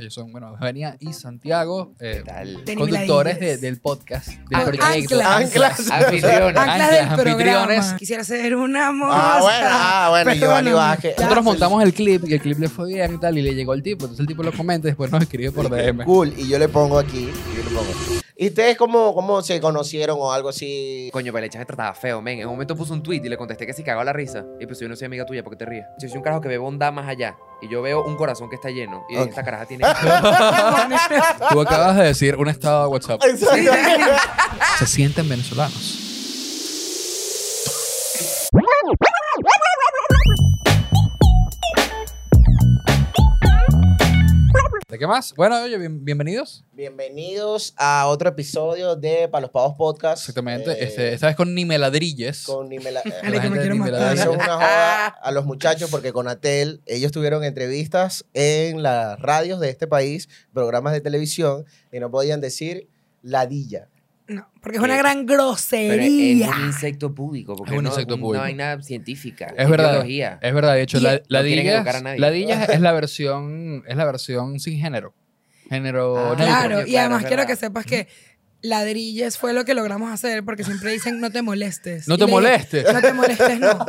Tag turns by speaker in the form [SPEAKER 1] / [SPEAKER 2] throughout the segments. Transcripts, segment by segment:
[SPEAKER 1] Ellos son, bueno, Eugenia y Santiago, eh,
[SPEAKER 2] tal?
[SPEAKER 3] De
[SPEAKER 1] conductores de-
[SPEAKER 3] Niveladillas.
[SPEAKER 1] del podcast, del
[SPEAKER 3] Ah,
[SPEAKER 1] proyecto.
[SPEAKER 3] anclas.
[SPEAKER 2] Anclas.
[SPEAKER 1] Anfitriones.
[SPEAKER 3] Anclas
[SPEAKER 1] Anclas,
[SPEAKER 3] del programa.
[SPEAKER 1] anfitriones.
[SPEAKER 3] Quisiera ser una moza.
[SPEAKER 2] Ah, bueno, ah, bueno,
[SPEAKER 3] Perdóname.
[SPEAKER 2] Giovanni Vázquez.
[SPEAKER 1] Nosotros montamos el clip y el clip le fue bien y tal, y le llegó al tipo. Entonces el tipo lo comenta y después nos escribe por DM.
[SPEAKER 2] Cool, y yo le pongo aquí. y yo le pongo. ¿Y ustedes cómo, cómo se conocieron o algo así?
[SPEAKER 4] Coño, pero el me trataba feo, men. En un momento puso un tweet y le contesté que si cagaba la risa. Y pues yo no soy amiga tuya, ¿por qué te ríes? Yo soy un carajo que ve bondad más allá. Y yo veo un corazón que está lleno. Y dije,
[SPEAKER 2] Ok.
[SPEAKER 4] esta caraja tiene.
[SPEAKER 1] Ah, Tú acabas de decir un estado de WhatsApp.
[SPEAKER 2] Exacto.
[SPEAKER 1] Se sienten venezolanos. ¿De qué más? Bueno, oye, bien- bienvenidos.
[SPEAKER 2] Bienvenidos a otro episodio de Para los Pavos Podcast.
[SPEAKER 1] Exactamente.
[SPEAKER 2] Eh,
[SPEAKER 1] este, esta vez con ni meladrilles.
[SPEAKER 2] Con Nimela-
[SPEAKER 1] Con
[SPEAKER 3] Ale,
[SPEAKER 1] la
[SPEAKER 3] que
[SPEAKER 1] gente
[SPEAKER 3] me
[SPEAKER 1] de
[SPEAKER 3] quiero
[SPEAKER 1] Ni
[SPEAKER 3] matar.
[SPEAKER 1] Meladrilles.
[SPEAKER 2] Eso es una joda a los muchachos porque con Atel ellos tuvieron entrevistas en las radios de este país, programas de televisión y no podían decir ladilla.
[SPEAKER 3] No, porque es una gran grosería.
[SPEAKER 4] Pero es un insecto público. Porque
[SPEAKER 1] Es un
[SPEAKER 4] no,
[SPEAKER 1] insecto
[SPEAKER 4] no
[SPEAKER 1] público.
[SPEAKER 4] hay nada científica.
[SPEAKER 1] Es verdad.
[SPEAKER 4] biología.
[SPEAKER 1] Es verdad, de hecho,
[SPEAKER 3] Y-
[SPEAKER 1] la,
[SPEAKER 4] quieren
[SPEAKER 1] ladillas,
[SPEAKER 4] educar a nadie.
[SPEAKER 1] ladillas es la versión, es la versión sin género. Género
[SPEAKER 4] Ah,
[SPEAKER 1] neutro.
[SPEAKER 3] Claro,
[SPEAKER 4] Coño,
[SPEAKER 3] y
[SPEAKER 4] claro,
[SPEAKER 3] además
[SPEAKER 4] es
[SPEAKER 3] quiero que
[SPEAKER 4] verdad.
[SPEAKER 3] sepas que ladrillas fue lo que logramos hacer porque siempre dicen no te molestes.
[SPEAKER 1] No
[SPEAKER 3] Y
[SPEAKER 1] te
[SPEAKER 3] le dije,
[SPEAKER 1] molestes.
[SPEAKER 3] No te molestes, no.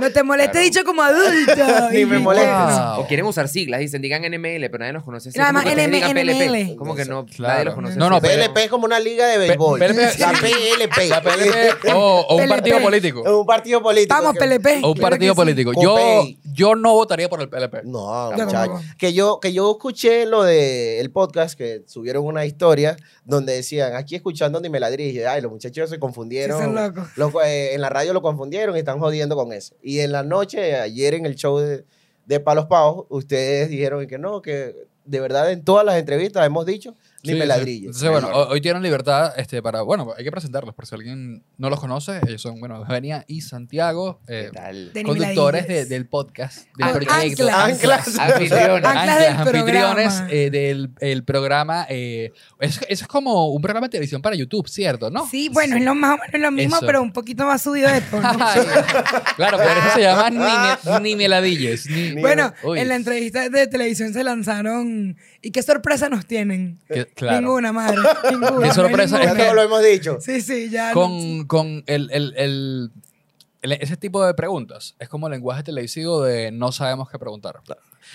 [SPEAKER 3] No te molestes
[SPEAKER 4] Claro.
[SPEAKER 3] dicho como adulto.
[SPEAKER 2] Ni
[SPEAKER 3] Y
[SPEAKER 2] me
[SPEAKER 3] yo,
[SPEAKER 2] molestes.
[SPEAKER 3] "Wow".
[SPEAKER 1] Wow.
[SPEAKER 4] O quieren usar siglas, dicen, digan NML, pero nadie nos conoce así.
[SPEAKER 3] Nada más
[SPEAKER 4] Como que ustedes
[SPEAKER 3] NML.
[SPEAKER 4] digan PLP. Como que no, nadie los conoce
[SPEAKER 1] No, no,
[SPEAKER 4] así.
[SPEAKER 1] pero-
[SPEAKER 2] PLP es como una liga de béisbol.
[SPEAKER 1] PLP
[SPEAKER 2] la PLP.
[SPEAKER 1] La PLP o, o un
[SPEAKER 3] PLP.
[SPEAKER 1] partido político.
[SPEAKER 2] Es un partido político.
[SPEAKER 3] Vamos,
[SPEAKER 2] que-
[SPEAKER 3] PLP.
[SPEAKER 1] O un
[SPEAKER 3] claro
[SPEAKER 1] partido
[SPEAKER 3] que sí.
[SPEAKER 1] político.
[SPEAKER 2] Con
[SPEAKER 1] Yo,
[SPEAKER 2] PI.
[SPEAKER 1] yo no votaría por el PLP.
[SPEAKER 2] No,
[SPEAKER 3] Yo
[SPEAKER 2] muchacho.
[SPEAKER 3] tampoco.
[SPEAKER 2] Que yo, que yo escuché lo del podcast, que subieron una historia donde decían, aquí escuchando ni me ladrillas. Ay, los muchachos se confundieron.
[SPEAKER 3] Sí, son locos.
[SPEAKER 2] Lo- eh, en la radio lo confundieron y están jodiendo con eso. Y en la noche, ayer en el show de, de Palos Pavos, ustedes dijeron que no, que de verdad en todas las entrevistas hemos dicho ni
[SPEAKER 1] Sí,
[SPEAKER 2] me
[SPEAKER 1] sí.
[SPEAKER 2] ladrillas.
[SPEAKER 1] Entonces, bueno, ho- hoy tienen libertad este, para. Bueno, hay que presentarlos por si alguien no los conoce. Ellos son, bueno, Eugenia y Santiago, eh,
[SPEAKER 4] ¿Qué tal?
[SPEAKER 3] De
[SPEAKER 1] conductores de-
[SPEAKER 3] Niveladillas.
[SPEAKER 1] del podcast, del
[SPEAKER 3] Ah,
[SPEAKER 1] proyecto.
[SPEAKER 3] Anclas.
[SPEAKER 2] Anclas.
[SPEAKER 4] Anfitriones.
[SPEAKER 1] Anclas,
[SPEAKER 3] Anclas. Ah, del
[SPEAKER 1] anfitriones
[SPEAKER 3] programa.
[SPEAKER 1] eh, del el programa. eh, eso, eso es como un programa de televisión para YouTube, ¿cierto? ¿No?
[SPEAKER 3] Sí, bueno, es lo más o menos lo mismo,
[SPEAKER 1] Eso.
[SPEAKER 3] pero un poquito más subido de tono.
[SPEAKER 1] claro, por eso se llama ni, me- ni meladilles. ni-
[SPEAKER 3] bueno,
[SPEAKER 1] Uy,
[SPEAKER 3] en la entrevista de televisión se lanzaron. ¿Y qué sorpresa nos tienen?
[SPEAKER 1] que- claro.
[SPEAKER 3] Ninguna, madre. Ninguna.
[SPEAKER 1] Qué sorpresa,
[SPEAKER 3] ninguna.
[SPEAKER 2] Ya
[SPEAKER 1] es que-
[SPEAKER 2] todos lo hemos dicho.
[SPEAKER 3] Sí, sí, ya.
[SPEAKER 1] con, con el, el- el- el- ese tipo de preguntas. Es como lenguaje televisivo de no sabemos qué preguntar.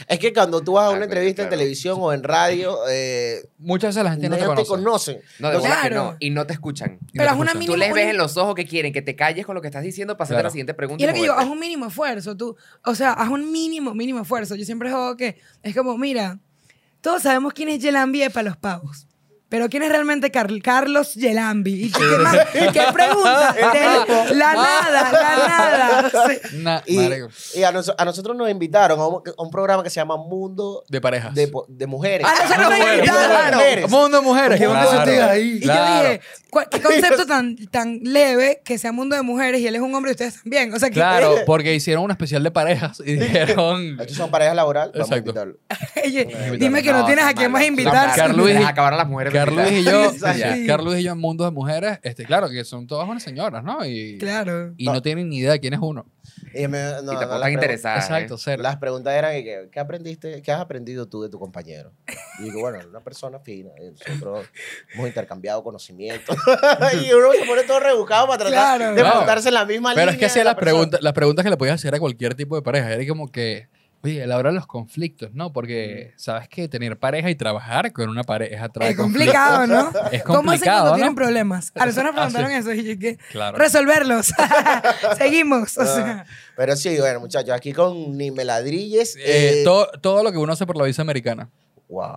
[SPEAKER 2] Es que cuando tú vas a
[SPEAKER 4] Ah,
[SPEAKER 2] una
[SPEAKER 4] coño,
[SPEAKER 2] entrevista en
[SPEAKER 4] claro.
[SPEAKER 2] televisión o en radio, eh,
[SPEAKER 1] Muchas veces la gente no te
[SPEAKER 2] no te
[SPEAKER 1] conoce.
[SPEAKER 2] conocen.
[SPEAKER 4] No, de bolas que
[SPEAKER 3] Claro.
[SPEAKER 4] no. Y no te escuchan.
[SPEAKER 1] Y no te
[SPEAKER 3] Pero es una
[SPEAKER 1] escuchan.
[SPEAKER 3] mínima.
[SPEAKER 4] Tú les
[SPEAKER 3] un-
[SPEAKER 4] ves en los ojos que quieren que te calles con lo que estás diciendo para hacerte
[SPEAKER 1] Claro.
[SPEAKER 4] la siguiente pregunta.
[SPEAKER 3] Y es lo que digo, haz
[SPEAKER 4] moverte.
[SPEAKER 3] un mínimo esfuerzo, tú. O sea, haz un mínimo, mínimo esfuerzo. Yo siempre juego que es como, mira, todos sabemos quién es Yelambi de Palos Pavos. Pero ¿quién es realmente Carl- Carlos Yelambi? ¿Y qué, más? ¿Y qué pregunta? De- la nada, la nada. Sí.
[SPEAKER 1] Nah,
[SPEAKER 2] Y,
[SPEAKER 1] marico,
[SPEAKER 2] y a, noso- a nosotros nos invitaron a un, a un programa que se llama Mundo
[SPEAKER 1] de parejas.
[SPEAKER 2] de, po- de Mujeres.
[SPEAKER 3] A nosotros nos
[SPEAKER 2] Mundo de
[SPEAKER 3] invitaron.
[SPEAKER 2] Mujeres.
[SPEAKER 1] Mundo de mujeres.
[SPEAKER 2] Mundo de mujeres ahí.
[SPEAKER 3] Y yo
[SPEAKER 1] claro.
[SPEAKER 3] dije, ¿cuál- ¿qué concepto tan, tan leve que sea mundo de mujeres y él es un hombre y ustedes también? O sea, que
[SPEAKER 1] Claro, porque hicieron un especial de parejas y dijeron.
[SPEAKER 2] Estos son parejas laborales. Vamos a
[SPEAKER 1] Exacto.
[SPEAKER 2] invitarlo.
[SPEAKER 3] Oye, dime que no,
[SPEAKER 4] No,
[SPEAKER 3] tienes a
[SPEAKER 4] son
[SPEAKER 3] quién más
[SPEAKER 4] malos.
[SPEAKER 3] invitar.
[SPEAKER 1] Son Carlos-
[SPEAKER 4] Les acabaron las mujeres. de
[SPEAKER 1] Carlos
[SPEAKER 4] invitar.
[SPEAKER 1] y yo,
[SPEAKER 2] Exacto.
[SPEAKER 1] ya,
[SPEAKER 3] Sí.
[SPEAKER 1] Carlos y yo en Mundo de Mujeres, este, claro que son todas unas señoras, ¿no? Y,
[SPEAKER 3] Claro.
[SPEAKER 1] y no. tienen ni idea de quién es uno.
[SPEAKER 2] Y, me- no, no,
[SPEAKER 4] Y
[SPEAKER 2] las
[SPEAKER 4] tampoco
[SPEAKER 2] pregun-
[SPEAKER 4] están interesadas. ¿eh?
[SPEAKER 1] Exacto, cero.
[SPEAKER 2] Las preguntas eran, ¿y ¿qué, qué aprendiste? ¿Qué has aprendido tú de tu compañero? Y digo, bueno, una persona fina. eh, Nosotros hemos intercambiado conocimientos. y uno se pone todo rebuscado para tratar
[SPEAKER 3] Claro.
[SPEAKER 2] de
[SPEAKER 1] No.
[SPEAKER 2] preguntarse en la misma línea.
[SPEAKER 1] Pero es que hacía
[SPEAKER 2] de la
[SPEAKER 1] las
[SPEAKER 2] persona.
[SPEAKER 1] preguntas, las preguntas que le podías hacer a cualquier tipo de pareja. Era como que, oye, elaborar los conflictos, ¿no? Porque sabes que tener pareja y trabajar con una pareja trae
[SPEAKER 3] Mm. Es complicado, ¿no?
[SPEAKER 1] conflictos. Es
[SPEAKER 3] ¿Cómo hacen
[SPEAKER 1] complicado,
[SPEAKER 3] cuando
[SPEAKER 1] ¿no?
[SPEAKER 3] tienen problemas? A las personas
[SPEAKER 1] Ah, sí.
[SPEAKER 3] preguntaron eso y yo que
[SPEAKER 1] Claro. Ah,
[SPEAKER 3] resolverlos. Seguimos. O sea,
[SPEAKER 2] Pero sí, bueno, muchachos, aquí con ni meladrilles.
[SPEAKER 1] Eh, todo, todo lo que uno hace por la visa americana.
[SPEAKER 2] Wow.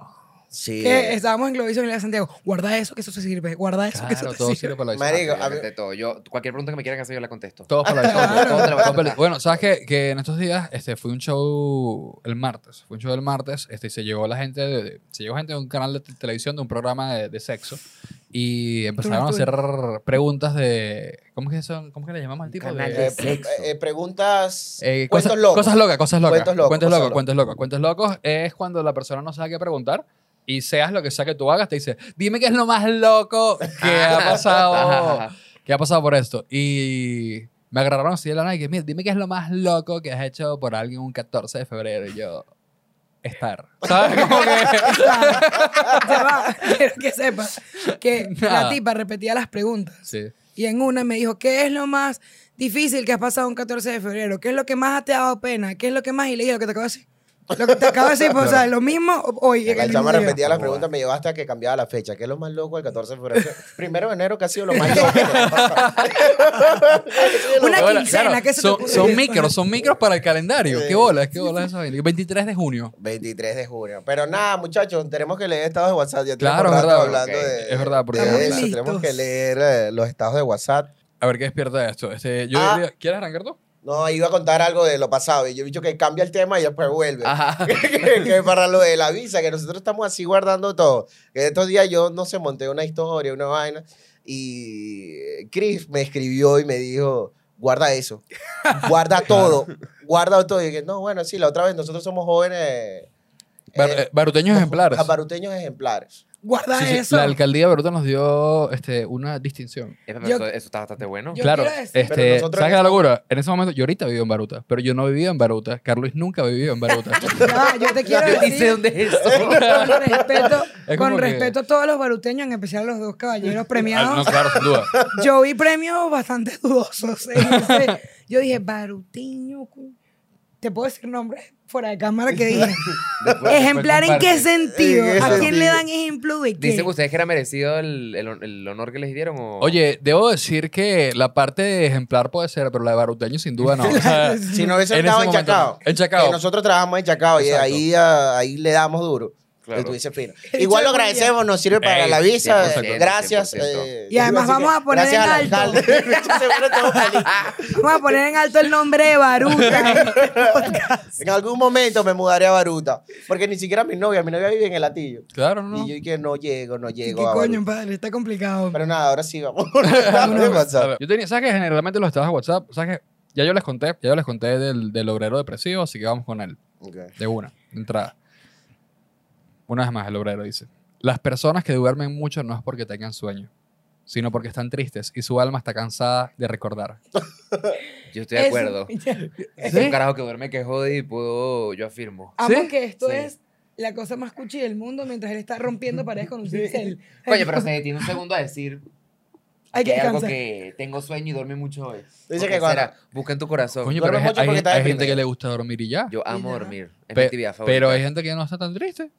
[SPEAKER 2] Sí.
[SPEAKER 3] que eh, estábamos en Globovisión y le dije a Santiago, guarda eso que eso se sirve, guarda eso que eso
[SPEAKER 1] Claro,
[SPEAKER 3] te
[SPEAKER 1] todo
[SPEAKER 3] sirve.
[SPEAKER 1] sirve por la visa.
[SPEAKER 2] Marico, a mí-
[SPEAKER 4] Absolutamente todo. Yo, cualquier pregunta que me quieran hacer, yo la contesto.
[SPEAKER 1] Todo por la visa.
[SPEAKER 4] Claro.
[SPEAKER 1] Todo te lo voy a contar.
[SPEAKER 4] Claro.
[SPEAKER 1] bueno, sabes que, que en estos días este, fue un show el martes. Fue un show el martes este, y se llegó la gente de, de- se llegó gente de un canal de te- televisión, de un programa de, de sexo. Y empezaron a
[SPEAKER 3] Tú,
[SPEAKER 1] hacer preguntas de. ¿Cómo que son? ¿Cómo que le llamamos al tipo?
[SPEAKER 4] canal
[SPEAKER 1] De-
[SPEAKER 2] Eh,
[SPEAKER 4] Sexo.
[SPEAKER 2] eh, preguntas.
[SPEAKER 1] Eh,
[SPEAKER 2] cuentos
[SPEAKER 1] cosas,
[SPEAKER 2] locos.
[SPEAKER 1] cosas locas, cosas locas.
[SPEAKER 2] Cuentos locos,
[SPEAKER 1] Cuentos
[SPEAKER 2] cosas
[SPEAKER 1] locos,
[SPEAKER 2] locas.
[SPEAKER 1] cuentos locos. Cuentos locos es cuando la persona no sabe qué preguntar y seas lo que sea que tú hagas, te dice, dime qué es lo más loco que ha pasado, que ha pasado por esto. Y me agarraron así de la nada y que, mira, dime qué es lo más loco que has hecho por alguien un 14 de febrero. Y yo, estar. ¿Sabes? Como que.
[SPEAKER 3] Ya va, quiero que sepas que la
[SPEAKER 1] Nada.
[SPEAKER 3] tipa repetía las preguntas.
[SPEAKER 1] Sí.
[SPEAKER 3] Y en una me dijo, ¿qué es lo más difícil que has pasado un 14 de febrero? ¿Qué es lo que más te ha dado pena? ¿Qué es lo que más? Y le dije lo que te acabo de decir. Lo que te acabo de decir, pues, o sea, lo mismo hoy. en
[SPEAKER 2] La
[SPEAKER 3] el
[SPEAKER 2] chama
[SPEAKER 3] mismo día.
[SPEAKER 2] repetía las
[SPEAKER 4] Joda.
[SPEAKER 2] preguntas, me llevó hasta que cambiaba la fecha. ¿Qué es lo más loco del 14 de febrero? Primero de enero, que ha sido lo más loco.
[SPEAKER 3] Una
[SPEAKER 1] Ahora,
[SPEAKER 3] quincena,
[SPEAKER 1] claro,
[SPEAKER 3] ¿qué se te
[SPEAKER 1] son,
[SPEAKER 3] ocurre?
[SPEAKER 1] son micros, son micros para el calendario.
[SPEAKER 2] Sí.
[SPEAKER 1] ¿Qué bolas? ¿Qué bolas esa vaina? 23 de junio.
[SPEAKER 2] 23 de junio. Pero nada, muchachos, tenemos que leer estados de WhatsApp. Ya
[SPEAKER 1] Claro, es
[SPEAKER 2] tenemos rato
[SPEAKER 1] verdad.
[SPEAKER 2] hablando
[SPEAKER 4] Ok,
[SPEAKER 2] de,
[SPEAKER 1] es verdad, porque-
[SPEAKER 2] de
[SPEAKER 3] Estamos
[SPEAKER 2] eso.
[SPEAKER 3] listos.
[SPEAKER 2] Tenemos que leer eh, los estados de WhatsApp.
[SPEAKER 1] A ver qué despierta esto. Este, yo
[SPEAKER 2] Ah.
[SPEAKER 1] diría- ¿Quieres arrancar tú?
[SPEAKER 2] No, iba a contar algo de lo pasado. Y yo he dicho que cambia el tema y después vuelve.
[SPEAKER 4] Ajá.
[SPEAKER 3] Eh,
[SPEAKER 2] que, que para lo de la visa, que nosotros estamos así guardando todo. Que estos días yo, no sé, monté una historia, una vaina. Y Chris me escribió y me dijo, guarda eso. Guarda todo. Guarda todo. Y dije, no, bueno, sí, la otra vez nosotros somos jóvenes... eh,
[SPEAKER 1] Bar- eh, baruteños ejemplares.
[SPEAKER 2] Baruteños ejemplares.
[SPEAKER 3] Guarda
[SPEAKER 1] Sí, sí,
[SPEAKER 3] eso.
[SPEAKER 1] La alcaldía de Baruta nos dio este, una distinción.
[SPEAKER 4] Eh, pero
[SPEAKER 3] Yo-
[SPEAKER 4] eso, eso está bastante bueno.
[SPEAKER 3] Yo
[SPEAKER 1] claro,
[SPEAKER 3] quiero decir-
[SPEAKER 1] este,
[SPEAKER 2] Pero nosotros
[SPEAKER 1] ¿sabes
[SPEAKER 2] en
[SPEAKER 1] la locura? En ese momento, yo ahorita vivo en Baruta, pero yo no vivía en Baruta. Carlos nunca vivió en Baruta.
[SPEAKER 3] Ya va, yo te quiero
[SPEAKER 4] Yo ni sé
[SPEAKER 3] decir,
[SPEAKER 4] dónde es eso.
[SPEAKER 3] con respeto,
[SPEAKER 1] Es como
[SPEAKER 3] con
[SPEAKER 1] que-
[SPEAKER 3] respeto a todos los baruteños, en especial a los dos caballeros
[SPEAKER 1] Ah, no,
[SPEAKER 3] premiados,
[SPEAKER 1] claro, sin duda.
[SPEAKER 3] yo vi premios bastante dudosos. ¿eh? Entonces, yo dije, baruteño, cu- te puedo decir nombres fuera de cámara que dije. ¿Ejemplar en qué
[SPEAKER 1] comparte.
[SPEAKER 3] sentido?
[SPEAKER 2] ¿En qué
[SPEAKER 3] ¿A quién le
[SPEAKER 2] sentido?
[SPEAKER 3] dan ejemplo de qué?
[SPEAKER 4] ¿Dicen ustedes que era merecido el, el- el honor que les dieron? O...
[SPEAKER 1] Oye, debo decir que la parte de ejemplar puede ser, pero la de baruteño sin duda no. O sea,
[SPEAKER 2] Si no hubiese
[SPEAKER 1] en
[SPEAKER 2] estado
[SPEAKER 1] ese
[SPEAKER 2] en
[SPEAKER 1] momento
[SPEAKER 2] Chacao.
[SPEAKER 1] no. En Chacao.
[SPEAKER 2] Que nosotros trabajamos en Chacao
[SPEAKER 1] Exacto.
[SPEAKER 2] y ahí, ah, ahí le damos duro.
[SPEAKER 4] Claro.
[SPEAKER 2] Y tú dices, fino.
[SPEAKER 3] El
[SPEAKER 2] Igual lo
[SPEAKER 3] Chacao.
[SPEAKER 2] agradecemos, nos sirve para
[SPEAKER 4] Ey,
[SPEAKER 2] la visa.
[SPEAKER 4] 100%,
[SPEAKER 2] eh, gracias.
[SPEAKER 4] 100%.
[SPEAKER 2] eh,
[SPEAKER 3] Y además
[SPEAKER 2] así que
[SPEAKER 3] vamos a poner
[SPEAKER 2] gracias
[SPEAKER 3] en
[SPEAKER 2] al
[SPEAKER 3] alto.
[SPEAKER 2] alcalde. Seguro estamos felices.
[SPEAKER 3] Vamos a poner en alto el nombre de Baruta.
[SPEAKER 2] en algún momento me mudaré a Baruta. Porque ni siquiera mi novia, mi novia vive en el latillo.
[SPEAKER 1] claro, no.
[SPEAKER 2] Y yo que no llego, no
[SPEAKER 3] ¿Qué
[SPEAKER 2] llego. a
[SPEAKER 3] coño,
[SPEAKER 2] Baruta.
[SPEAKER 3] padre? Está complicado.
[SPEAKER 2] Pero nada, ahora sí vamos. Dale,
[SPEAKER 1] A
[SPEAKER 2] WhatsApp.
[SPEAKER 1] ver, yo tenía, ¿sabes que generalmente los estados de WhatsApp? ¿Sabes que Ya yo les conté, ya yo les conté del, del obrero depresivo, así que vamos con él.
[SPEAKER 2] Ok.
[SPEAKER 1] De una, de entrada. Una vez más, el obrero dice: Las personas que duermen mucho no es porque tengan sueño, sino porque están tristes y su alma está cansada de recordar.
[SPEAKER 4] Yo estoy de
[SPEAKER 3] Eso-
[SPEAKER 4] acuerdo. Es
[SPEAKER 1] ¿Sí?
[SPEAKER 4] un carajo que duerme que jode y puedo, yo afirmo.
[SPEAKER 3] Amo
[SPEAKER 1] ¿Sí?
[SPEAKER 3] que esto
[SPEAKER 4] Sí.
[SPEAKER 3] es la cosa más cuchi del mundo mientras él está rompiendo paredes con un pincel.
[SPEAKER 4] Oye, pero se detiene un segundo a decir
[SPEAKER 3] Hay que
[SPEAKER 4] que hay algo
[SPEAKER 3] descansar.
[SPEAKER 4] que tengo sueño y dormí mucho hoy.
[SPEAKER 2] Dice
[SPEAKER 4] ¿Por
[SPEAKER 2] que
[SPEAKER 4] qué
[SPEAKER 2] cuando-
[SPEAKER 4] será? Busca en tu corazón.
[SPEAKER 1] Coño,
[SPEAKER 2] Duerme
[SPEAKER 1] pero hay,
[SPEAKER 2] mucho
[SPEAKER 1] hay-
[SPEAKER 2] porque está
[SPEAKER 1] hay gente
[SPEAKER 2] deprimido.
[SPEAKER 1] que le gusta dormir y ya.
[SPEAKER 4] Yo amo
[SPEAKER 3] ya.
[SPEAKER 4] dormir. Es mi
[SPEAKER 1] Pe-
[SPEAKER 4] actividad favorita.
[SPEAKER 1] pero hay gente que no está tan triste.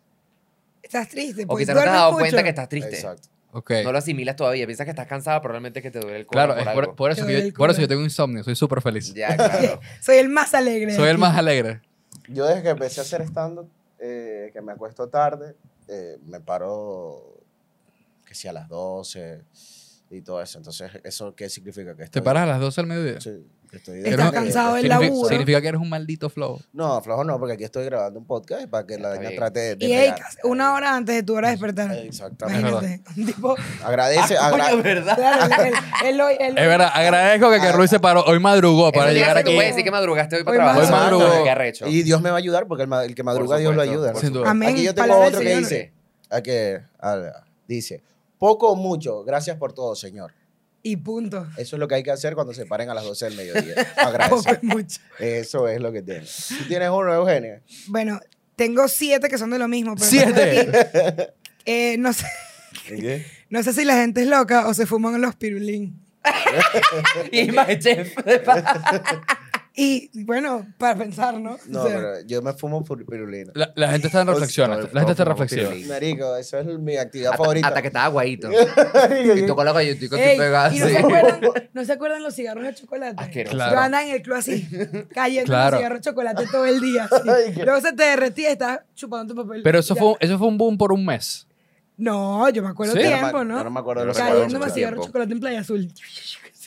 [SPEAKER 3] Estás triste. pues
[SPEAKER 4] O
[SPEAKER 3] Porque
[SPEAKER 4] quizás no te has
[SPEAKER 3] duermes
[SPEAKER 4] dado
[SPEAKER 3] mucho.
[SPEAKER 4] cuenta que estás triste.
[SPEAKER 2] Exacto.
[SPEAKER 1] Ok.
[SPEAKER 4] No lo asimilas todavía. Piensas que estás cansada, probablemente que te duele el cuerpo.
[SPEAKER 1] claro, es por, por eso
[SPEAKER 3] Te
[SPEAKER 1] que
[SPEAKER 3] duele el
[SPEAKER 1] yo, por eso
[SPEAKER 3] culo.
[SPEAKER 1] yo tengo insomnio, soy súper feliz.
[SPEAKER 4] Ya, claro.
[SPEAKER 3] Soy el más alegre. de
[SPEAKER 1] Soy el
[SPEAKER 3] aquí.
[SPEAKER 1] más alegre.
[SPEAKER 2] Yo desde que empecé a hacer stand-up, eh, que me acuesto tarde, eh, me paro, que si a las 12 y todo eso. Entonces, ¿eso qué significa? Que estoy,
[SPEAKER 1] ¿Te paras a las 12 del mediodía?
[SPEAKER 2] Sí, que estoy
[SPEAKER 3] Estás
[SPEAKER 1] Eres un-
[SPEAKER 3] cansado del
[SPEAKER 2] estoy-
[SPEAKER 1] significa,
[SPEAKER 3] laburo.
[SPEAKER 1] significa que eres un maldito flow.
[SPEAKER 2] No, flojo no, porque aquí estoy grabando un podcast para que la
[SPEAKER 4] Está
[SPEAKER 2] niña
[SPEAKER 4] bien.
[SPEAKER 2] trate de... de
[SPEAKER 3] Y ey,
[SPEAKER 2] pegar.
[SPEAKER 3] una hora antes de tu hora de despertar.
[SPEAKER 2] Eh, Exactamente.
[SPEAKER 3] Imagínate. Ah, Un tipo.
[SPEAKER 2] Agradece, agra-
[SPEAKER 4] Coño, ¿verdad?
[SPEAKER 3] Claro, él- él hoy- él-
[SPEAKER 1] Es verdad, agradezco que Carlos se paró. Hoy madrugó para
[SPEAKER 4] Ah. Eso
[SPEAKER 1] llegar
[SPEAKER 4] ya se- Tú
[SPEAKER 1] aquí.
[SPEAKER 4] puedes decir que madrugaste hoy para
[SPEAKER 3] Hoy
[SPEAKER 4] trabajar.
[SPEAKER 1] madrugó. Hoy madrugó.
[SPEAKER 4] Qué arrecho.
[SPEAKER 2] Y Dios me va a ayudar porque el, ma- el que madruga Dios lo
[SPEAKER 4] supuesto,
[SPEAKER 2] ayuda.
[SPEAKER 4] por
[SPEAKER 1] Sin duda.
[SPEAKER 3] Amén.
[SPEAKER 2] Aquí yo tengo
[SPEAKER 3] Palabra del
[SPEAKER 2] otro que
[SPEAKER 3] Señor.
[SPEAKER 2] dice, a que, a- dice, poco o mucho, gracias por todo, Señor.
[SPEAKER 3] Y punto.
[SPEAKER 2] Eso es lo que hay que hacer cuando se paren a las 12 del mediodía.
[SPEAKER 3] Poco
[SPEAKER 2] Agradecer.
[SPEAKER 3] es mucho.
[SPEAKER 2] Eso es lo que tienes. ¿Tú tienes uno, Eugenia?
[SPEAKER 3] Bueno, tengo siete que son de lo mismo. Pero
[SPEAKER 1] ¡Siete!
[SPEAKER 3] Eh, no, sé, no sé si la gente es loca o se fuman los pirulín.
[SPEAKER 4] Y más chef.
[SPEAKER 3] Y bueno, para pensar, ¿no?
[SPEAKER 2] No,
[SPEAKER 3] O sea,
[SPEAKER 2] pero yo me fumo pir- pirulina.
[SPEAKER 1] La, la gente está en reflexión.
[SPEAKER 4] Estoy-
[SPEAKER 1] la gente está en
[SPEAKER 4] no,
[SPEAKER 1] reflexión.
[SPEAKER 4] pirulín.
[SPEAKER 2] Marico, eso es mi actividad
[SPEAKER 4] Hasta,
[SPEAKER 2] favorita.
[SPEAKER 4] hasta que estaba aguadito.
[SPEAKER 2] Marico,
[SPEAKER 4] Y
[SPEAKER 2] yo-
[SPEAKER 4] tocó la galletita
[SPEAKER 3] ey,
[SPEAKER 4] que pegada.
[SPEAKER 3] ¿y no,
[SPEAKER 4] así.
[SPEAKER 3] se acuerdan, no se acuerdan los cigarros de chocolate?
[SPEAKER 4] Asqueroso.
[SPEAKER 1] Claro.
[SPEAKER 3] Yo andaba en el club así, cayendo
[SPEAKER 1] Claro.
[SPEAKER 3] los cigarros de chocolate todo el día. así.
[SPEAKER 2] Ay, qué-
[SPEAKER 3] Luego se te derretía y estabas chupando tu papel.
[SPEAKER 1] Pero eso
[SPEAKER 3] Ya.
[SPEAKER 1] fue, eso fue un boom por un mes.
[SPEAKER 3] No, yo me acuerdo
[SPEAKER 1] Sí.
[SPEAKER 3] tiempo,
[SPEAKER 2] yo
[SPEAKER 3] ¿no?
[SPEAKER 2] Yo no me acuerdo de los cigarros.
[SPEAKER 3] Cayendo
[SPEAKER 4] mucho
[SPEAKER 3] más
[SPEAKER 2] de
[SPEAKER 3] cigarros
[SPEAKER 4] tiempo.
[SPEAKER 3] de chocolate en Playa Azul.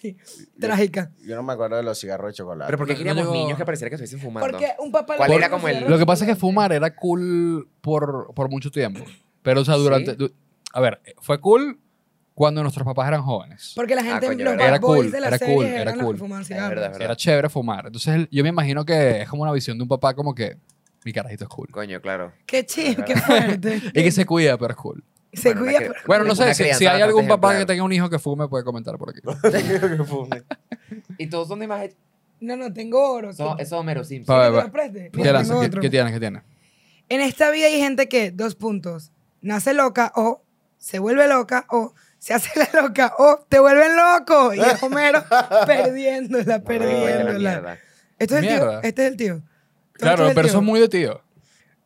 [SPEAKER 3] Sí, trágica.
[SPEAKER 2] chocolate. Yo no me acuerdo de los cigarros de chocolate.
[SPEAKER 4] Pero porque
[SPEAKER 1] No, no
[SPEAKER 4] queríamos
[SPEAKER 1] llegó.
[SPEAKER 4] niños que pareciera que estuviesen fumando.
[SPEAKER 3] Porque un papá... le
[SPEAKER 4] ¿Cuál
[SPEAKER 3] ponía
[SPEAKER 4] era
[SPEAKER 3] los
[SPEAKER 4] como el-
[SPEAKER 3] cigarros
[SPEAKER 1] Lo que pasa es que
[SPEAKER 3] de chocolate.
[SPEAKER 1] fumar era cool por, por mucho tiempo. Pero, o sea,
[SPEAKER 4] ¿Sí?
[SPEAKER 1] durante. du- a ver, fue cool cuando nuestros papás eran jóvenes.
[SPEAKER 3] Porque la gente,
[SPEAKER 4] Ah, coño,
[SPEAKER 3] los
[SPEAKER 4] ¿verdad?
[SPEAKER 3] bad
[SPEAKER 1] Era
[SPEAKER 3] boys
[SPEAKER 1] cool,
[SPEAKER 3] de la
[SPEAKER 1] era
[SPEAKER 3] serie
[SPEAKER 1] cool,
[SPEAKER 3] eran
[SPEAKER 1] era
[SPEAKER 3] los que
[SPEAKER 1] cool.
[SPEAKER 3] fumaban
[SPEAKER 4] verdad,
[SPEAKER 3] cigarros.
[SPEAKER 4] verdad.
[SPEAKER 1] Era chévere fumar. Entonces, el- yo me imagino que es como una visión de un papá como que mi carajito es cool.
[SPEAKER 4] Coño, claro.
[SPEAKER 3] Qué
[SPEAKER 4] Es
[SPEAKER 3] chido, qué
[SPEAKER 4] verdad.
[SPEAKER 3] fuerte.
[SPEAKER 1] Y que se cuida, pero es cool.
[SPEAKER 3] Se
[SPEAKER 4] Bueno, una
[SPEAKER 3] cuida,
[SPEAKER 4] cri-
[SPEAKER 3] pero-
[SPEAKER 1] Bueno, no
[SPEAKER 4] una
[SPEAKER 1] sé, si,
[SPEAKER 4] crianza
[SPEAKER 1] si hay
[SPEAKER 4] bastante
[SPEAKER 1] algún papá que
[SPEAKER 4] ejemplar.
[SPEAKER 1] tenga un hijo que fume, puede comentar por aquí.
[SPEAKER 4] Y todos son de imagen.
[SPEAKER 3] No, no, tengo oro.
[SPEAKER 4] Son,
[SPEAKER 3] ¿Quieres
[SPEAKER 4] es Homero Simpson.
[SPEAKER 1] Pa-
[SPEAKER 3] que
[SPEAKER 1] va,
[SPEAKER 3] te
[SPEAKER 1] va.
[SPEAKER 3] lo preste?
[SPEAKER 1] ¿Qué,
[SPEAKER 3] Tengo
[SPEAKER 1] lanza? ¿Qué-
[SPEAKER 3] otro.
[SPEAKER 1] qué tienes? ¿Qué tienes?
[SPEAKER 3] En esta vida hay gente que, dos puntos, nace loca o se vuelve loca o se hace la loca o te vuelven loco. Y es Homero perdiéndola,
[SPEAKER 4] Ay, la
[SPEAKER 3] perdiéndola.
[SPEAKER 4] mierda.
[SPEAKER 3] Este es el
[SPEAKER 1] Mierda.
[SPEAKER 3] tío. Este es el tío.
[SPEAKER 1] Claro,
[SPEAKER 3] Este el
[SPEAKER 1] pero eso
[SPEAKER 3] tío.
[SPEAKER 1] es muy de tío.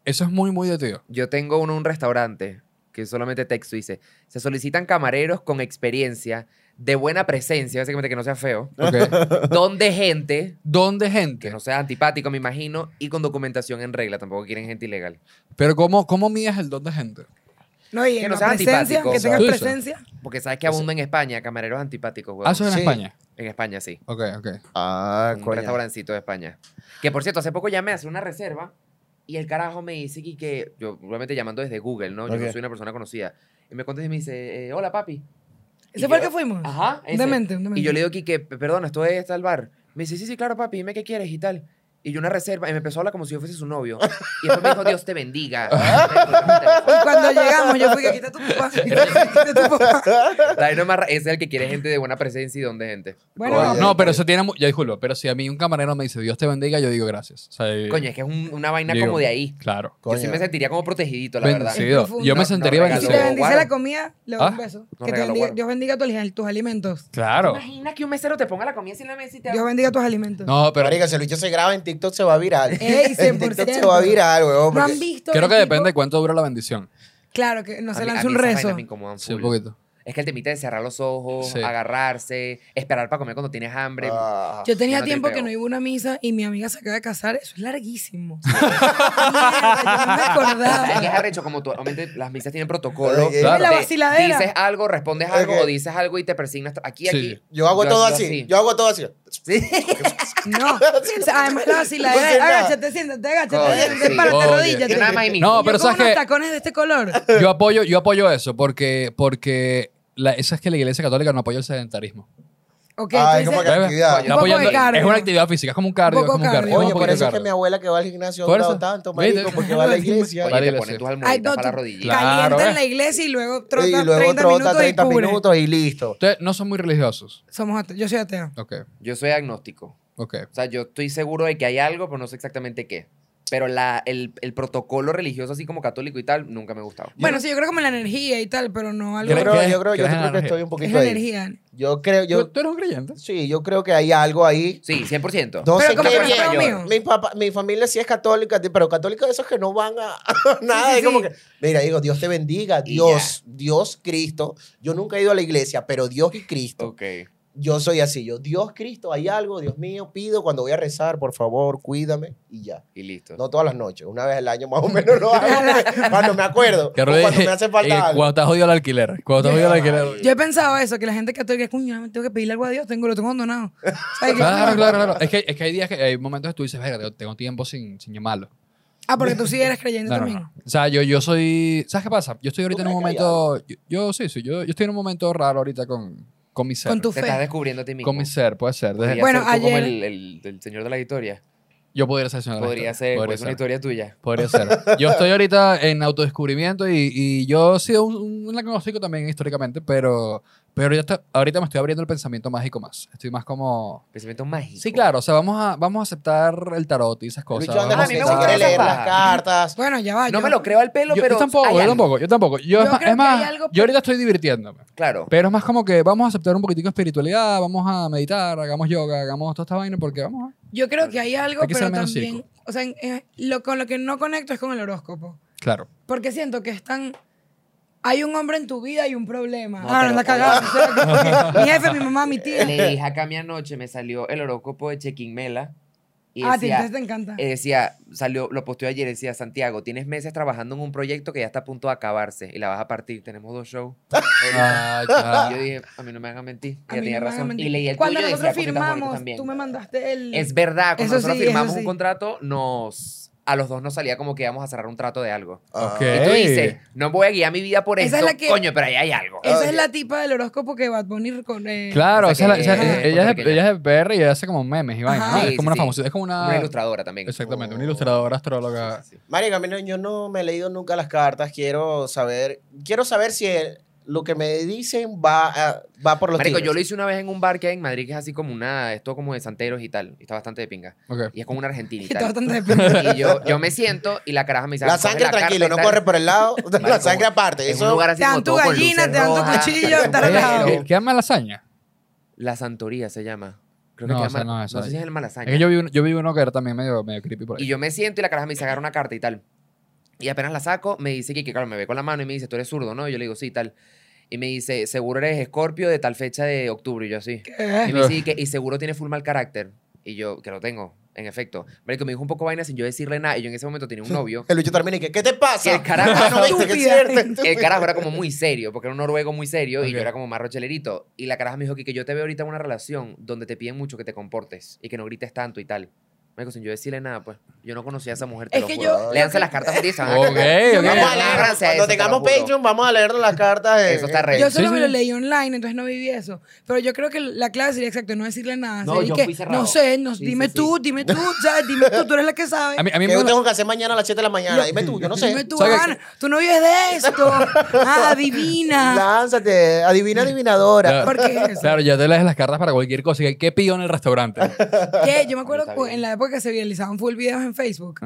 [SPEAKER 1] Eso es muy, muy de tío.
[SPEAKER 4] Yo tengo uno en un restaurante que solamente texto dice, se solicitan camareros con experiencia, de buena presencia, básicamente que no sea feo,
[SPEAKER 1] Ok.
[SPEAKER 4] donde gente,
[SPEAKER 1] ¿Dónde
[SPEAKER 4] que
[SPEAKER 1] gente?
[SPEAKER 4] no sea antipático, me imagino, y con documentación en regla, tampoco quieren gente ilegal.
[SPEAKER 1] Pero ¿cómo, cómo mides el dónde gente?
[SPEAKER 3] No, y
[SPEAKER 4] que
[SPEAKER 3] en
[SPEAKER 4] no
[SPEAKER 3] la
[SPEAKER 4] sea
[SPEAKER 3] presencia,
[SPEAKER 4] antipático,
[SPEAKER 3] que
[SPEAKER 4] o sea.
[SPEAKER 3] tengas
[SPEAKER 1] Sí, sí.
[SPEAKER 3] presencia.
[SPEAKER 4] Porque sabes que abunda en España, camareros antipáticos,
[SPEAKER 1] Ah,
[SPEAKER 4] huevón.
[SPEAKER 1] eso es en
[SPEAKER 2] Sí.
[SPEAKER 1] España.
[SPEAKER 4] En España, sí.
[SPEAKER 1] Ok, ok.
[SPEAKER 2] Ah,
[SPEAKER 4] un
[SPEAKER 2] coño.
[SPEAKER 4] restaurancito de España. Que por cierto, hace poco llamé a hacer una reserva y el carajo me dice que, que- yo obviamente llamando desde Google, ¿no? Yo no
[SPEAKER 2] Ok.
[SPEAKER 4] soy una persona conocida. Y me contesta y me dice, eh, hola papi. Y
[SPEAKER 3] ¿Ese fue el
[SPEAKER 4] yo-
[SPEAKER 3] que fuimos?
[SPEAKER 4] Ajá.
[SPEAKER 3] Un
[SPEAKER 4] ese.
[SPEAKER 3] demente, un demente.
[SPEAKER 4] Y yo le digo, Kike, "P- perdón, esto es tal bar. Me dice, sí, sí, claro, papi, dime qué quieres y tal. Y yo una reserva, y me empezó a hablar como si yo fuese su novio. Y después me dijo, Dios te bendiga.
[SPEAKER 1] Ah.
[SPEAKER 3] Y cuando llegamos, yo fui que aquí está tu papá. aquí está tu papá.
[SPEAKER 4] Ahí no es más ra- ese es el que quiere gente de buena presencia y donde gente.
[SPEAKER 3] Bueno,
[SPEAKER 1] Coño,
[SPEAKER 2] Oye,
[SPEAKER 1] no,
[SPEAKER 2] oye.
[SPEAKER 1] pero eso tiene. mu- Ya disculpa, pero si a mí un camarero me dice Dios te bendiga, yo digo gracias. O sea, yo-
[SPEAKER 4] Coño, es que es un- una vaina
[SPEAKER 1] digo,
[SPEAKER 4] como de ahí.
[SPEAKER 1] Claro.
[SPEAKER 4] Yo sí
[SPEAKER 2] Coño.
[SPEAKER 4] me sentiría como protegidito, la verdad.
[SPEAKER 3] Sí.
[SPEAKER 1] Bendecido.
[SPEAKER 3] Profundo.
[SPEAKER 1] Yo me
[SPEAKER 4] No,
[SPEAKER 1] sentiría
[SPEAKER 4] no,
[SPEAKER 3] Y si
[SPEAKER 4] regalo.
[SPEAKER 1] bendecido.
[SPEAKER 3] te bendice
[SPEAKER 4] Guaro.
[SPEAKER 3] la comida, le doy
[SPEAKER 1] Ah.
[SPEAKER 3] un beso.
[SPEAKER 4] No,
[SPEAKER 3] Que te
[SPEAKER 4] regalo,
[SPEAKER 3] bendiga-
[SPEAKER 4] guaro.
[SPEAKER 3] Dios bendiga tus- tus alimentos.
[SPEAKER 1] Claro.
[SPEAKER 4] Imagina que un mesero te ponga la comida en la mesa y te
[SPEAKER 3] Dios bendiga tus alimentos.
[SPEAKER 1] No, pero
[SPEAKER 2] Marica, si el bicho se graba en TikTok se va a viral.
[SPEAKER 3] Ey,
[SPEAKER 2] en
[SPEAKER 3] 100%.
[SPEAKER 2] TikTok se va a viral, weón.
[SPEAKER 3] ¿No han
[SPEAKER 2] porque-
[SPEAKER 3] visto.
[SPEAKER 1] creo
[SPEAKER 3] el
[SPEAKER 1] que
[SPEAKER 3] tipo?
[SPEAKER 1] depende de cuánto dura la bendición.
[SPEAKER 3] Claro, que no
[SPEAKER 4] A
[SPEAKER 3] se
[SPEAKER 4] mí-
[SPEAKER 3] lanza
[SPEAKER 4] a
[SPEAKER 3] un
[SPEAKER 4] mí esas vainas
[SPEAKER 3] rezo.
[SPEAKER 4] me incomodan
[SPEAKER 1] Sí,
[SPEAKER 4] full.
[SPEAKER 1] un poquito.
[SPEAKER 4] Es que el temita de cerrar los ojos,
[SPEAKER 1] Sí.
[SPEAKER 4] agarrarse, esperar para comer cuando tienes hambre.
[SPEAKER 2] Ah.
[SPEAKER 3] Yo tenía
[SPEAKER 4] Yo no
[SPEAKER 3] tiempo que
[SPEAKER 4] tripeo.
[SPEAKER 3] no iba a una misa y mi amiga se acaba de casar. Eso es larguísimo. Mierda, yo no me
[SPEAKER 4] ¿Sabes qué es
[SPEAKER 3] acordaba.
[SPEAKER 4] arrecho? Como tú, obviamente las misas tienen protocolo.
[SPEAKER 2] Ok.
[SPEAKER 1] la
[SPEAKER 2] Dime
[SPEAKER 4] Te-
[SPEAKER 3] vaciladera.
[SPEAKER 4] Dices algo, respondes algo
[SPEAKER 2] Ok.
[SPEAKER 4] o dices algo y te persignas. Aquí,
[SPEAKER 1] Sí.
[SPEAKER 4] aquí.
[SPEAKER 2] Yo hago
[SPEAKER 4] Yo-
[SPEAKER 2] todo
[SPEAKER 4] yo
[SPEAKER 2] así.
[SPEAKER 4] así.
[SPEAKER 2] Yo hago todo así.
[SPEAKER 3] No. O sea, además, la vaciladera.
[SPEAKER 2] Pues,
[SPEAKER 3] es,
[SPEAKER 2] nada.
[SPEAKER 3] Agáchate, siéntate, agáchate,
[SPEAKER 4] Oye,
[SPEAKER 3] siéntate,
[SPEAKER 4] sí.
[SPEAKER 3] párate,
[SPEAKER 1] Oye.
[SPEAKER 3] rodíllate.
[SPEAKER 4] Yo nada más imito.
[SPEAKER 1] No,
[SPEAKER 3] Y yo
[SPEAKER 1] pero
[SPEAKER 3] con
[SPEAKER 1] ¿sabes
[SPEAKER 3] unos
[SPEAKER 1] qué?
[SPEAKER 3] tacones de este color.
[SPEAKER 1] Yo apoyo, yo apoyo eso porque, porque la, esa es que la iglesia católica no apoya el sedentarismo.
[SPEAKER 3] Ok,
[SPEAKER 2] Ay,
[SPEAKER 3] tú
[SPEAKER 2] Ah, como
[SPEAKER 3] dices,
[SPEAKER 2] que actividad.
[SPEAKER 1] No
[SPEAKER 3] Un poco
[SPEAKER 1] apoyando-
[SPEAKER 3] de cardio.
[SPEAKER 1] es una actividad física, es como un cardio.
[SPEAKER 3] Un
[SPEAKER 1] Es
[SPEAKER 3] poco
[SPEAKER 1] como un cardio.
[SPEAKER 3] cardio.
[SPEAKER 1] es
[SPEAKER 2] Oye,
[SPEAKER 1] un
[SPEAKER 2] por
[SPEAKER 1] poquito
[SPEAKER 2] eso es que
[SPEAKER 1] cardio.
[SPEAKER 2] mi abuela que va al gimnasio ha
[SPEAKER 1] Por
[SPEAKER 2] durado
[SPEAKER 1] eso.
[SPEAKER 2] tanto,
[SPEAKER 1] ¿Viste?
[SPEAKER 2] marico, porque va a la iglesia.
[SPEAKER 4] Oye,
[SPEAKER 1] Dale,
[SPEAKER 4] te
[SPEAKER 1] le
[SPEAKER 4] pones
[SPEAKER 1] sé.
[SPEAKER 4] tus
[SPEAKER 3] Ay,
[SPEAKER 4] almohaditas
[SPEAKER 3] no,
[SPEAKER 4] para la rodilla.
[SPEAKER 1] Claro,
[SPEAKER 3] calienta
[SPEAKER 1] ¿eh?
[SPEAKER 3] en la iglesia y luego trota
[SPEAKER 2] Y luego
[SPEAKER 3] 30
[SPEAKER 2] trota
[SPEAKER 3] minutos
[SPEAKER 2] 30
[SPEAKER 3] y cubre.
[SPEAKER 2] minutos y listo.
[SPEAKER 1] Ustedes no son muy religiosos.
[SPEAKER 3] Somos ate- yo soy ateo.
[SPEAKER 1] Ok,
[SPEAKER 4] Yo soy agnóstico.
[SPEAKER 1] ok.
[SPEAKER 4] O sea, yo estoy seguro de que hay algo, pero no sé exactamente qué. Pero la, el, el protocolo religioso, así como católico y tal, nunca me ha gustado.
[SPEAKER 3] Bueno, sí, yo creo como la energía y tal, pero no algo.
[SPEAKER 2] Yo
[SPEAKER 1] ¿Crees
[SPEAKER 2] creo,
[SPEAKER 1] que-
[SPEAKER 2] yo creo, yo
[SPEAKER 1] crees en la
[SPEAKER 2] creo que
[SPEAKER 1] energía?
[SPEAKER 2] estoy un
[SPEAKER 3] es
[SPEAKER 2] poquito ahí.
[SPEAKER 3] energía.
[SPEAKER 2] Yo creo,
[SPEAKER 1] ¿Tú,
[SPEAKER 2] yo,
[SPEAKER 1] tú eres un creyente?
[SPEAKER 2] sí, yo creo que hay algo ahí.
[SPEAKER 4] Sí, 100%.
[SPEAKER 2] No
[SPEAKER 3] Pero
[SPEAKER 2] sé
[SPEAKER 3] como
[SPEAKER 2] qué
[SPEAKER 3] que no creo
[SPEAKER 2] bien.
[SPEAKER 3] mío.
[SPEAKER 2] Mi, papá, mi familia sí es católica, ti- pero católica de esos que no van a nada.
[SPEAKER 3] Sí, sí,
[SPEAKER 2] es como
[SPEAKER 3] sí.
[SPEAKER 2] que, mira, digo, Dios te bendiga,
[SPEAKER 4] Y
[SPEAKER 2] Dios, Dios Cristo. Yo nunca he ido a la iglesia, pero Dios y Cristo.
[SPEAKER 4] Ok.
[SPEAKER 2] Yo soy así, yo, Dios Cristo, hay algo, Dios mío, pido cuando voy a rezar, por favor, cuídame y ya.
[SPEAKER 4] Y listo.
[SPEAKER 2] No todas las noches, una vez al año más o menos lo hago. cuando me acuerdo, o
[SPEAKER 1] Que
[SPEAKER 2] cuando
[SPEAKER 1] rodille-
[SPEAKER 2] me hace
[SPEAKER 1] y
[SPEAKER 2] falta algo.
[SPEAKER 1] Eh, Cuando te has jodido el alquiler. Cuando te has jodido el alquiler.
[SPEAKER 3] Yo he pensado eso, que la gente católica, coño, no, tengo que pedirle algo a Dios, tengo lo tengo abandonado. ¿Sabes qué?
[SPEAKER 1] Claro, claro, claro. Es que, es que hay días que hay momentos que tú dices, verga, tengo- tengo tiempo sin, sin llamarlo.
[SPEAKER 3] Ah, porque tú sí eres creyente
[SPEAKER 1] No, no,
[SPEAKER 3] también.
[SPEAKER 1] no. O sea, yo, yo soy. ¿Sabes qué pasa? Yo estoy ahorita en un
[SPEAKER 2] ¿Tú crees que
[SPEAKER 1] momento. Yo, yo sí, sí. Yo, yo estoy en un momento raro ahorita con, con mi ser.
[SPEAKER 3] Con tu
[SPEAKER 4] Te estás
[SPEAKER 3] fe.
[SPEAKER 4] descubriendo a ti mismo.
[SPEAKER 1] Con mi ser, puede ser. Desde-
[SPEAKER 4] Podría
[SPEAKER 3] Bueno,
[SPEAKER 4] ser tú como
[SPEAKER 3] ayer-
[SPEAKER 4] el, el- el señor de la historia.
[SPEAKER 1] yo podría ser señor de la
[SPEAKER 4] Podría
[SPEAKER 1] historia,
[SPEAKER 4] ser,
[SPEAKER 1] podría
[SPEAKER 4] pues, una historia tuya.
[SPEAKER 1] Podría ser. Yo estoy ahorita en autodescubrimiento y, y yo he sido un, un, un agnóstico también históricamente, pero, pero ahorita, está- ahorita me estoy abriendo el pensamiento mágico más. Estoy más como...
[SPEAKER 4] Pensamiento mágico.
[SPEAKER 1] Sí, claro, o sea, vamos a, vamos a aceptar el tarot y esas cosas.
[SPEAKER 2] Lucho
[SPEAKER 1] vamos
[SPEAKER 2] anda
[SPEAKER 1] a
[SPEAKER 4] Ah, a
[SPEAKER 2] con
[SPEAKER 4] mí me
[SPEAKER 2] que
[SPEAKER 1] aceptar-
[SPEAKER 4] gusta
[SPEAKER 2] quiere
[SPEAKER 4] esa
[SPEAKER 2] leer las
[SPEAKER 4] paja.
[SPEAKER 2] cartas.
[SPEAKER 3] Bueno, ya va.
[SPEAKER 4] No
[SPEAKER 3] yo-
[SPEAKER 4] me lo creo al pelo,
[SPEAKER 1] Yo,
[SPEAKER 4] pero.
[SPEAKER 1] yo tampoco,
[SPEAKER 4] hay
[SPEAKER 1] yo
[SPEAKER 4] algo.
[SPEAKER 1] tampoco, yo tampoco. Yo,
[SPEAKER 3] Yo
[SPEAKER 1] es más,
[SPEAKER 3] creo
[SPEAKER 1] es
[SPEAKER 3] que hay
[SPEAKER 1] más,
[SPEAKER 3] algo-
[SPEAKER 1] yo ahorita estoy divirtiéndome.
[SPEAKER 4] Claro.
[SPEAKER 1] Pero es más como que vamos a aceptar un poquitico de espiritualidad, vamos a meditar, hagamos yoga, hagamos toda esta vaina porque vamos a...
[SPEAKER 3] Yo creo que hay algo,
[SPEAKER 1] Hay que
[SPEAKER 3] pero
[SPEAKER 1] ser menos
[SPEAKER 3] también. O sea, en- en- lo, con lo que no conecto es con el horóscopo.
[SPEAKER 1] Claro.
[SPEAKER 3] Porque siento que están. Hay un hombre en tu vida y un problema.
[SPEAKER 4] No,
[SPEAKER 3] ah, no,
[SPEAKER 4] pero-
[SPEAKER 3] la cagada. o sea, que- mi jefe, mi mamá, mi tía.
[SPEAKER 4] Le dije acá mi anoche, me salió el horóscopo de Chequín Mela. Y
[SPEAKER 3] Ah, te,
[SPEAKER 4] decía,
[SPEAKER 3] entonces te encanta.
[SPEAKER 4] eh, decía, salió, lo posteó ayer, decía, Santiago, tienes meses trabajando en un proyecto que ya está a punto de acabarse y la vas a partir. Tenemos dos shows.
[SPEAKER 1] Ah,
[SPEAKER 4] Y
[SPEAKER 1] ya.
[SPEAKER 4] yo dije, a mí no me hagan mentir.
[SPEAKER 3] A
[SPEAKER 4] Ella
[SPEAKER 3] mí
[SPEAKER 4] tenía
[SPEAKER 3] no me van a
[SPEAKER 4] razón.
[SPEAKER 3] mentir.
[SPEAKER 4] Y leí el
[SPEAKER 3] Cuando
[SPEAKER 4] tuyo y decía
[SPEAKER 3] nosotros
[SPEAKER 4] cositas bonitas
[SPEAKER 3] firmamos,
[SPEAKER 4] también.
[SPEAKER 3] tú me mandaste el.
[SPEAKER 4] Es verdad,
[SPEAKER 3] Eso
[SPEAKER 4] cuando nosotros
[SPEAKER 3] sí, eso
[SPEAKER 4] firmamos un
[SPEAKER 3] sí.
[SPEAKER 4] contrato, nos a los dos nos salía como que íbamos a cerrar un trato de algo.
[SPEAKER 1] Ok.
[SPEAKER 2] Ah,
[SPEAKER 4] Y tú dices, no voy a guiar mi vida por
[SPEAKER 3] Esa es
[SPEAKER 4] esto,
[SPEAKER 3] la que-
[SPEAKER 4] coño, pero ahí hay algo.
[SPEAKER 3] Esa
[SPEAKER 2] Ok.
[SPEAKER 3] es la tipa del horóscopo que Bad Bunny con. eh,
[SPEAKER 1] Claro,
[SPEAKER 4] o
[SPEAKER 1] o sea,
[SPEAKER 4] sea
[SPEAKER 1] la-
[SPEAKER 4] que-
[SPEAKER 1] o sea,
[SPEAKER 3] Ajá.
[SPEAKER 1] ella, es- ella es PR y ella hace como memes y vaina.
[SPEAKER 3] Ajá.
[SPEAKER 1] ¿no?
[SPEAKER 4] Sí,
[SPEAKER 1] es como
[SPEAKER 4] sí,
[SPEAKER 1] una
[SPEAKER 4] sí.
[SPEAKER 1] famosa, es como una...
[SPEAKER 4] Una ilustradora también.
[SPEAKER 1] Exactamente, una
[SPEAKER 2] Oh.
[SPEAKER 1] ilustradora, astróloga.
[SPEAKER 4] Sí, sí, sí.
[SPEAKER 2] Marica, mira, yo no me he leído nunca las cartas. Quiero saber, quiero saber si el- lo que me dicen va, a- va por los
[SPEAKER 4] Marico,
[SPEAKER 2] tigres.
[SPEAKER 4] yo lo hice una vez en un bar que hay en Madrid que es así como una, esto como de santeros y tal. Y está bastante de pinga.
[SPEAKER 1] Ok.
[SPEAKER 4] Y es como una argentina y
[SPEAKER 3] Y todo
[SPEAKER 4] tal.
[SPEAKER 3] tan de pinga.
[SPEAKER 4] Y yo, yo me siento y la caraja me dice,
[SPEAKER 2] La
[SPEAKER 4] "Coge
[SPEAKER 2] sangre
[SPEAKER 4] carta
[SPEAKER 2] tranquilo,
[SPEAKER 4] y
[SPEAKER 2] no
[SPEAKER 4] tal".
[SPEAKER 2] corre por el lado. la
[SPEAKER 4] Marico,
[SPEAKER 2] sangre aparte.
[SPEAKER 4] Es un
[SPEAKER 2] Eso,
[SPEAKER 4] lugar así
[SPEAKER 3] Te dan
[SPEAKER 4] como
[SPEAKER 3] tu
[SPEAKER 4] todo con
[SPEAKER 3] gallina,
[SPEAKER 4] luces
[SPEAKER 3] te dan tu
[SPEAKER 4] rojas,
[SPEAKER 3] cuchillo,
[SPEAKER 4] tal,
[SPEAKER 3] te
[SPEAKER 4] tal,
[SPEAKER 3] relajado.
[SPEAKER 4] tal.
[SPEAKER 1] ¿Qué, qué llama lasaña?
[SPEAKER 4] La santoría se llama. Creo que
[SPEAKER 1] No,
[SPEAKER 4] se
[SPEAKER 1] o sea,
[SPEAKER 4] llama-
[SPEAKER 1] no, eso
[SPEAKER 4] sé
[SPEAKER 1] es-
[SPEAKER 4] si es el malasaña.
[SPEAKER 1] Es que yo vi, un- yo vi uno que era también medio, medio creepy por ahí.
[SPEAKER 4] Y yo me siento y la caraja me dice, agarra una carta y tal. Y apenas la saco, me dice que, que, claro, me ve con la mano y me dice, tú eres zurdo, ¿no? Y yo le digo, sí, tal. Y me dice, seguro eres escorpio de tal fecha de octubre. Y yo así. Y me dice, y, que, y seguro tiene full mal carácter. Y yo, que lo tengo, en efecto. Marico, me dijo un poco vaina sin yo decirle nada. Y yo en ese momento tenía un novio.
[SPEAKER 2] el bicho termina y que, ¿qué te pasa?
[SPEAKER 4] El carajo.
[SPEAKER 2] Ah, no viste que es
[SPEAKER 3] Estúpida.
[SPEAKER 2] cierto.
[SPEAKER 4] El
[SPEAKER 2] estúpida.
[SPEAKER 4] carajo era como muy serio, porque era un noruego muy serio y yo
[SPEAKER 1] Ok.
[SPEAKER 4] era como más rochelerito. Y la caraja me dijo que, que yo te veo ahorita en una relación donde te piden mucho que te comportes y que no grites tanto y tal. Marico, sin yo decirle nada, pues. Yo no conocía a esa mujer, te
[SPEAKER 3] Es
[SPEAKER 4] lo
[SPEAKER 3] que
[SPEAKER 4] juro.
[SPEAKER 3] yo-
[SPEAKER 4] Léanse
[SPEAKER 3] yo-
[SPEAKER 4] las cartas porque se van a
[SPEAKER 1] Ok,
[SPEAKER 4] cagar.
[SPEAKER 1] ok.
[SPEAKER 3] Yo-
[SPEAKER 2] Vamos a leer,
[SPEAKER 4] Gracias, eso
[SPEAKER 2] cuando
[SPEAKER 4] te lo
[SPEAKER 2] tengamos
[SPEAKER 4] juro.
[SPEAKER 2] Patreon, vamos a leer las cartas. eh,
[SPEAKER 4] Eso está re-
[SPEAKER 3] Yo solo
[SPEAKER 1] Sí,
[SPEAKER 3] me
[SPEAKER 1] sí.
[SPEAKER 3] lo leí online, entonces no viví eso. Pero yo creo que la clave sería exacto, no decirle nada.
[SPEAKER 4] No,
[SPEAKER 3] Sería
[SPEAKER 4] yo
[SPEAKER 3] que,
[SPEAKER 4] fui cerrado.
[SPEAKER 3] No sé, no-
[SPEAKER 4] Sí,
[SPEAKER 3] dime
[SPEAKER 4] sí, sí.
[SPEAKER 3] tú, dime tú, ¿sabes? Dime tú, tú eres la que sabe.
[SPEAKER 1] A mí, a mí
[SPEAKER 2] ¿Qué
[SPEAKER 1] me
[SPEAKER 2] yo
[SPEAKER 1] gusta-
[SPEAKER 2] tengo que hacer mañana a las 7 de la mañana? Dime tú, yo no sé.
[SPEAKER 3] Dime tú,
[SPEAKER 1] ¿Sabes qué?
[SPEAKER 3] Ana, tú no vives de esto. Ah, adivina.
[SPEAKER 2] Lánzate, adivina adivinadora.
[SPEAKER 1] Claro.
[SPEAKER 3] ¿Por qué es eso?
[SPEAKER 1] Claro, ya te lees las cartas para cualquier cosa. ¿Qué- ¿Qué pido en el restaurante?
[SPEAKER 3] Que yo me acuerdo
[SPEAKER 4] Está
[SPEAKER 3] cu-
[SPEAKER 4] bien.
[SPEAKER 3] en la época que se viralizaban full videos en Facebook.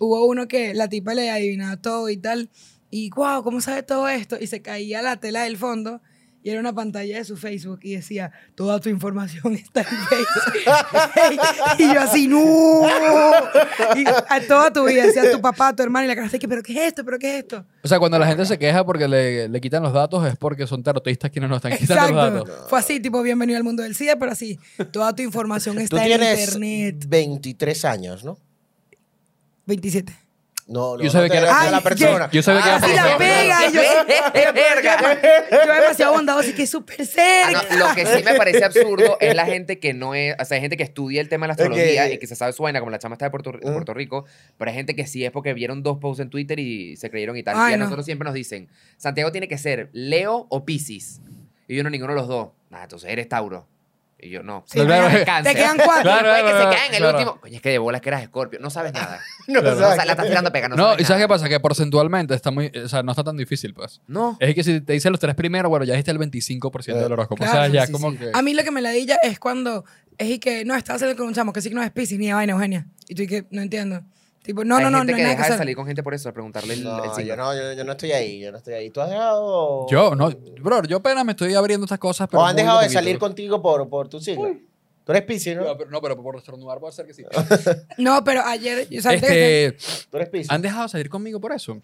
[SPEAKER 3] Hubo uno que la tipa le adivinaba todo y tal. Y wow, ¿cómo sabe todo esto? Y se caía la tela del fondo. Y era una pantalla de su Facebook y decía, toda tu información está en Facebook. y yo así, no. Y a toda tu vida, decía tu papá, tu hermano y la cara así que, pero ¿qué es esto? ¿Pero qué es esto?
[SPEAKER 1] O sea, cuando la gente se queja porque le, le quitan los datos es porque son tarotistas quienes nos están quitando los datos.
[SPEAKER 3] Exacto. Fue así, tipo, bienvenido al mundo del SIDA, pero así, toda tu información
[SPEAKER 2] Tú
[SPEAKER 3] está en
[SPEAKER 2] tienes
[SPEAKER 3] internet.
[SPEAKER 2] 23 años, ¿no?
[SPEAKER 3] 27.
[SPEAKER 2] No, no,
[SPEAKER 1] Yo sabía
[SPEAKER 2] no
[SPEAKER 1] que
[SPEAKER 2] te
[SPEAKER 1] era-
[SPEAKER 2] revela la
[SPEAKER 3] Ay,
[SPEAKER 2] persona.
[SPEAKER 1] Yo sabía que era
[SPEAKER 4] Ah,
[SPEAKER 3] Así
[SPEAKER 1] por
[SPEAKER 4] sí,
[SPEAKER 1] los
[SPEAKER 3] la
[SPEAKER 1] datos.
[SPEAKER 3] pega. Y yo,
[SPEAKER 4] Verga.
[SPEAKER 3] yo demasiado bondadoso y que súper
[SPEAKER 4] Ah,
[SPEAKER 3] cerca.
[SPEAKER 4] no, lo que sí me parece absurdo es la gente que no es, o sea, hay gente que estudia el tema de la astrología
[SPEAKER 2] Ok.
[SPEAKER 4] y que se sabe su vaina, como la chama está de Puerto, de
[SPEAKER 2] Ujú.
[SPEAKER 4] Puerto Rico, pero hay gente que sí es porque vieron dos posts en Twitter y se creyeron y tal.
[SPEAKER 3] Ay,
[SPEAKER 4] y a
[SPEAKER 3] no.
[SPEAKER 4] nosotros siempre nos dicen, Santiago tiene que ser Leo o Piscis. Y yo no, ninguno de los dos. Nah, entonces eres Tauro. Y yo no.
[SPEAKER 3] Sí,
[SPEAKER 1] No, claro.
[SPEAKER 4] eres
[SPEAKER 3] Te
[SPEAKER 4] Cáncer.
[SPEAKER 3] quedan cuatro.
[SPEAKER 1] Claro,
[SPEAKER 4] Puede que se
[SPEAKER 1] claro,
[SPEAKER 4] quede en el
[SPEAKER 1] claro.
[SPEAKER 4] último. Coño, es que de bolas que eras Escorpio. No sabes nada.
[SPEAKER 2] No,
[SPEAKER 1] Claro.
[SPEAKER 4] O
[SPEAKER 2] o sea,
[SPEAKER 4] sea, la estás tirando a pegar. No,
[SPEAKER 1] No,
[SPEAKER 4] sabes
[SPEAKER 1] ¿y sabes qué
[SPEAKER 4] nada.
[SPEAKER 1] pasa? Que porcentualmente está muy, o sea, no está tan difícil, pues.
[SPEAKER 4] No.
[SPEAKER 1] Es que si te dicen los tres primeros, bueno, ya dijiste el 25% del horóscopo. o sea,
[SPEAKER 3] Claro,
[SPEAKER 1] ya
[SPEAKER 3] sí,
[SPEAKER 1] como
[SPEAKER 3] sí.
[SPEAKER 1] que...
[SPEAKER 3] A mí lo que me la dilla es cuando es y que no estás saliendo con un chamo que signo es Pisces ni de vaina, Eugenia. Y tú y que no entiendo. Tipo, no,
[SPEAKER 4] hay
[SPEAKER 3] no, no,
[SPEAKER 4] gente
[SPEAKER 3] no,
[SPEAKER 4] que
[SPEAKER 3] nada
[SPEAKER 4] deja
[SPEAKER 3] que
[SPEAKER 4] de
[SPEAKER 3] hacer.
[SPEAKER 4] salir con gente por eso, a preguntarle el, el
[SPEAKER 2] no,
[SPEAKER 4] signo.
[SPEAKER 2] yo no, yo, yo no estoy ahí, yo no estoy ahí. ¿Tú has dejado?
[SPEAKER 1] Yo, no, bro, yo apenas me estoy abriendo estas cosas, pero...
[SPEAKER 2] ¿O han
[SPEAKER 1] muy
[SPEAKER 2] dejado de
[SPEAKER 1] poquito.
[SPEAKER 2] salir contigo por, por tu signo? Tú eres Pisces,
[SPEAKER 1] No,
[SPEAKER 2] ¿no?
[SPEAKER 1] pero, no, pero por estornudar puede ser que sí.
[SPEAKER 3] No, pero ayer, o sea, antes-
[SPEAKER 1] Este,
[SPEAKER 2] Tú eres Pisces.
[SPEAKER 1] ¿Han dejado de salir conmigo por eso?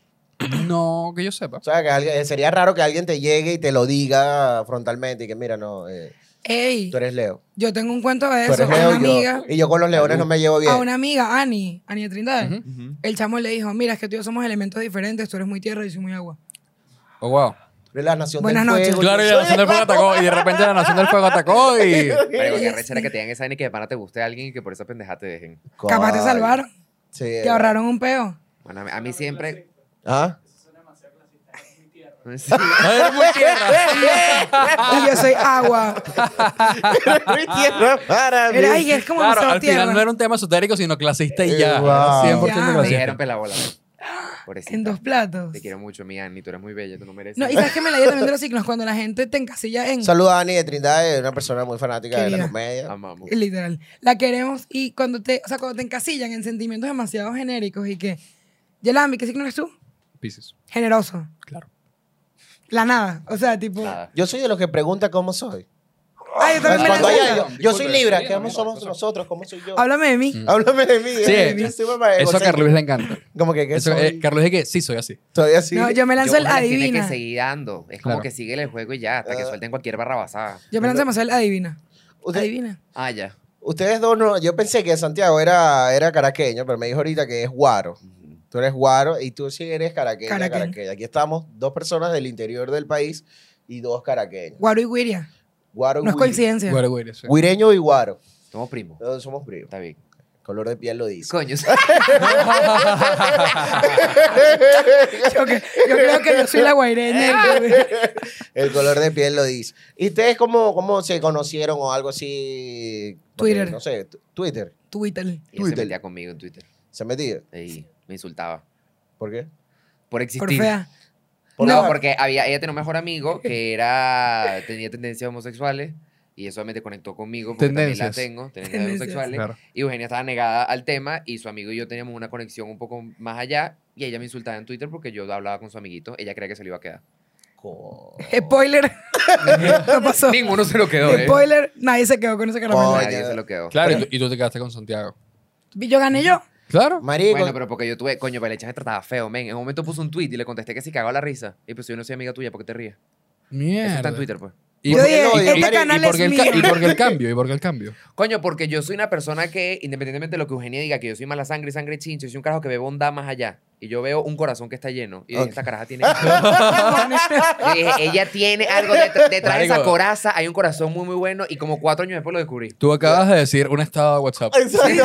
[SPEAKER 1] No, que yo sepa.
[SPEAKER 2] O sea, que alguien- sería raro que alguien te llegue y te lo diga frontalmente y que mira, no, eh,
[SPEAKER 3] ey,
[SPEAKER 2] tú eres Leo.
[SPEAKER 3] yo tengo un cuento de
[SPEAKER 2] Tú
[SPEAKER 3] eso. A
[SPEAKER 2] eres Leo
[SPEAKER 3] una
[SPEAKER 2] y yo-
[SPEAKER 3] amiga,
[SPEAKER 2] y yo con los leones no me llevo bien.
[SPEAKER 3] a una amiga, Ani, Ani de Trindade.
[SPEAKER 1] Ujú.
[SPEAKER 3] El chamo le dijo, mira, es que tú y yo somos elementos diferentes, tú eres muy tierra y yo soy muy agua.
[SPEAKER 1] Oh, wow.
[SPEAKER 2] Eres la nación
[SPEAKER 3] Buenas
[SPEAKER 2] del
[SPEAKER 3] noches.
[SPEAKER 2] fuego.
[SPEAKER 1] Claro, y la Nación del Fuego atacó, y de repente la Nación del Fuego atacó y...
[SPEAKER 4] Marico, qué arrechera que te dan esa vaina y que de pana te guste a alguien y que por esa pendeja te dejen.
[SPEAKER 3] Capaz te salvaron,
[SPEAKER 2] Sí,
[SPEAKER 3] te ahorraron un peo.
[SPEAKER 4] Bueno, a mí- a mí siempre.
[SPEAKER 2] ¿Ah?
[SPEAKER 4] Sí.
[SPEAKER 1] No, era muy tierra.
[SPEAKER 3] Y yo soy agua.
[SPEAKER 2] Mi tierra para mí.
[SPEAKER 3] Era, ay, es como
[SPEAKER 1] Claro,
[SPEAKER 3] demasiado
[SPEAKER 1] al final
[SPEAKER 3] tierra.
[SPEAKER 1] no era un tema esotérico, sino clasista y ya.
[SPEAKER 2] Eh,
[SPEAKER 1] 100%
[SPEAKER 2] wow.
[SPEAKER 3] Ya, me
[SPEAKER 4] Me
[SPEAKER 1] clasista.
[SPEAKER 4] dijeron pelabola. Pobrecita.
[SPEAKER 3] En dos platos.
[SPEAKER 4] Te quiero mucho, mi Annie. Tú eres muy bella, tú no mereces.
[SPEAKER 3] No, y sabes que me la dio también de los signos, cuando la gente te encasilla en.
[SPEAKER 2] Saluda a Ani de Trindade, una persona muy fanática de
[SPEAKER 3] Querida.
[SPEAKER 2] la comedia.
[SPEAKER 4] Amamos.
[SPEAKER 3] Literal. La queremos y cuando te, o sea, cuando te encasillan en sentimientos demasiado genéricos y que. Yelami, ¿qué signo eres tú?
[SPEAKER 1] Piscis.
[SPEAKER 3] Generoso.
[SPEAKER 1] Claro.
[SPEAKER 3] La nada. O sea, tipo.
[SPEAKER 4] Nada.
[SPEAKER 2] Yo soy de los que pregunta cómo soy.
[SPEAKER 3] Ay, yo también me la
[SPEAKER 2] Cuando
[SPEAKER 1] hay
[SPEAKER 3] dio.
[SPEAKER 2] haya, yo,
[SPEAKER 1] Disculpe,
[SPEAKER 2] yo soy
[SPEAKER 1] disculpe,
[SPEAKER 2] Libra, ¿qué
[SPEAKER 1] disculpe,
[SPEAKER 2] somos
[SPEAKER 1] disculpe.
[SPEAKER 2] nosotros? ¿Cómo soy yo?
[SPEAKER 3] Háblame de mí.
[SPEAKER 2] Háblame de mí.
[SPEAKER 1] Sí.
[SPEAKER 2] eh, yo soy mamá de
[SPEAKER 1] Eso a
[SPEAKER 2] José.
[SPEAKER 1] Carlos Luis le encanta.
[SPEAKER 2] Como que, que
[SPEAKER 1] Eso,
[SPEAKER 2] soy,
[SPEAKER 1] eh, Carlos dice que sí, soy así.
[SPEAKER 2] soy así.
[SPEAKER 3] No, yo me lanzo
[SPEAKER 4] Yo,
[SPEAKER 3] el
[SPEAKER 4] uno les Tiene que
[SPEAKER 3] adivina.
[SPEAKER 4] seguir dando. Es como
[SPEAKER 1] Claro.
[SPEAKER 4] que sigue el juego y ya, hasta que
[SPEAKER 2] Ah.
[SPEAKER 4] suelten cualquier barrabasada.
[SPEAKER 3] Yo me lanzo demasiado el adivina.
[SPEAKER 2] Usted-
[SPEAKER 3] Adivina.
[SPEAKER 4] Ah, ya.
[SPEAKER 2] ustedes dos no. Yo pensé que Santiago era, era caraqueño, pero me dijo ahorita que es guaro. Tú eres guaro y tú sí eres caraqueña,
[SPEAKER 3] Caraqueña.
[SPEAKER 2] caraqueña. Aquí estamos dos personas del interior del país y dos caraqueños.
[SPEAKER 3] Guaro y Guiria.
[SPEAKER 2] Guaro y
[SPEAKER 3] No es
[SPEAKER 2] guiri-
[SPEAKER 3] coincidencia.
[SPEAKER 1] Güero, güero, sí.
[SPEAKER 2] Guireño y guaro.
[SPEAKER 4] Somos primos.
[SPEAKER 2] Todos somos primos.
[SPEAKER 4] Está bien.
[SPEAKER 2] Color de piel lo dice.
[SPEAKER 4] Coño.
[SPEAKER 3] Yo, que- yo creo que yo soy la guaireña.
[SPEAKER 2] El color de piel lo dice. ¿Y ustedes cómo, cómo se conocieron o algo así? Porque,
[SPEAKER 3] Twitter.
[SPEAKER 2] No sé, tu- Twitter.
[SPEAKER 3] Twitter.
[SPEAKER 4] Y él se
[SPEAKER 2] Twitter.
[SPEAKER 4] metía conmigo en Twitter.
[SPEAKER 2] Se metía.
[SPEAKER 4] Y me insultaba.
[SPEAKER 2] ¿Por qué?
[SPEAKER 4] Por
[SPEAKER 3] Por
[SPEAKER 4] existir.
[SPEAKER 3] fea.
[SPEAKER 4] Por-
[SPEAKER 3] No.
[SPEAKER 4] no, porque había, ella tenía un mejor amigo que era tenía tendencias homosexuales y eso obviamente conectó conmigo porque
[SPEAKER 1] Tendencias.
[SPEAKER 4] también la tengo, tendencias,
[SPEAKER 3] Tendencias.
[SPEAKER 4] homosexuales.
[SPEAKER 1] Claro.
[SPEAKER 4] Y Eugenia estaba negada al tema y su amigo y yo teníamos una conexión un poco más allá y ella me insultaba en Twitter porque yo hablaba con su amiguito, ella creía que se lo iba a quedar.
[SPEAKER 3] Spoiler. no pasó.
[SPEAKER 4] Ninguno se lo quedó, ¿eh?
[SPEAKER 3] Spoiler, nadie se quedó con ese caramelo.
[SPEAKER 2] Coño.
[SPEAKER 4] Nadie se lo quedó.
[SPEAKER 1] Claro, y tú, y tú te quedaste con Santiago.
[SPEAKER 3] Yo gané yo.
[SPEAKER 1] Claro.
[SPEAKER 2] Marico.
[SPEAKER 4] Bueno, pero porque yo tuve, coño, pero el hecha me trataba feo, men. En un momento puso un tweet y le contesté que si cagaba la risa. Y pues yo no soy amiga tuya, ¿por qué te ríes? Eso está
[SPEAKER 1] Mierda.
[SPEAKER 4] en Twitter, pues.
[SPEAKER 1] Y,
[SPEAKER 3] Yo
[SPEAKER 1] por-
[SPEAKER 3] dije,
[SPEAKER 1] y- y-
[SPEAKER 2] este
[SPEAKER 1] y
[SPEAKER 3] canal
[SPEAKER 1] porque
[SPEAKER 3] es
[SPEAKER 1] el ca-
[SPEAKER 3] mío.
[SPEAKER 1] y porque el cambio, y porque el cambio.
[SPEAKER 4] Coño, porque yo soy una persona que, independientemente de lo que Eugenia diga, que yo soy mala sangre y sangre chincho, yo soy un carajo que ve bondad más allá. Y yo veo un corazón que está lleno. Y dije,
[SPEAKER 2] Ok.
[SPEAKER 4] esta caraja tiene. Yo dije, ella tiene algo detrás, detrás de esa
[SPEAKER 1] Marico.
[SPEAKER 4] coraza. Hay un corazón muy, muy bueno. Y como cuatro años después lo descubrí.
[SPEAKER 1] Tú acabas de decir un estado de WhatsApp.
[SPEAKER 2] Exacto.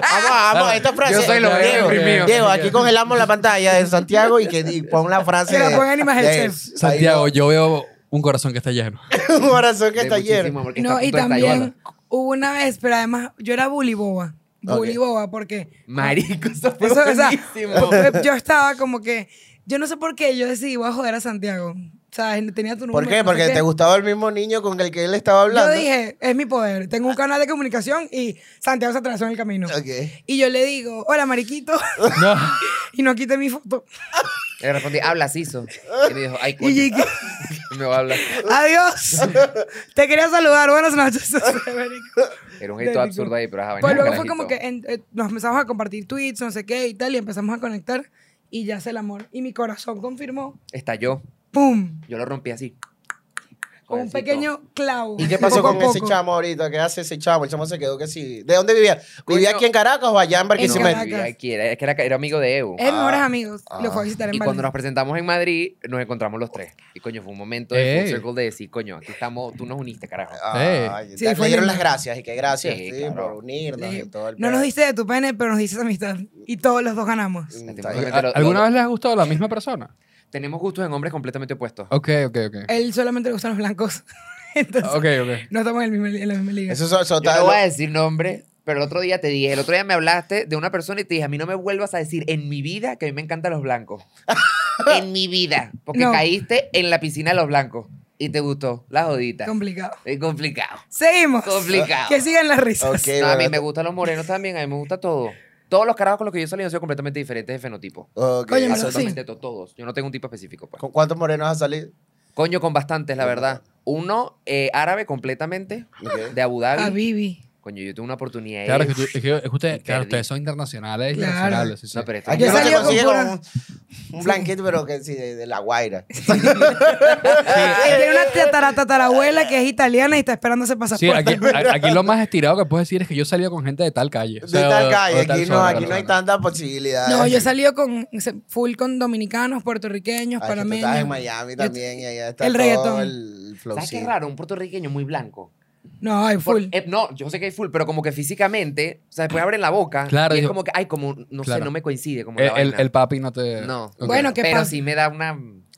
[SPEAKER 2] vamos, vamos, esta frase.
[SPEAKER 4] Yo soy lo que
[SPEAKER 2] Diego,
[SPEAKER 4] imprimió.
[SPEAKER 2] Diego, aquí congelamos la pantalla de Santiago y que y pon la frase.
[SPEAKER 3] Que la
[SPEAKER 2] de-
[SPEAKER 3] pongan imagen
[SPEAKER 2] de-
[SPEAKER 3] chef.
[SPEAKER 2] ahí
[SPEAKER 1] Santiago, yo veo un corazón que está lleno.
[SPEAKER 2] va. Un corazón que
[SPEAKER 4] De
[SPEAKER 2] está
[SPEAKER 4] muchísimo
[SPEAKER 2] lleno.
[SPEAKER 4] amor que está
[SPEAKER 3] No,
[SPEAKER 4] a
[SPEAKER 3] y
[SPEAKER 4] punto de
[SPEAKER 3] también
[SPEAKER 4] estallar.
[SPEAKER 3] hubo una vez, pero además yo era bully boba. Bully
[SPEAKER 2] Ok.
[SPEAKER 3] boba, porque
[SPEAKER 4] Marico, eso fue
[SPEAKER 3] Eso, o sea,
[SPEAKER 4] buenísimo.
[SPEAKER 3] yo estaba como que. Yo no sé por qué yo decidí voy a joder a Santiago. O sea, tenía tu número.
[SPEAKER 2] ¿Por qué?
[SPEAKER 3] no sé
[SPEAKER 2] Porque te gustaba el mismo niño con el que él estaba hablando.
[SPEAKER 3] Yo dije, es mi poder. Tengo un canal de comunicación y Santiago se atrasó en el camino.
[SPEAKER 2] Ok.
[SPEAKER 3] Y yo le digo, hola, mariquito.
[SPEAKER 1] No.
[SPEAKER 3] y no quité mi foto.
[SPEAKER 4] Le respondí, habla, Siso. Y me dijo, ay, coño.
[SPEAKER 3] Y llegué,
[SPEAKER 4] Me va a hablar.
[SPEAKER 3] adiós. te quería saludar. Buenas noches. marico.
[SPEAKER 4] Era un gesto
[SPEAKER 3] Marico.
[SPEAKER 4] absurdo ahí, pero ajá, venía
[SPEAKER 3] pues
[SPEAKER 4] un
[SPEAKER 3] luego fue
[SPEAKER 4] carajito.
[SPEAKER 3] como que en- eh, nos empezamos a compartir tweets, no sé qué y tal, y empezamos a conectar. Y ya es el amor. Y mi corazón confirmó,
[SPEAKER 4] Estalló.
[SPEAKER 3] ¡pum!
[SPEAKER 4] Yo lo rompí así.
[SPEAKER 3] Con un
[SPEAKER 4] Jovencito.
[SPEAKER 3] pequeño clavo.
[SPEAKER 2] ¿Y qué pasó
[SPEAKER 3] Poco a
[SPEAKER 2] con ese
[SPEAKER 3] poco.
[SPEAKER 2] chamo ahorita? ¿Qué hace ese chamo? El chamo se quedó que sí. ¿De dónde vivía? ¿Vivía
[SPEAKER 4] Coño.
[SPEAKER 2] aquí en Caracas o allá en
[SPEAKER 4] No,
[SPEAKER 3] Ese
[SPEAKER 2] Barquisimeto?
[SPEAKER 3] Caracas.
[SPEAKER 4] vivía aquí, era, es que era, era amigo de Evo.
[SPEAKER 3] Es de mis mejores
[SPEAKER 2] Ah,
[SPEAKER 3] amigos. Lo fue a visitar en
[SPEAKER 4] Ah. Y
[SPEAKER 3] Bali.
[SPEAKER 4] cuando nos presentamos en Madrid, nos encontramos los tres. Y coño, fue un momento de full
[SPEAKER 1] Ey.
[SPEAKER 4] circle de decir, coño, aquí estamos, tú nos uniste, carajo.
[SPEAKER 2] Ay,
[SPEAKER 3] Sí,
[SPEAKER 2] ya
[SPEAKER 3] fue
[SPEAKER 2] le
[SPEAKER 3] lindo.
[SPEAKER 2] dieron las gracias y que gracias
[SPEAKER 4] Sí,
[SPEAKER 2] sí,
[SPEAKER 4] claro.
[SPEAKER 2] por unirnos
[SPEAKER 3] Sí.
[SPEAKER 2] y todo el
[SPEAKER 3] No nos
[SPEAKER 2] pedo.
[SPEAKER 3] dice de tu pene, pero nos dices amistad. Y todos los dos ganamos.
[SPEAKER 2] Mm, está bien.
[SPEAKER 4] Lastimosamente, lo-
[SPEAKER 1] ¿Alguna
[SPEAKER 4] lo-
[SPEAKER 1] vez les ha gustado la misma persona?
[SPEAKER 4] Tenemos gustos en hombres completamente opuestos.
[SPEAKER 1] Ok, ok, ok.
[SPEAKER 3] Él solamente le gustan los blancos. Entonces,
[SPEAKER 1] Ok, ok.
[SPEAKER 3] no estamos en, el mismo- en la misma liga.
[SPEAKER 2] Eso so-
[SPEAKER 4] Yo
[SPEAKER 2] so- tal-
[SPEAKER 4] no voy a decir nombre, pero el otro día te dije, el otro día me hablaste de una persona y te dije, a mí no me vuelvas a decir en mi vida que a mí me encantan los blancos. en mi vida. Porque
[SPEAKER 3] No.
[SPEAKER 4] caíste en la piscina de los blancos y te gustó la jodita.
[SPEAKER 3] Complicado.
[SPEAKER 4] es complicado.
[SPEAKER 3] Seguimos.
[SPEAKER 4] Complicado.
[SPEAKER 3] Que sigan las risas.
[SPEAKER 2] Ok,
[SPEAKER 4] No, a mí
[SPEAKER 2] bueno,
[SPEAKER 4] me gustan los morenos también, a mí me gusta todo. Todos los carajos con los que yo salí han sido completamente diferentes de fenotipo.
[SPEAKER 2] ok.
[SPEAKER 3] Coño, me lo-
[SPEAKER 4] Absolutamente to- todos. Yo no tengo un tipo específico. Pues.
[SPEAKER 2] ¿Con cuántos morenos has salido?
[SPEAKER 4] Coño, con bastantes, la verdad. Uno eh, árabe completamente,
[SPEAKER 2] Ok.
[SPEAKER 4] de Abu Dhabi.
[SPEAKER 3] A Bibi.
[SPEAKER 4] Coño, yo tuve una oportunidad.
[SPEAKER 1] Claro,
[SPEAKER 4] ahí.
[SPEAKER 1] es que, tú- es que- es que ustedes, claro,
[SPEAKER 4] Perdí.
[SPEAKER 1] ustedes son internacionales.
[SPEAKER 3] Claro.
[SPEAKER 1] internacionales sí, Ah, sí.
[SPEAKER 4] No, pero este
[SPEAKER 2] Aquí
[SPEAKER 3] Yo
[SPEAKER 2] uno
[SPEAKER 3] salí
[SPEAKER 2] se
[SPEAKER 3] con
[SPEAKER 2] consigue
[SPEAKER 3] pura-
[SPEAKER 2] con un, un blanquito, pero que sí, de, de la guaira.
[SPEAKER 3] Él tiene una tatara- tatarabuela que es italiana y está esperando ese
[SPEAKER 1] Sí,
[SPEAKER 3] pasaporte.
[SPEAKER 1] aquí, a- aquí lo más estirado que puedo decir es que yo he salido con gente de tal calle. o
[SPEAKER 2] De
[SPEAKER 1] sea, o-
[SPEAKER 2] tal
[SPEAKER 1] o
[SPEAKER 2] calle,
[SPEAKER 1] de tal
[SPEAKER 2] aquí, no,
[SPEAKER 1] zona,
[SPEAKER 2] aquí
[SPEAKER 1] tal
[SPEAKER 2] no hay
[SPEAKER 1] zona.
[SPEAKER 2] tantas posibilidades.
[SPEAKER 3] No, yo he salido con full con dominicanos, puertorriqueños,
[SPEAKER 2] Ay, que tú
[SPEAKER 3] panameños.
[SPEAKER 2] estás en Miami
[SPEAKER 3] Yo-
[SPEAKER 2] también y allá está
[SPEAKER 3] el
[SPEAKER 2] todo
[SPEAKER 3] reggaetón.
[SPEAKER 2] el flow.
[SPEAKER 4] ¿Sabes qué raro? Un puertorriqueño muy blanco.
[SPEAKER 3] No, hay
[SPEAKER 4] Por-
[SPEAKER 3] full.
[SPEAKER 4] eh, no, yo sé que hay full, pero como que físicamente, o sea, después abren la boca.
[SPEAKER 1] Claro,
[SPEAKER 4] y es
[SPEAKER 1] dijo-
[SPEAKER 4] como que, ay, como, no sé,
[SPEAKER 1] Claro.
[SPEAKER 4] no me coincide. Como
[SPEAKER 1] Eh,
[SPEAKER 4] la
[SPEAKER 1] El,
[SPEAKER 4] vaina.
[SPEAKER 1] el papi no te.
[SPEAKER 4] No.
[SPEAKER 1] Ok.
[SPEAKER 3] Bueno, ¿qué
[SPEAKER 4] pero
[SPEAKER 3] pasa?
[SPEAKER 4] sí me da una.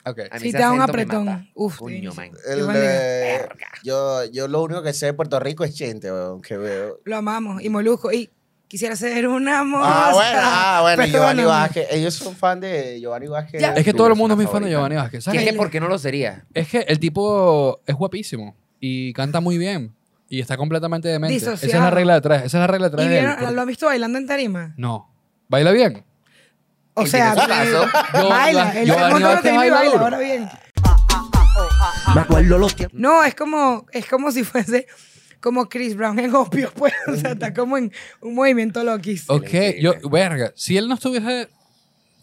[SPEAKER 1] Ok.
[SPEAKER 4] A mí
[SPEAKER 3] Sí,
[SPEAKER 4] ese
[SPEAKER 3] te da un
[SPEAKER 4] acento me
[SPEAKER 3] apretón.
[SPEAKER 4] mata.
[SPEAKER 3] Uf,
[SPEAKER 4] Coño,
[SPEAKER 3] sí.
[SPEAKER 4] man.
[SPEAKER 2] El
[SPEAKER 3] Qué buena
[SPEAKER 2] de-
[SPEAKER 4] Verga.
[SPEAKER 2] yo, yo lo único que sé de Puerto Rico es gente, weón, que veo.
[SPEAKER 3] Lo amamos. Y Molusco. Y quisiera ser una moza.
[SPEAKER 2] Ah, bueno, ah, bueno, Giovanni
[SPEAKER 3] Perdóname.
[SPEAKER 2] Vázquez. Ellos son fan de Giovanni Vázquez.
[SPEAKER 3] Ya.
[SPEAKER 1] Es que
[SPEAKER 4] Tú
[SPEAKER 1] todo el
[SPEAKER 4] eres
[SPEAKER 1] mundo es
[SPEAKER 4] una
[SPEAKER 1] muy fan de
[SPEAKER 4] favorita.
[SPEAKER 1] Giovanni Vázquez.
[SPEAKER 4] Que
[SPEAKER 1] ¿sabes?
[SPEAKER 4] es que ¿por qué no lo sería?
[SPEAKER 1] Es que el tipo es guapísimo y canta muy bien y está completamente demente. Esa es la
[SPEAKER 3] Disociado.
[SPEAKER 1] regla de tres. Esa es la regla de tres.
[SPEAKER 3] ¿Y
[SPEAKER 1] de él,
[SPEAKER 3] vieron-
[SPEAKER 1] porque-
[SPEAKER 3] lo has visto bailando en tarima?
[SPEAKER 1] No. ¿Baila bien?
[SPEAKER 3] O
[SPEAKER 4] Él
[SPEAKER 3] sea,
[SPEAKER 4] tiene su paso.
[SPEAKER 1] Yo-
[SPEAKER 3] baila.
[SPEAKER 1] yo-
[SPEAKER 3] Él
[SPEAKER 1] yo
[SPEAKER 3] se
[SPEAKER 1] animaba
[SPEAKER 3] monta en
[SPEAKER 1] que
[SPEAKER 3] la tarima y
[SPEAKER 1] baila
[SPEAKER 3] baila.
[SPEAKER 1] duro.
[SPEAKER 3] Ahora bien.
[SPEAKER 5] Me acuerdo los tiempos.
[SPEAKER 3] No, es como, es como si fuese como Chris Brown en opio, pues. O sea, está como en un movimiento loquis.
[SPEAKER 1] Ok,
[SPEAKER 4] increíble.
[SPEAKER 1] yo, verga, si él no estuviese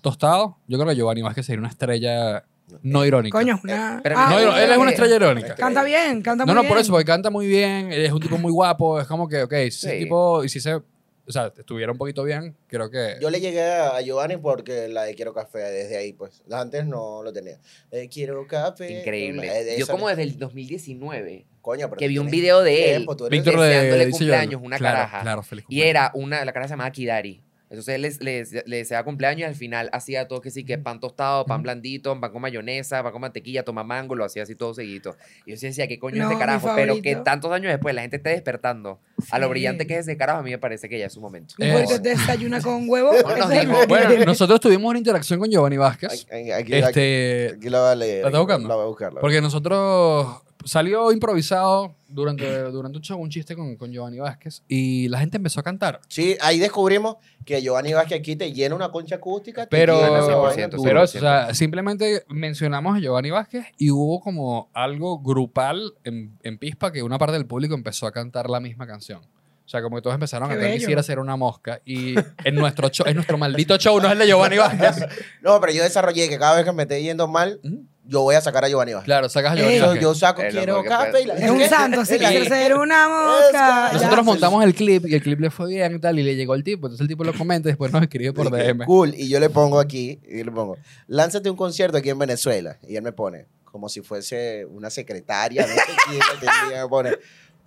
[SPEAKER 1] tostado, yo creo que Giovanni Vázquez sería una estrella no irónica.
[SPEAKER 3] Coño, es una.
[SPEAKER 4] pero-
[SPEAKER 1] No,
[SPEAKER 4] Ah,
[SPEAKER 1] él es una estrella irónica.
[SPEAKER 3] Canta bien, canta
[SPEAKER 1] No,
[SPEAKER 3] muy
[SPEAKER 1] no,
[SPEAKER 3] bien.
[SPEAKER 1] por eso, porque canta muy bien, es un tipo muy guapo, es como que, ok, si ese
[SPEAKER 4] Sí.
[SPEAKER 1] tipo, y si se, o sea, estuviera un poquito bien, creo que...
[SPEAKER 2] Yo le llegué a Giovanni porque la de Quiero Café, desde ahí, pues. Antes no lo tenía. Eh, quiero Café. Eh, de
[SPEAKER 4] Increíble. Yo
[SPEAKER 2] esa-
[SPEAKER 4] como desde el 2019
[SPEAKER 2] Coño, pero
[SPEAKER 4] que
[SPEAKER 2] tú
[SPEAKER 4] vi un
[SPEAKER 2] tienes
[SPEAKER 4] video de él.
[SPEAKER 2] tiempo, tú eres-
[SPEAKER 1] Víctor
[SPEAKER 4] deseándole
[SPEAKER 1] de... dice yo,
[SPEAKER 4] cumpleaños, una
[SPEAKER 1] claro,
[SPEAKER 4] caraja.
[SPEAKER 1] Claro, feliz
[SPEAKER 4] Y
[SPEAKER 1] cumpleaños.
[SPEAKER 4] era una, la cara se llamaba Kidari. Entonces les, les, les deseaba cumpleaños y al final hacía todo que sí, que pan tostado, pan blandito, pan con mayonesa, pan con mantequilla, toma mango, lo hacía así todo seguido. Y yo sí decía, ¿qué coño
[SPEAKER 3] No,
[SPEAKER 4] es
[SPEAKER 3] mi
[SPEAKER 4] este carajo? Pero que
[SPEAKER 3] favorito.
[SPEAKER 4] tantos años después la gente esté despertando a lo
[SPEAKER 3] Sí.
[SPEAKER 4] brillante que es ese carajo, a mí me parece que ya es su momento.
[SPEAKER 1] Eh,
[SPEAKER 3] Un huevito te desayuna con huevo.
[SPEAKER 4] Bueno,
[SPEAKER 3] Ese es el
[SPEAKER 4] digo,
[SPEAKER 3] primero.
[SPEAKER 1] Bueno, nosotros tuvimos una interacción con Giovanni Vázquez.
[SPEAKER 2] Aquí, aquí-
[SPEAKER 1] Este,
[SPEAKER 2] aquí la voy a leer.
[SPEAKER 1] ¿La estás buscando?
[SPEAKER 2] La voy a buscar. la voy
[SPEAKER 1] porque nosotros salió improvisado durante, durante un show, un chiste con, con Giovanni Vázquez y la gente empezó a cantar.
[SPEAKER 2] a- Sí, ahí descubrimos que Giovanni Vázquez aquí te llena una concha acústica. te
[SPEAKER 1] Pero,
[SPEAKER 2] llena esa vaina
[SPEAKER 4] 100%,
[SPEAKER 2] duro.
[SPEAKER 1] pero eso, o sea, simplemente mencionamos a Giovanni Vázquez y hubo como algo grupal en, en Pispa que una parte del público empezó a cantar la misma canción. O sea, como que todos empezaron a
[SPEAKER 3] Qué
[SPEAKER 1] cantar
[SPEAKER 3] bello.
[SPEAKER 1] Quisiera ser una mosca. Y en nuestro show, es nuestro maldito show, no es el de Giovanni Vázquez.
[SPEAKER 2] No, pero yo desarrollé que cada vez que me esté yendo mal,
[SPEAKER 1] Ujú.
[SPEAKER 2] yo voy a sacar a Giovanni Vázquez.
[SPEAKER 1] Claro, sacas a Giovanni
[SPEAKER 2] Eso
[SPEAKER 1] Vázquez.
[SPEAKER 2] yo saco,
[SPEAKER 4] Es lo
[SPEAKER 2] quiero
[SPEAKER 4] que
[SPEAKER 2] café
[SPEAKER 4] puede-
[SPEAKER 2] y la-
[SPEAKER 3] Es un santo, sí,
[SPEAKER 2] Es la-
[SPEAKER 3] quiere ser una
[SPEAKER 2] Es
[SPEAKER 3] mosca.
[SPEAKER 2] que-
[SPEAKER 1] Nosotros
[SPEAKER 2] Ya.
[SPEAKER 1] montamos el clip y el clip le fue bien y tal, y le llegó el tipo. Entonces el tipo lo comenta y después nos escribe por
[SPEAKER 2] Dije,
[SPEAKER 1] DM.
[SPEAKER 2] Cool. Y yo le pongo aquí, y le pongo, lánzate un concierto aquí en Venezuela. Y él me pone, como si fuese una secretaria, no sé quién lo tenía, me pone.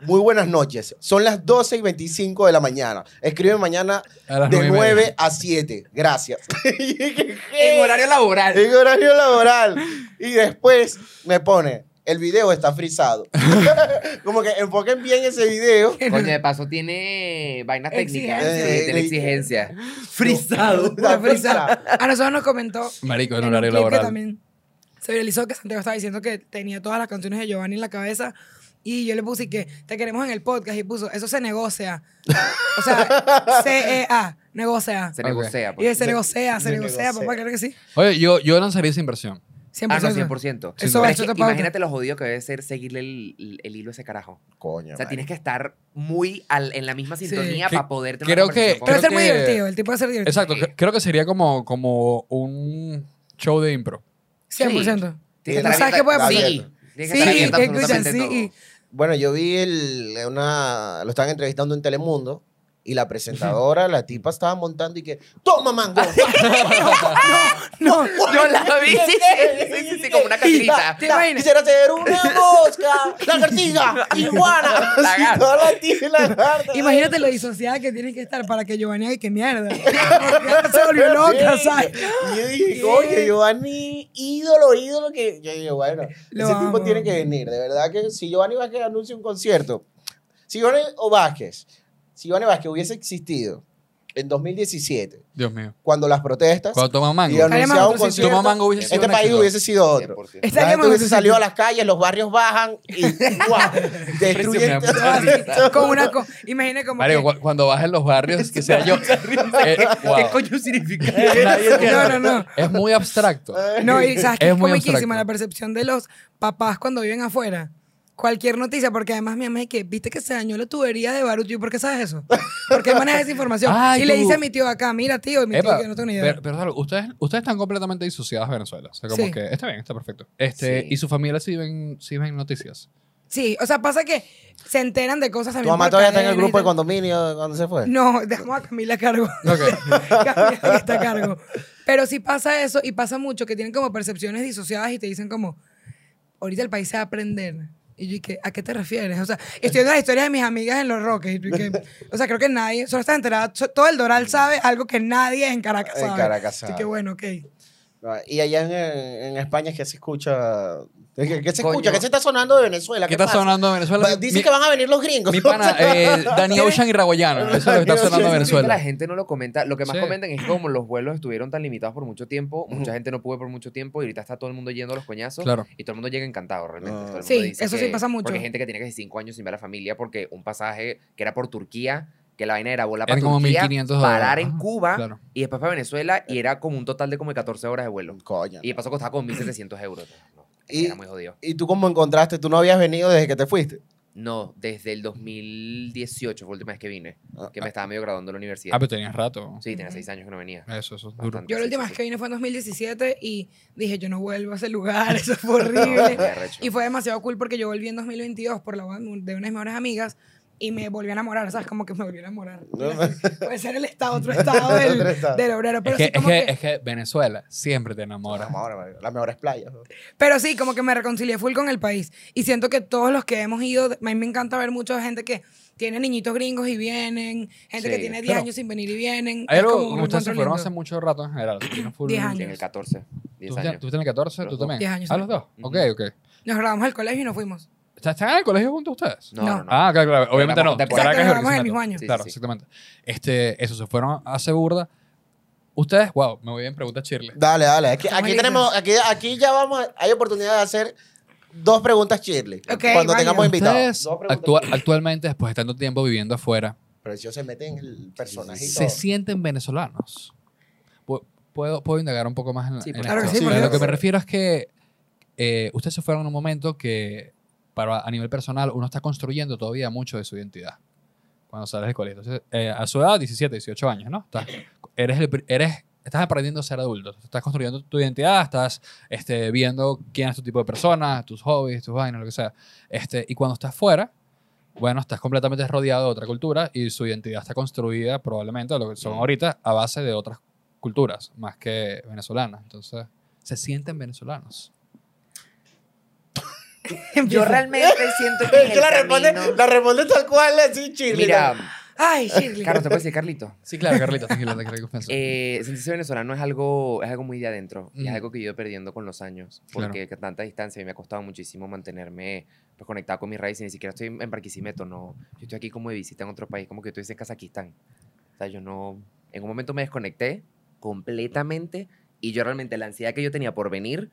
[SPEAKER 2] Muy buenas noches. Son las 12 y 25 de la mañana. Escribe mañana
[SPEAKER 1] A las
[SPEAKER 2] de
[SPEAKER 1] nueve y media.
[SPEAKER 2] 9 a 7. Gracias. Y dije,
[SPEAKER 4] En
[SPEAKER 2] "¿Qué?".
[SPEAKER 4] horario laboral.
[SPEAKER 2] En horario laboral. Y después me pone, el video está frisado. como que enfoquen bien ese video.
[SPEAKER 4] Coño, de paso tiene vainas técnicas.
[SPEAKER 3] Exigencia.
[SPEAKER 4] Sí, tiene
[SPEAKER 2] Eh,
[SPEAKER 4] exigencia.
[SPEAKER 5] Frisado.
[SPEAKER 2] Está frisado.
[SPEAKER 3] A nosotros nos comentó
[SPEAKER 1] Marico, en
[SPEAKER 3] en un
[SPEAKER 1] horario
[SPEAKER 3] clip que
[SPEAKER 1] laboral.
[SPEAKER 3] también se viralizó que Santiago estaba diciendo que tenía todas las canciones de Giovanni en la cabeza y yo le puse y que te queremos en el podcast y puso eso se negocia. o sea, C E A, negocia.
[SPEAKER 4] Se
[SPEAKER 1] Ok.
[SPEAKER 4] negocia.
[SPEAKER 3] Y él,
[SPEAKER 4] Pues.
[SPEAKER 3] se negocia, se
[SPEAKER 2] se
[SPEAKER 3] negocia,
[SPEAKER 2] negocia.
[SPEAKER 3] papá, claro que sí.
[SPEAKER 1] Oye, yo, yo lanzaría esa inversión.
[SPEAKER 3] 100%.
[SPEAKER 4] Ah, no, 100%.
[SPEAKER 3] Eso
[SPEAKER 4] Pero
[SPEAKER 3] va,
[SPEAKER 4] es
[SPEAKER 3] eso
[SPEAKER 4] que
[SPEAKER 3] te pauta.
[SPEAKER 4] imagínate lo jodido que debe ser seguirle el, el- el hilo a ese carajo.
[SPEAKER 2] Coño.
[SPEAKER 4] O sea,
[SPEAKER 2] marico.
[SPEAKER 4] tienes que estar muy al- en la misma sintonía
[SPEAKER 1] Que-
[SPEAKER 4] para poder tener
[SPEAKER 1] creo
[SPEAKER 4] una conversación
[SPEAKER 1] que-
[SPEAKER 4] con
[SPEAKER 1] creo
[SPEAKER 3] Pero es ser muy
[SPEAKER 1] que-
[SPEAKER 3] divertido, el tipo de ser divertido.
[SPEAKER 1] Exacto, cre- creo que sería como, como un show de impro.
[SPEAKER 3] 100%.
[SPEAKER 4] Tienes
[SPEAKER 3] ¿Tú
[SPEAKER 4] estar
[SPEAKER 3] sabes qué puede
[SPEAKER 4] abierta-
[SPEAKER 2] pasar?
[SPEAKER 4] Sí, tienes que
[SPEAKER 3] Sí,
[SPEAKER 4] estar abierta
[SPEAKER 3] escucha,
[SPEAKER 4] absolutamente
[SPEAKER 3] sí.
[SPEAKER 4] todo.
[SPEAKER 3] y-
[SPEAKER 2] Bueno, yo vi el, una. Lo estaban entrevistando en Telemundo. Y la presentadora, la tipa, estaba montando y que. ¡Toma, mango!
[SPEAKER 3] No,
[SPEAKER 4] Yo la vi, sí, sí, sí, sí, sí, como una catrita.
[SPEAKER 3] ¿Te imaginas?
[SPEAKER 2] Quisiera ser una mosca, lagartija, iguana.
[SPEAKER 4] Lagarto.
[SPEAKER 2] Toda la tía y lagarto.
[SPEAKER 3] Imagínate lo disociada que tienes que estar para que Giovanni ay, qué mierda. Porque se volvió loca,
[SPEAKER 2] Sí.
[SPEAKER 3] ¿sabes?
[SPEAKER 2] Y yo dije, coño, Giovanni, ídolo, ídolo. que Yo dije, bueno,
[SPEAKER 3] Lo
[SPEAKER 2] ese
[SPEAKER 3] amo.
[SPEAKER 2] tipo tiene que venir. De verdad que si Giovanni Vázquez anuncia un concierto, si Giovanni o Vázquez, si Giovanni Vázquez hubiese existido en 2017,
[SPEAKER 1] Dios mío.
[SPEAKER 2] cuando las protestas.
[SPEAKER 1] Cuando toma mango.
[SPEAKER 2] y anunciaba
[SPEAKER 3] Estaríamos en
[SPEAKER 2] un
[SPEAKER 3] otro sitio.
[SPEAKER 2] concierto,
[SPEAKER 1] Toma mango hubiese sido
[SPEAKER 2] este
[SPEAKER 1] un
[SPEAKER 2] país
[SPEAKER 1] éxito.
[SPEAKER 2] hubiese sido
[SPEAKER 4] 100%.
[SPEAKER 2] otro. La gente
[SPEAKER 3] Estaríamos
[SPEAKER 2] hubiese
[SPEAKER 3] en-
[SPEAKER 2] salido a las calles, los barrios bajan y ¡guau! destruyen
[SPEAKER 1] Impresionante.
[SPEAKER 2] todo.
[SPEAKER 3] con una co- imagina como
[SPEAKER 1] Mario,
[SPEAKER 3] que-
[SPEAKER 1] cu- cuando vas en los barrios, que sea yo. Eh, wow.
[SPEAKER 4] coño significa?
[SPEAKER 3] no, no, no.
[SPEAKER 1] Es muy abstracto.
[SPEAKER 3] No, y sabes que
[SPEAKER 1] Es
[SPEAKER 3] es,
[SPEAKER 1] muy
[SPEAKER 3] comiquísima
[SPEAKER 1] abstracto.
[SPEAKER 3] la percepción de los papás cuando viven afuera. Cualquier noticia, porque además mi mamá es que, viste que se dañó la tubería de Baruch. Yo, ¿por qué sabes eso? Porque maneja esa información.
[SPEAKER 1] Ay,
[SPEAKER 3] y le
[SPEAKER 1] tú.
[SPEAKER 3] dice a mi tío acá, mira, tío, y mi
[SPEAKER 1] Epa,
[SPEAKER 3] tío que no tengo ni idea.
[SPEAKER 1] pero, pero claro, ustedes, ustedes están completamente disociadas de Venezuela. O sea, como
[SPEAKER 3] Sí.
[SPEAKER 1] que está bien, está perfecto. Este,
[SPEAKER 4] Sí.
[SPEAKER 1] Y su familia sí ven, sí ven noticias.
[SPEAKER 3] Sí, o sea, pasa que se enteran de cosas
[SPEAKER 2] Tu
[SPEAKER 3] también.
[SPEAKER 2] mamá
[SPEAKER 3] por
[SPEAKER 2] todavía está en el
[SPEAKER 3] cadenas y
[SPEAKER 2] grupo de
[SPEAKER 3] tal.
[SPEAKER 2] condominio cuando se fue.
[SPEAKER 3] No, dejamos a Camila a cargo.
[SPEAKER 1] Ok.
[SPEAKER 3] Camila que está a cargo. Pero sí pasa eso y pasa mucho que tienen como percepciones disociadas y te dicen como, ahorita el país se va a prender. Y yo, ¿y qué? ¿a qué te refieres? O sea, estoy viendo las historias de mis amigas en Los Roques. y yo, ¿y qué? o sea, creo que nadie, solo estás enterada, so- todo el Doral sabe algo que nadie en Caracas
[SPEAKER 2] En
[SPEAKER 3] sabe.
[SPEAKER 2] Caracas
[SPEAKER 3] Así
[SPEAKER 2] sabe.
[SPEAKER 3] que bueno, ok.
[SPEAKER 2] Ah, Y allá en, en España, ¿qué se escucha? ¿Qué, qué se
[SPEAKER 4] Coño.
[SPEAKER 2] escucha? ¿Qué se está sonando de Venezuela?
[SPEAKER 1] ¿Qué está
[SPEAKER 2] pasa?
[SPEAKER 1] sonando en Venezuela?
[SPEAKER 2] Va- Dicen que van a venir los gringos.
[SPEAKER 1] mi pana, eh, Danny Ocean y Ragoyano. Eso es lo que está sonando en
[SPEAKER 4] La
[SPEAKER 1] Venezuela.
[SPEAKER 4] gente no lo comenta. Lo que más
[SPEAKER 1] Sí.
[SPEAKER 4] comentan es que como los vuelos estuvieron tan limitados por mucho tiempo, mucha gente no pudo por mucho tiempo y ahorita está todo el mundo yendo a los coñazos
[SPEAKER 1] Claro.
[SPEAKER 4] y todo el mundo llega encantado realmente.
[SPEAKER 2] Ah.
[SPEAKER 4] Todo el mundo
[SPEAKER 3] Sí,
[SPEAKER 4] dice
[SPEAKER 3] eso sí
[SPEAKER 4] que-
[SPEAKER 3] pasa mucho.
[SPEAKER 4] Porque hay gente que tiene casi cinco años sin ver a la familia porque un pasaje que era por Turquía, que la vaina era volar para
[SPEAKER 1] Eran como
[SPEAKER 4] Turquía,
[SPEAKER 1] 1500 dólares.
[SPEAKER 4] parar en
[SPEAKER 1] Ajá,
[SPEAKER 4] Cuba
[SPEAKER 1] claro.
[SPEAKER 4] y después para Venezuela y era como un total de como de 14 horas de vuelo.
[SPEAKER 2] Coño.
[SPEAKER 4] Y de paso costaba como 1.700 euros. No,
[SPEAKER 2] Y-
[SPEAKER 4] era muy jodido.
[SPEAKER 2] ¿Y tú cómo encontraste? ¿Tú no habías venido desde que te fuiste?
[SPEAKER 4] No, desde el 2018 fue la última vez que vine,
[SPEAKER 2] Ah,
[SPEAKER 4] que me estaba medio graduando de la universidad.
[SPEAKER 1] Ah, pero tenías rato.
[SPEAKER 4] Sí, tenía seis años que no venía.
[SPEAKER 1] Eso, eso es duro.
[SPEAKER 4] Bastante.
[SPEAKER 3] Yo la
[SPEAKER 4] Sí,
[SPEAKER 3] última
[SPEAKER 4] sí,
[SPEAKER 3] vez
[SPEAKER 4] sí.
[SPEAKER 3] que vine fue en 2017 y dije, yo no vuelvo a ese lugar, eso fue horrible.
[SPEAKER 4] No, qué arrecho.
[SPEAKER 3] Y fue demasiado cool porque yo volví en 2022 por la boda de una de mis mejores amigas y me volví a enamorar, ¿sabes? Como que me volví a enamorar.
[SPEAKER 2] No.
[SPEAKER 3] Puede ser el estado, otro estado del,
[SPEAKER 2] Otro estado.
[SPEAKER 3] del obrero. Pero,
[SPEAKER 1] Es que,
[SPEAKER 3] sí,
[SPEAKER 1] es,
[SPEAKER 3] como
[SPEAKER 1] que,
[SPEAKER 3] que-
[SPEAKER 1] es que Venezuela siempre te enamora.
[SPEAKER 2] Ahora, marico, Las mejores playas. ¿no?
[SPEAKER 3] pero sí, como que me reconcilié full con el país. Y siento que todos los que hemos ido, a mí me encanta ver mucha gente que tiene niñitos gringos y vienen, gente que
[SPEAKER 4] Sí,
[SPEAKER 3] tiene 10
[SPEAKER 1] claro.
[SPEAKER 3] años sin venir y vienen.
[SPEAKER 1] Hay
[SPEAKER 3] Es
[SPEAKER 1] algo,
[SPEAKER 3] como un
[SPEAKER 1] como ustedes se
[SPEAKER 3] encuentro
[SPEAKER 1] fueron
[SPEAKER 3] lindo.
[SPEAKER 1] hace mucho rato en general. se vieron full-
[SPEAKER 3] Diez años.
[SPEAKER 4] En el 14,
[SPEAKER 1] ¿Tú,
[SPEAKER 4] 10
[SPEAKER 1] ya-
[SPEAKER 4] años.
[SPEAKER 1] tú estás en el 14?
[SPEAKER 4] Los
[SPEAKER 1] ¿Tú
[SPEAKER 4] dos.
[SPEAKER 1] también?
[SPEAKER 3] Diez años,
[SPEAKER 1] ¿A
[SPEAKER 3] sí.
[SPEAKER 1] los dos? Ok,
[SPEAKER 4] Ujú.
[SPEAKER 1] ok.
[SPEAKER 3] Nos grabamos al colegio y nos fuimos.
[SPEAKER 1] ¿Están están en el colegio juntos ustedes?
[SPEAKER 4] No, no, no.
[SPEAKER 1] Ah, claro, claro. Obviamente no.
[SPEAKER 4] Éramos
[SPEAKER 1] Caracas
[SPEAKER 4] contemporáneos.
[SPEAKER 1] y
[SPEAKER 3] Éramos
[SPEAKER 1] Barquisimeto.
[SPEAKER 3] el mismo año.
[SPEAKER 4] Sí, sí,
[SPEAKER 1] claro,
[SPEAKER 4] sí.
[SPEAKER 1] exactamente. Este, eso, se fueron a Ceburda. Ustedes, wow, me voy bien, pregunta Shirley.
[SPEAKER 2] Dale, dale. Aquí, aquí
[SPEAKER 3] Marico.
[SPEAKER 2] tenemos, aquí, aquí ya vamos, a- hay oportunidad de hacer dos preguntas Shirley.
[SPEAKER 3] Ok,
[SPEAKER 2] cuando
[SPEAKER 3] vaya.
[SPEAKER 2] tengamos invitados.
[SPEAKER 1] Ustedes
[SPEAKER 2] Dos preguntas
[SPEAKER 1] actua-
[SPEAKER 2] Shirley.
[SPEAKER 1] actualmente, después de tanto tiempo viviendo afuera,
[SPEAKER 2] Pero si yo se mete en el personaje. y
[SPEAKER 1] ¿se
[SPEAKER 2] todo.
[SPEAKER 1] sienten venezolanos? Pu- Puedo, puedo indagar un poco más en, la-
[SPEAKER 4] Sí,
[SPEAKER 1] en
[SPEAKER 4] por
[SPEAKER 1] la
[SPEAKER 3] Claro que
[SPEAKER 1] cosa.
[SPEAKER 3] sí,
[SPEAKER 1] A
[SPEAKER 3] por
[SPEAKER 1] Lo que
[SPEAKER 3] Dios.
[SPEAKER 1] me refiero es que eh, ustedes se fueron en un momento que, para, a nivel personal, uno está construyendo todavía mucho de su identidad cuando sales del colegio. Entonces, eh, a su edad, 17, 18 años, ¿no? Estás, eres el pri- eres, estás aprendiendo a ser adulto. Estás construyendo tu identidad, estás este, viendo quién es tu tipo de persona, tus hobbies, tus vainas, lo que sea. Este, y cuando estás fuera, bueno, estás completamente rodeado de otra cultura y su identidad está construida probablemente, lo que son ahorita, a base de otras culturas, más que venezolanas. Entonces, se sienten venezolanos.
[SPEAKER 4] Yo realmente siento que. en
[SPEAKER 2] Es
[SPEAKER 4] el
[SPEAKER 2] que la responde,
[SPEAKER 4] camino-
[SPEAKER 2] la responde tal cual, así Shirley.
[SPEAKER 4] Mira,
[SPEAKER 3] Ay, Shirley.
[SPEAKER 4] Carlos, te puedo decir, Carlito.
[SPEAKER 1] Sí, claro, Carlita, tranquila, tranquila, confianza.
[SPEAKER 4] Eh, sentirse venezolano es algo, es algo muy de adentro y es
[SPEAKER 1] Mm.
[SPEAKER 4] algo que yo he ido perdiendo con los años
[SPEAKER 1] Claro.
[SPEAKER 4] porque a tanta distancia a mí me ha costado muchísimo mantenerme pues, conectado con mis raíces. Ni siquiera estoy en Barquisimeto, no. Yo estoy aquí como de visita en otro país, como que estoy en Kazajistán. O sea, yo no. En un momento me desconecté completamente y yo realmente la ansiedad que yo tenía por venir.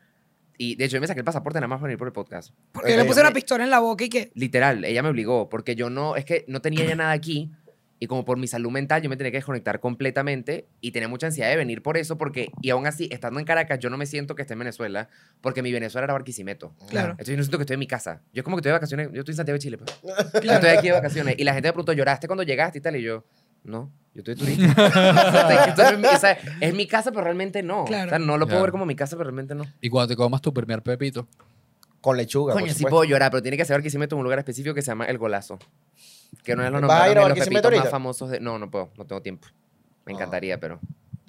[SPEAKER 4] Y de hecho, yo me saqué el pasaporte nada más para venir por el podcast.
[SPEAKER 3] Porque yo le
[SPEAKER 2] Eh,
[SPEAKER 3] puse una
[SPEAKER 4] me-
[SPEAKER 3] pistola en la boca y que.
[SPEAKER 4] Literal, ella me obligó, porque yo no, es que no tenía ya nada aquí y como por mi salud mental yo me tenía que desconectar completamente y tenía mucha ansiedad de venir por eso, porque, y aún así, estando en Caracas, yo no me siento que esté en Venezuela, porque mi Venezuela era Barquisimeto.
[SPEAKER 3] Claro.
[SPEAKER 4] Entonces yo no siento que estoy en mi casa. Yo es como que estoy de vacaciones, yo estoy en Santiago de Chile, pues. Yo
[SPEAKER 3] Claro.
[SPEAKER 4] estoy aquí de vacaciones. Y la gente me preguntó, ¿lloraste cuando llegaste y tal? Y yo, no, yo estoy de turista. O sea, estoy- estoy en mi- o sea, es mi casa, pero realmente no.
[SPEAKER 3] Claro.
[SPEAKER 4] O sea, no lo puedo
[SPEAKER 1] Claro.
[SPEAKER 4] ver como mi casa, pero realmente no.
[SPEAKER 1] Y cuando te comas tu primer pepito,
[SPEAKER 2] Con lechuga.
[SPEAKER 4] Coño,
[SPEAKER 2] por
[SPEAKER 4] sí puedo llorar, pero tiene que saber que sí me tomo un lugar específico que se llama El Golazo. Que no es los
[SPEAKER 2] ¿Vas a
[SPEAKER 4] nombres
[SPEAKER 2] ir a
[SPEAKER 4] de los
[SPEAKER 2] Barquisimeto
[SPEAKER 4] pepitos más
[SPEAKER 2] ahorita?
[SPEAKER 4] famosos de... No, no puedo, no tengo tiempo. Me
[SPEAKER 2] Ah.
[SPEAKER 4] encantaría, pero...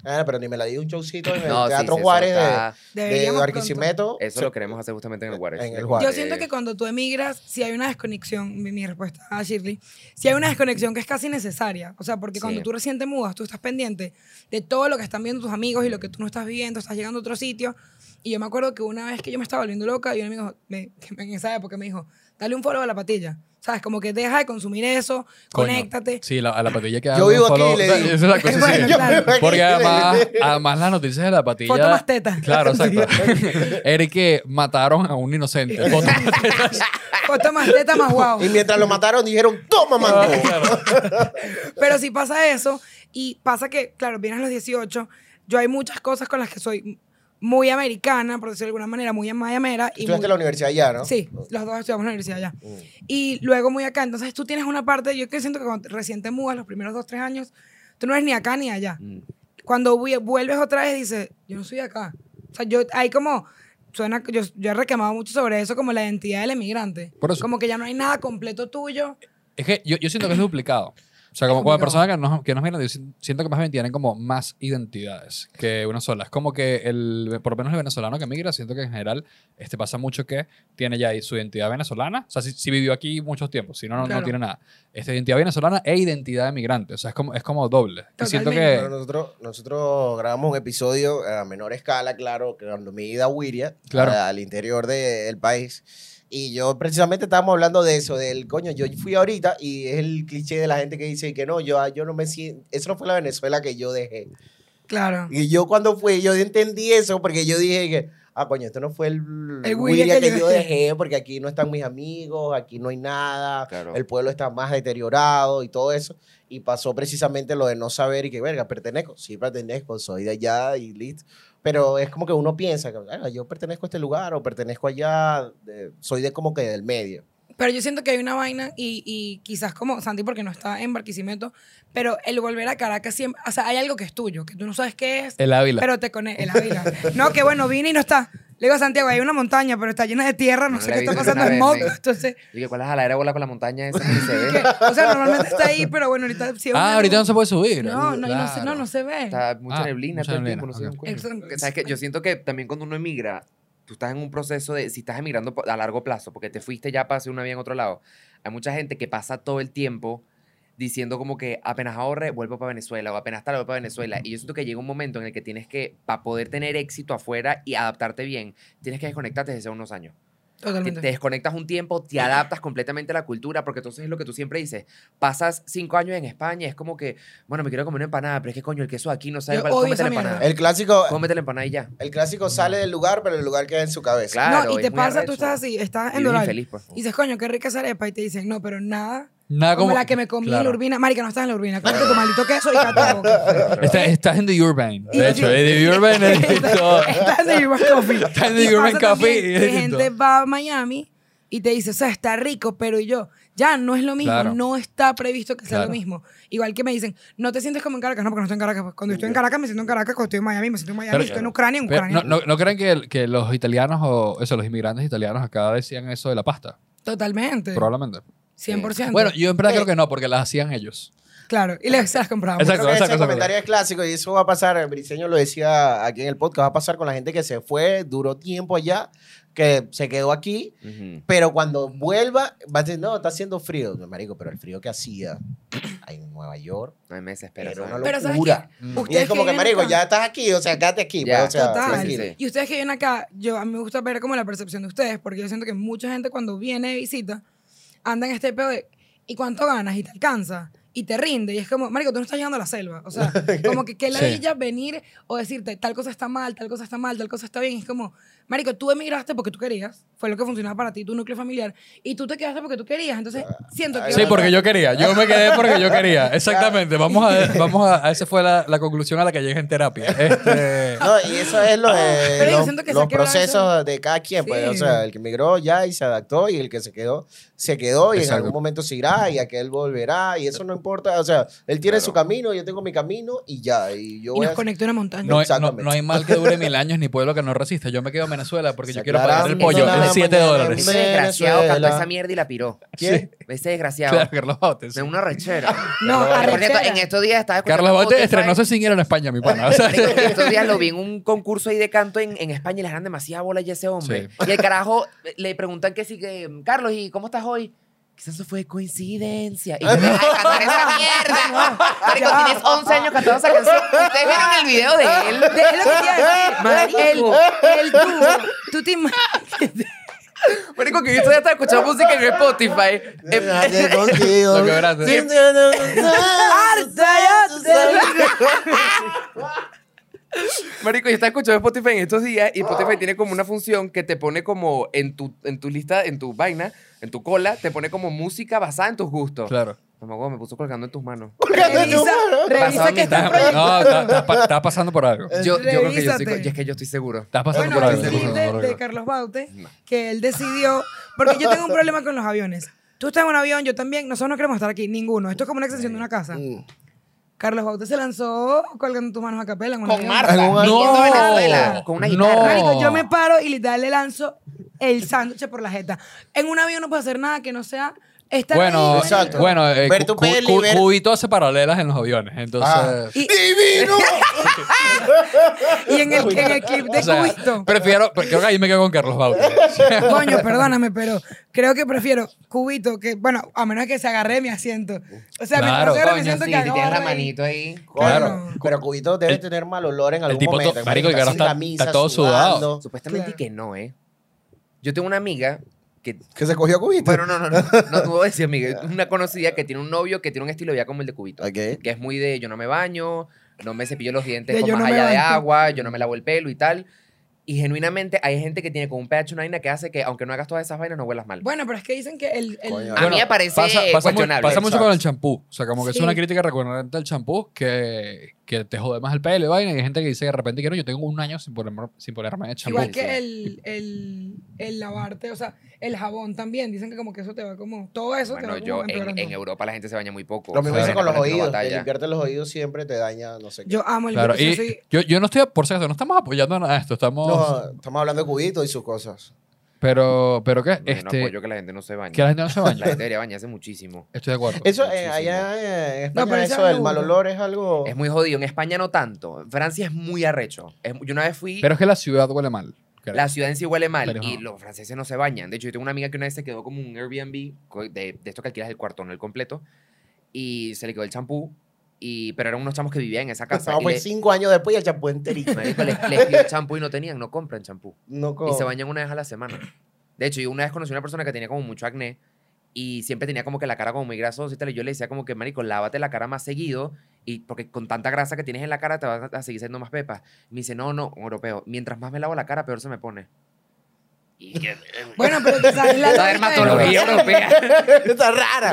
[SPEAKER 2] Ah, pero ni me la di un showcito en el
[SPEAKER 4] No, sí,
[SPEAKER 2] Teatro
[SPEAKER 4] sí, eso
[SPEAKER 2] Juárez
[SPEAKER 4] está-
[SPEAKER 2] de, de
[SPEAKER 3] Deberíamos Eh, pronto.
[SPEAKER 2] Barquisimeto.
[SPEAKER 4] Eso lo queremos hacer justamente en el Juárez.
[SPEAKER 2] En el
[SPEAKER 4] De-
[SPEAKER 2] Juárez.
[SPEAKER 3] Yo
[SPEAKER 4] de-
[SPEAKER 3] siento que cuando tú emigras, si hay una desconexión, mi, mi respuesta a Shirley, si hay una desconexión que es casi necesaria. O sea, porque cuando
[SPEAKER 4] Sí.
[SPEAKER 3] tú recién te mudas, tú estás pendiente de todo lo que están viendo tus amigos y lo que tú no estás viendo, estás llegando a otro sitio. Y yo me acuerdo que una vez que yo me estaba volviendo loca, y un amigo me, que en esa época me dijo, dale un follow a la patilla. ¿Sabes? Como que deja de consumir eso,
[SPEAKER 1] coño,
[SPEAKER 3] conéctate.
[SPEAKER 1] Sí, la- a la patilla que
[SPEAKER 2] Yo
[SPEAKER 1] hago un
[SPEAKER 2] vivo aquí,
[SPEAKER 1] follow-
[SPEAKER 2] le
[SPEAKER 1] o sea, esa
[SPEAKER 2] digo.
[SPEAKER 1] es la cosa,
[SPEAKER 3] Bueno,
[SPEAKER 1] sí.
[SPEAKER 2] Yo
[SPEAKER 3] claro.
[SPEAKER 2] vivo aquí,
[SPEAKER 1] Porque
[SPEAKER 2] le
[SPEAKER 1] además,
[SPEAKER 2] digo.
[SPEAKER 1] además las noticias de la patilla.
[SPEAKER 3] Foto más teta.
[SPEAKER 1] Claro, exacto. Eric que mataron a un inocente. Foto más teta.
[SPEAKER 3] Foto más teta, más guau.
[SPEAKER 2] Y mientras lo mataron dijeron, toma, mango.
[SPEAKER 1] Ah.
[SPEAKER 3] Pero sí pasa eso. Y pasa que, claro, vienes a los 18. Yo hay muchas cosas con las que soy muy americana, por decirlo de alguna manera, muy mayamera. Y
[SPEAKER 2] Estudiaste
[SPEAKER 3] muy-
[SPEAKER 2] en la universidad ya, ¿no? Mm.
[SPEAKER 3] Sí, los dos estudiamos en la universidad allá. Y luego muy acá. Entonces tú tienes una parte, yo que siento que cuando recién te mudas los primeros dos, tres años, tú no eres ni acá ni allá.
[SPEAKER 4] Mm.
[SPEAKER 3] Cuando vu- vuelves otra vez dices, yo no soy de acá. O sea, yo hay como... Suena, yo, yo he reclamado mucho sobre eso, como la identidad del emigrante.
[SPEAKER 1] Por
[SPEAKER 2] Pues,
[SPEAKER 1] eso.
[SPEAKER 3] Como que ya no hay nada completo tuyo.
[SPEAKER 1] Es que yo, yo siento que es duplicado. O sea, como, como personas que nos, que nos miran, yo si- siento que más bien tienen como más identidades que una sola. Es como que, el, por lo menos el venezolano que migra, siento que en general este, pasa mucho que tiene ya ahí su identidad venezolana. O sea, si, si vivió aquí muchos tiempos, si no, no, no
[SPEAKER 3] Claro.
[SPEAKER 1] tiene nada. Esta identidad venezolana e identidad de migrante. O sea, es como, es como doble. Y siento que...
[SPEAKER 2] Pero nosotros, nosotros grabamos un episodio a menor escala, claro, que cuando me iba a Wiria,
[SPEAKER 1] Claro.
[SPEAKER 2] a- al interior de- del país. Y yo precisamente estábamos hablando de eso, del coño, yo fui ahorita y es el cliché de la gente que dice que no, yo, yo no me siento, eso no fue la Venezuela que yo dejé.
[SPEAKER 3] Claro.
[SPEAKER 2] Y yo cuando fui, yo entendí eso porque yo dije que, ah, coño, esto no fue el,
[SPEAKER 3] El
[SPEAKER 2] Wiria
[SPEAKER 3] Wiria
[SPEAKER 2] que,
[SPEAKER 3] que
[SPEAKER 2] yo
[SPEAKER 3] yo
[SPEAKER 2] dejé porque aquí no están mis amigos, aquí no hay nada,
[SPEAKER 4] Claro.
[SPEAKER 2] el pueblo está más deteriorado y todo eso. Y pasó precisamente lo de no saber y que, verga, pertenezco, sí pertenezco, soy de allá y listo. Pero es como que uno piensa, que, "Ah, yo pertenezco a este lugar o pertenezco allá, eh, soy de como que del medio.
[SPEAKER 3] Pero yo siento que hay una vaina y, y quizás como Santi porque no está en Barquisimeto, pero el volver a Caracas siempre, o sea, hay algo que es tuyo, que tú no sabes qué es,
[SPEAKER 1] El Ávila.
[SPEAKER 3] pero te conecta el Ávila. No, que bueno, vine y no está. Le digo a Santiago, hay una montaña, pero está llena de tierra, no
[SPEAKER 4] No
[SPEAKER 3] sé
[SPEAKER 4] la
[SPEAKER 3] qué
[SPEAKER 4] he
[SPEAKER 3] está
[SPEAKER 4] visto
[SPEAKER 3] pasando en
[SPEAKER 4] ninguna
[SPEAKER 3] Mock.
[SPEAKER 4] vez, men.
[SPEAKER 3] Entonces,
[SPEAKER 4] Y que, ¿cuál es la era bola con la montaña esa? Ni se
[SPEAKER 3] que,
[SPEAKER 4] ve.
[SPEAKER 3] o sea, normalmente está ahí, pero bueno, ahorita sí es una
[SPEAKER 1] Ah, ahorita no
[SPEAKER 3] luz.
[SPEAKER 1] se puede subir.
[SPEAKER 3] No, no, y no, se, no,
[SPEAKER 1] Claro.
[SPEAKER 3] no se ve.
[SPEAKER 4] Está mucha
[SPEAKER 1] Ah,
[SPEAKER 4] neblina
[SPEAKER 1] mucha
[SPEAKER 4] todo el
[SPEAKER 1] neblina,
[SPEAKER 4] tiempo, no sé
[SPEAKER 1] ok.
[SPEAKER 4] un coño.
[SPEAKER 3] Eso-
[SPEAKER 4] Porque, ¿Sabes qué? Yo siento que también cuando uno emigra, tú estás en un proceso de, si estás emigrando po- a largo plazo, porque te fuiste ya para hacer una vida en otro lado, hay mucha gente que pasa todo el tiempo diciendo como que apenas ahorre, vuelvo para Venezuela, o apenas tal, vuelvo para Venezuela. Y yo siento que llega un momento en el que tienes que, para poder tener éxito afuera y adaptarte bien, tienes que desconectarte desde hace unos años te, te
[SPEAKER 3] Totalmente.
[SPEAKER 4] desconectas un tiempo, te adaptas completamente a la cultura, porque entonces es lo que tú siempre dices. Pasas cinco años en España, es como que, bueno, me quiero comer una empanada, pero es que coño, el queso aquí no sabe
[SPEAKER 3] Yo
[SPEAKER 4] cuál.
[SPEAKER 3] odio
[SPEAKER 4] Cómete la
[SPEAKER 3] esa mierda.
[SPEAKER 4] empanada.
[SPEAKER 2] El clásico,
[SPEAKER 4] Cómete la empanada y ya.
[SPEAKER 2] el clásico sale del lugar, pero el lugar queda en su cabeza.
[SPEAKER 4] Claro.
[SPEAKER 3] no, y
[SPEAKER 4] es
[SPEAKER 3] te
[SPEAKER 4] muy
[SPEAKER 3] pasa,
[SPEAKER 4] arrecho.
[SPEAKER 3] tú estás así, estás
[SPEAKER 4] Y
[SPEAKER 3] en
[SPEAKER 4] vives
[SPEAKER 3] Doral.
[SPEAKER 4] infeliz, pues.
[SPEAKER 3] Y dices, coño, qué rica esa arepa. Y te dicen, no, pero nada.
[SPEAKER 1] Nada
[SPEAKER 3] Como,
[SPEAKER 1] como,
[SPEAKER 3] la que me comí en la
[SPEAKER 1] claro.
[SPEAKER 3] Urbina. Marica, no estás en la Urbina. Cómete tu maldito queso y cállate la boca.
[SPEAKER 1] Está- Estás en The Urban.
[SPEAKER 3] Y
[SPEAKER 1] De hecho,
[SPEAKER 3] sí.
[SPEAKER 1] es The Urban es distinto.
[SPEAKER 3] Estás en el Urban Coffee.
[SPEAKER 1] Estás en el
[SPEAKER 3] Y
[SPEAKER 1] Urban
[SPEAKER 3] pasa también
[SPEAKER 1] Coffee, es
[SPEAKER 3] que
[SPEAKER 1] distinto.
[SPEAKER 3] gente va a Miami y te dice, o sea, está rico, pero y yo, ya no es lo mismo,
[SPEAKER 1] Claro.
[SPEAKER 3] no está previsto que sea
[SPEAKER 1] Claro.
[SPEAKER 3] lo mismo. Igual que me dicen, no te sientes como en Caracas, no, porque no estoy en Caracas. pues". Cuando estoy en Caracas, me siento en Caracas, cuando estoy en Miami, me siento en Miami,
[SPEAKER 1] Pero-
[SPEAKER 3] estoy en Ucrania, en
[SPEAKER 1] Pero,
[SPEAKER 3] Ucrania.
[SPEAKER 1] ¿no, no, no creen que, el- que los italianos o eso, los inmigrantes italianos acá decían eso de la pasta?
[SPEAKER 3] Totalmente.
[SPEAKER 1] Probablemente.
[SPEAKER 3] 100%.
[SPEAKER 1] Bueno, yo en verdad
[SPEAKER 2] Eh.
[SPEAKER 1] creo que no, porque las hacían ellos.
[SPEAKER 3] claro, y les, se las compramos.
[SPEAKER 1] Exacto.
[SPEAKER 2] Creo que ese
[SPEAKER 1] exacto.
[SPEAKER 2] comentario es clásico y eso va a pasar, el Briseño lo decía aquí en el podcast, va a pasar con la gente que se fue, duró tiempo allá, que se quedó aquí,
[SPEAKER 4] Ujú.
[SPEAKER 2] pero cuando vuelva va a decir, no, está haciendo frío, No, marico, pero el frío que hacía en Nueva York,
[SPEAKER 4] Ay, me desespera.
[SPEAKER 2] Pero
[SPEAKER 4] ¿sabes?
[SPEAKER 2] no lo-
[SPEAKER 3] Pero ¿sabes
[SPEAKER 2] locura.
[SPEAKER 3] qué?
[SPEAKER 1] Mm.
[SPEAKER 2] y es como que,
[SPEAKER 3] vienen
[SPEAKER 2] marico,
[SPEAKER 3] acá-
[SPEAKER 2] ya estás aquí, o sea, quédate aquí, pues,
[SPEAKER 4] Ya,
[SPEAKER 2] o sea,
[SPEAKER 3] Total.
[SPEAKER 2] tranquilo.
[SPEAKER 4] sí, sí.
[SPEAKER 3] Y ustedes que vienen acá, yo a mí me gusta ver como la percepción de ustedes, porque yo siento que mucha gente cuando viene de visita anda en este pedo de ¿y cuánto ganas? Y te alcanza. Y te rinde. Y es como, marico, tú no estás llegando a la selva. O sea, como que qué
[SPEAKER 1] Sí.
[SPEAKER 3] ladilla venir o decirte tal cosa está mal, tal cosa está mal, tal cosa está bien. Y es como, marico, tú emigraste porque tú querías. Fue lo que funcionaba para ti, tu núcleo familiar. Y tú te quedaste porque tú querías. Entonces,
[SPEAKER 2] Ah,
[SPEAKER 3] siento que...
[SPEAKER 1] Sí, porque yo quería. Yo me quedé porque yo quería. Exactamente. Vamos a... Vamos a, a esa fue la, la conclusión a la que llegué en terapia. Este,
[SPEAKER 2] No, y eso es lo de
[SPEAKER 3] Ah, Pero yo
[SPEAKER 2] los,
[SPEAKER 3] siento que
[SPEAKER 2] los
[SPEAKER 3] saqué
[SPEAKER 2] procesos
[SPEAKER 3] balance.
[SPEAKER 2] de cada quien, pues,
[SPEAKER 3] Sí.
[SPEAKER 2] o sea, el que migró ya y se adaptó y el que se quedó, se quedó y en
[SPEAKER 1] Exacto.
[SPEAKER 2] algún momento se irá y aquel volverá y eso no importa, o sea, él tiene
[SPEAKER 4] Claro.
[SPEAKER 2] su camino, yo tengo mi camino y ya, y yo
[SPEAKER 3] Y
[SPEAKER 2] voy
[SPEAKER 3] nos
[SPEAKER 2] a...
[SPEAKER 3] conectó una montaña.
[SPEAKER 1] no, hay- no,
[SPEAKER 2] Exactamente.
[SPEAKER 1] no hay mal que dure mil años ni pueblo que no resista. Yo me quedo en Venezuela porque yo quiero pagar el
[SPEAKER 4] aclarando
[SPEAKER 1] pollo
[SPEAKER 4] la
[SPEAKER 1] de 7
[SPEAKER 2] mañana,
[SPEAKER 4] Un
[SPEAKER 1] dólares.
[SPEAKER 2] hombre.
[SPEAKER 4] desgraciado cantó
[SPEAKER 2] Venezuela.
[SPEAKER 4] esa mierda y la piró.
[SPEAKER 2] ¿Quién?
[SPEAKER 4] Ese desgraciado.
[SPEAKER 1] Claro, Carlos Bautes.
[SPEAKER 4] De una rechera.
[SPEAKER 3] No,
[SPEAKER 4] Por cierto, en
[SPEAKER 3] arrechera.
[SPEAKER 4] estos días estaba escuchando
[SPEAKER 1] Carlos Bautes
[SPEAKER 4] Spotify.
[SPEAKER 1] estrenó ese single en España, mi pana. O sea,
[SPEAKER 4] Marico, que estos días lo vi en un concurso ahí de canto en, en España y le dan demasiada bola ya a ese hombre. Y el carajo eh, le preguntan que sí, que Carlos, ¿y cómo estás hoy? Quizás eso fue coincidencia. Y yo, ¡ay, cantar esa mierda!
[SPEAKER 3] Ah,
[SPEAKER 4] Marico, tienes 11 años cantando esa canción. Ustedes vieron el video de él.
[SPEAKER 3] De- es lo que te iba a decir.
[SPEAKER 4] Marico.
[SPEAKER 3] El,
[SPEAKER 2] este-
[SPEAKER 3] el dúo. Tú te imaginas.
[SPEAKER 4] Marico, que yo estoy hasta escuchando música en Spotify.
[SPEAKER 2] Déjate
[SPEAKER 4] Eh,
[SPEAKER 2] contigo.
[SPEAKER 1] Lo quebraste.
[SPEAKER 2] Sí, sí, sí,
[SPEAKER 3] Harta ya de-
[SPEAKER 4] Marico, yo estaba escuchando Spotify en estos días y Spotify tiene como una función que te pone como en tu, en tu lista, en tu vaina, en tu cola, te pone como música basada en tus gustos.
[SPEAKER 1] Claro.
[SPEAKER 4] Mamá, huevo, me puso colgando en tus manos.
[SPEAKER 3] Revisa,
[SPEAKER 4] Pasaba
[SPEAKER 3] revisa que
[SPEAKER 4] mi
[SPEAKER 3] está
[SPEAKER 4] tiempo.
[SPEAKER 3] proyectado.
[SPEAKER 1] No, está- está pa- está pasando por algo.
[SPEAKER 2] Eh,
[SPEAKER 4] Yo, yo creo que yo estoy,
[SPEAKER 3] Revísate.
[SPEAKER 4] y es que yo estoy seguro.
[SPEAKER 1] Estás pasando
[SPEAKER 3] Bueno,
[SPEAKER 1] por algo.
[SPEAKER 3] decir
[SPEAKER 1] estás pasando
[SPEAKER 3] de,
[SPEAKER 1] por
[SPEAKER 3] de
[SPEAKER 1] algo.
[SPEAKER 3] Carlos Baute que él decidió. Porque yo tengo un problema con los aviones. Tú estás en un avión, yo también. Nosotros no queremos estar aquí, ninguno. Esto es como una extensión de una casa.
[SPEAKER 2] Mm.
[SPEAKER 3] Carlos Baute se lanzó colgando tus manos a capela. en un
[SPEAKER 4] Con
[SPEAKER 3] avión.
[SPEAKER 4] Marta.
[SPEAKER 2] Algún-
[SPEAKER 4] yendo a Venezuela,
[SPEAKER 1] No,
[SPEAKER 4] con una
[SPEAKER 1] no.
[SPEAKER 4] guitarra.
[SPEAKER 3] Marico, yo me paro y literal le lanzo el sándwich por la jeta. En un avión no puedo hacer nada que no sea estar
[SPEAKER 1] Bueno,
[SPEAKER 3] ahí,
[SPEAKER 2] Exacto.
[SPEAKER 1] bueno eh,
[SPEAKER 2] Ver tu
[SPEAKER 1] cu-
[SPEAKER 2] peli,
[SPEAKER 1] cu-
[SPEAKER 2] ver-
[SPEAKER 1] Cubito hace paralelas en los aviones. Entonces.
[SPEAKER 2] Ah.
[SPEAKER 3] Y,
[SPEAKER 2] ¡Divino!
[SPEAKER 3] y en, el, en el clip de
[SPEAKER 1] o sea,
[SPEAKER 3] Cubito.
[SPEAKER 1] prefiero. pero Creo que ahí me quedo con Carlos Bautes.
[SPEAKER 3] Coño, perdóname, pero creo que prefiero Cubito que, bueno, a menos que se agarre de mi asiento. O sea, me
[SPEAKER 1] Claro.
[SPEAKER 3] considero
[SPEAKER 4] Coño,
[SPEAKER 3] mi
[SPEAKER 4] sí,
[SPEAKER 3] asiento
[SPEAKER 4] si
[SPEAKER 3] que
[SPEAKER 4] tienes la
[SPEAKER 3] agarra y-
[SPEAKER 4] manito ahí.
[SPEAKER 2] Claro.
[SPEAKER 3] Claro.
[SPEAKER 2] Pero Cubito debe tener mal olor en algún
[SPEAKER 1] tipo to-
[SPEAKER 2] momento.
[SPEAKER 1] marico, el
[SPEAKER 2] está
[SPEAKER 1] carajo
[SPEAKER 2] sin
[SPEAKER 1] está-
[SPEAKER 2] camisa,
[SPEAKER 1] está todo sudado.
[SPEAKER 4] Supuestamente
[SPEAKER 3] Claro.
[SPEAKER 4] que no, ¿eh? Yo tengo una amiga que...
[SPEAKER 2] Que se cogió Cubito.
[SPEAKER 4] Bueno, no, no, no. No te voy a decir amiga. Una conocida que tiene un novio que tiene un estilo ya como el de Cubito.
[SPEAKER 2] Ok.
[SPEAKER 4] que es muy de yo no me baño, no me cepillo los dientes
[SPEAKER 3] De
[SPEAKER 4] con
[SPEAKER 3] yo
[SPEAKER 4] más
[SPEAKER 3] no me
[SPEAKER 4] allá de
[SPEAKER 3] baño.
[SPEAKER 4] agua, yo no me lavo el pelo y tal. Y genuinamente hay gente que tiene como un pH una vaina que hace que aunque no hagas todas esas vainas no huelas mal.
[SPEAKER 3] Bueno, pero es que dicen que el... Ah, el-
[SPEAKER 2] Coño.
[SPEAKER 4] a mí
[SPEAKER 1] Bueno,
[SPEAKER 4] me parece
[SPEAKER 2] pues,
[SPEAKER 1] pasa, pasa mu-
[SPEAKER 4] cuestionable.
[SPEAKER 1] pasa mucho
[SPEAKER 2] Exacto.
[SPEAKER 1] con el champú. O sea, como que es
[SPEAKER 3] Sí.
[SPEAKER 1] una crítica recurrente al champú que, que te jode más el pelo y vaina. Y hay gente que dice de repente que no, yo tengo un año sin ponerme, sin ponerme champú.
[SPEAKER 3] Igual que el, el, el lavarte, o sea, el jabón también. Dicen que como que eso te va como... Todo eso te
[SPEAKER 4] Bueno,
[SPEAKER 3] va
[SPEAKER 4] yo
[SPEAKER 3] como
[SPEAKER 4] en,
[SPEAKER 3] empeorando.
[SPEAKER 4] en Europa la gente se baña muy poco.
[SPEAKER 2] Lo mismo
[SPEAKER 1] Claro.
[SPEAKER 2] hice con los
[SPEAKER 4] Por ejemplo,
[SPEAKER 2] oídos. que
[SPEAKER 4] batalla.
[SPEAKER 2] limpiarte los oídos siempre te daña, no sé qué.
[SPEAKER 3] Yo amo el
[SPEAKER 1] Claro,
[SPEAKER 3] yo
[SPEAKER 1] y
[SPEAKER 3] soy-
[SPEAKER 1] yo, yo no estoy, por si acaso, no estamos apoyando nada de esto, estamos...
[SPEAKER 2] No, estamos hablando de cubitos y sus cosas.
[SPEAKER 1] Pero, pero ¿qué?
[SPEAKER 4] No, yo no
[SPEAKER 1] Este,
[SPEAKER 4] apoyo que la gente no se bañe.
[SPEAKER 1] que la gente no se
[SPEAKER 4] La
[SPEAKER 1] baña.
[SPEAKER 4] gente debería bañarse muchísimo.
[SPEAKER 1] Estoy de acuerdo.
[SPEAKER 2] Eso, eh,
[SPEAKER 4] Muchísimo.
[SPEAKER 2] allá eh, en
[SPEAKER 3] No,
[SPEAKER 2] España,
[SPEAKER 3] pero eso
[SPEAKER 2] eso
[SPEAKER 3] me
[SPEAKER 2] del
[SPEAKER 3] gusta.
[SPEAKER 2] mal olor es algo...
[SPEAKER 4] Es muy jodido. En España no tanto. En Francia es muy arrecho. Es mu- yo una vez fui.
[SPEAKER 1] Pero es que la ciudad huele mal. creo.
[SPEAKER 4] la ciudad en sí huele mal
[SPEAKER 1] Pero
[SPEAKER 4] y
[SPEAKER 1] no.
[SPEAKER 4] los franceses no se bañan. De hecho, yo tengo una amiga que una vez se quedó como un Airbnb co- de, de esto que alquilas el cuarto, no el completo, y se le quedó el champú, y, pero eran unos chamos que vivían en esa casa.
[SPEAKER 2] No,
[SPEAKER 4] y
[SPEAKER 2] pues
[SPEAKER 4] le-
[SPEAKER 2] cinco años después y el champú enterito.
[SPEAKER 4] marico, les, les pidió champú y no tenían, no compran champú.
[SPEAKER 2] No
[SPEAKER 4] Y se
[SPEAKER 2] co-
[SPEAKER 4] bañan una vez a la semana. De hecho, yo una vez conocí a una persona que tenía como mucho acné y siempre tenía como que la cara como muy grasosa y tal. Y yo le decía como que, marico, lávate la cara más seguido y porque con tanta grasa que tienes en la cara te vas a seguir siendo más pepa. Me dice, no, no, un europeo, mientras más me lavo la cara, peor se me pone. Y que- eh,
[SPEAKER 3] Bueno, pero quizás es
[SPEAKER 4] la
[SPEAKER 3] la lógica de
[SPEAKER 4] dermatología
[SPEAKER 3] nunca hacerlo.
[SPEAKER 4] europea.
[SPEAKER 2] Está rara.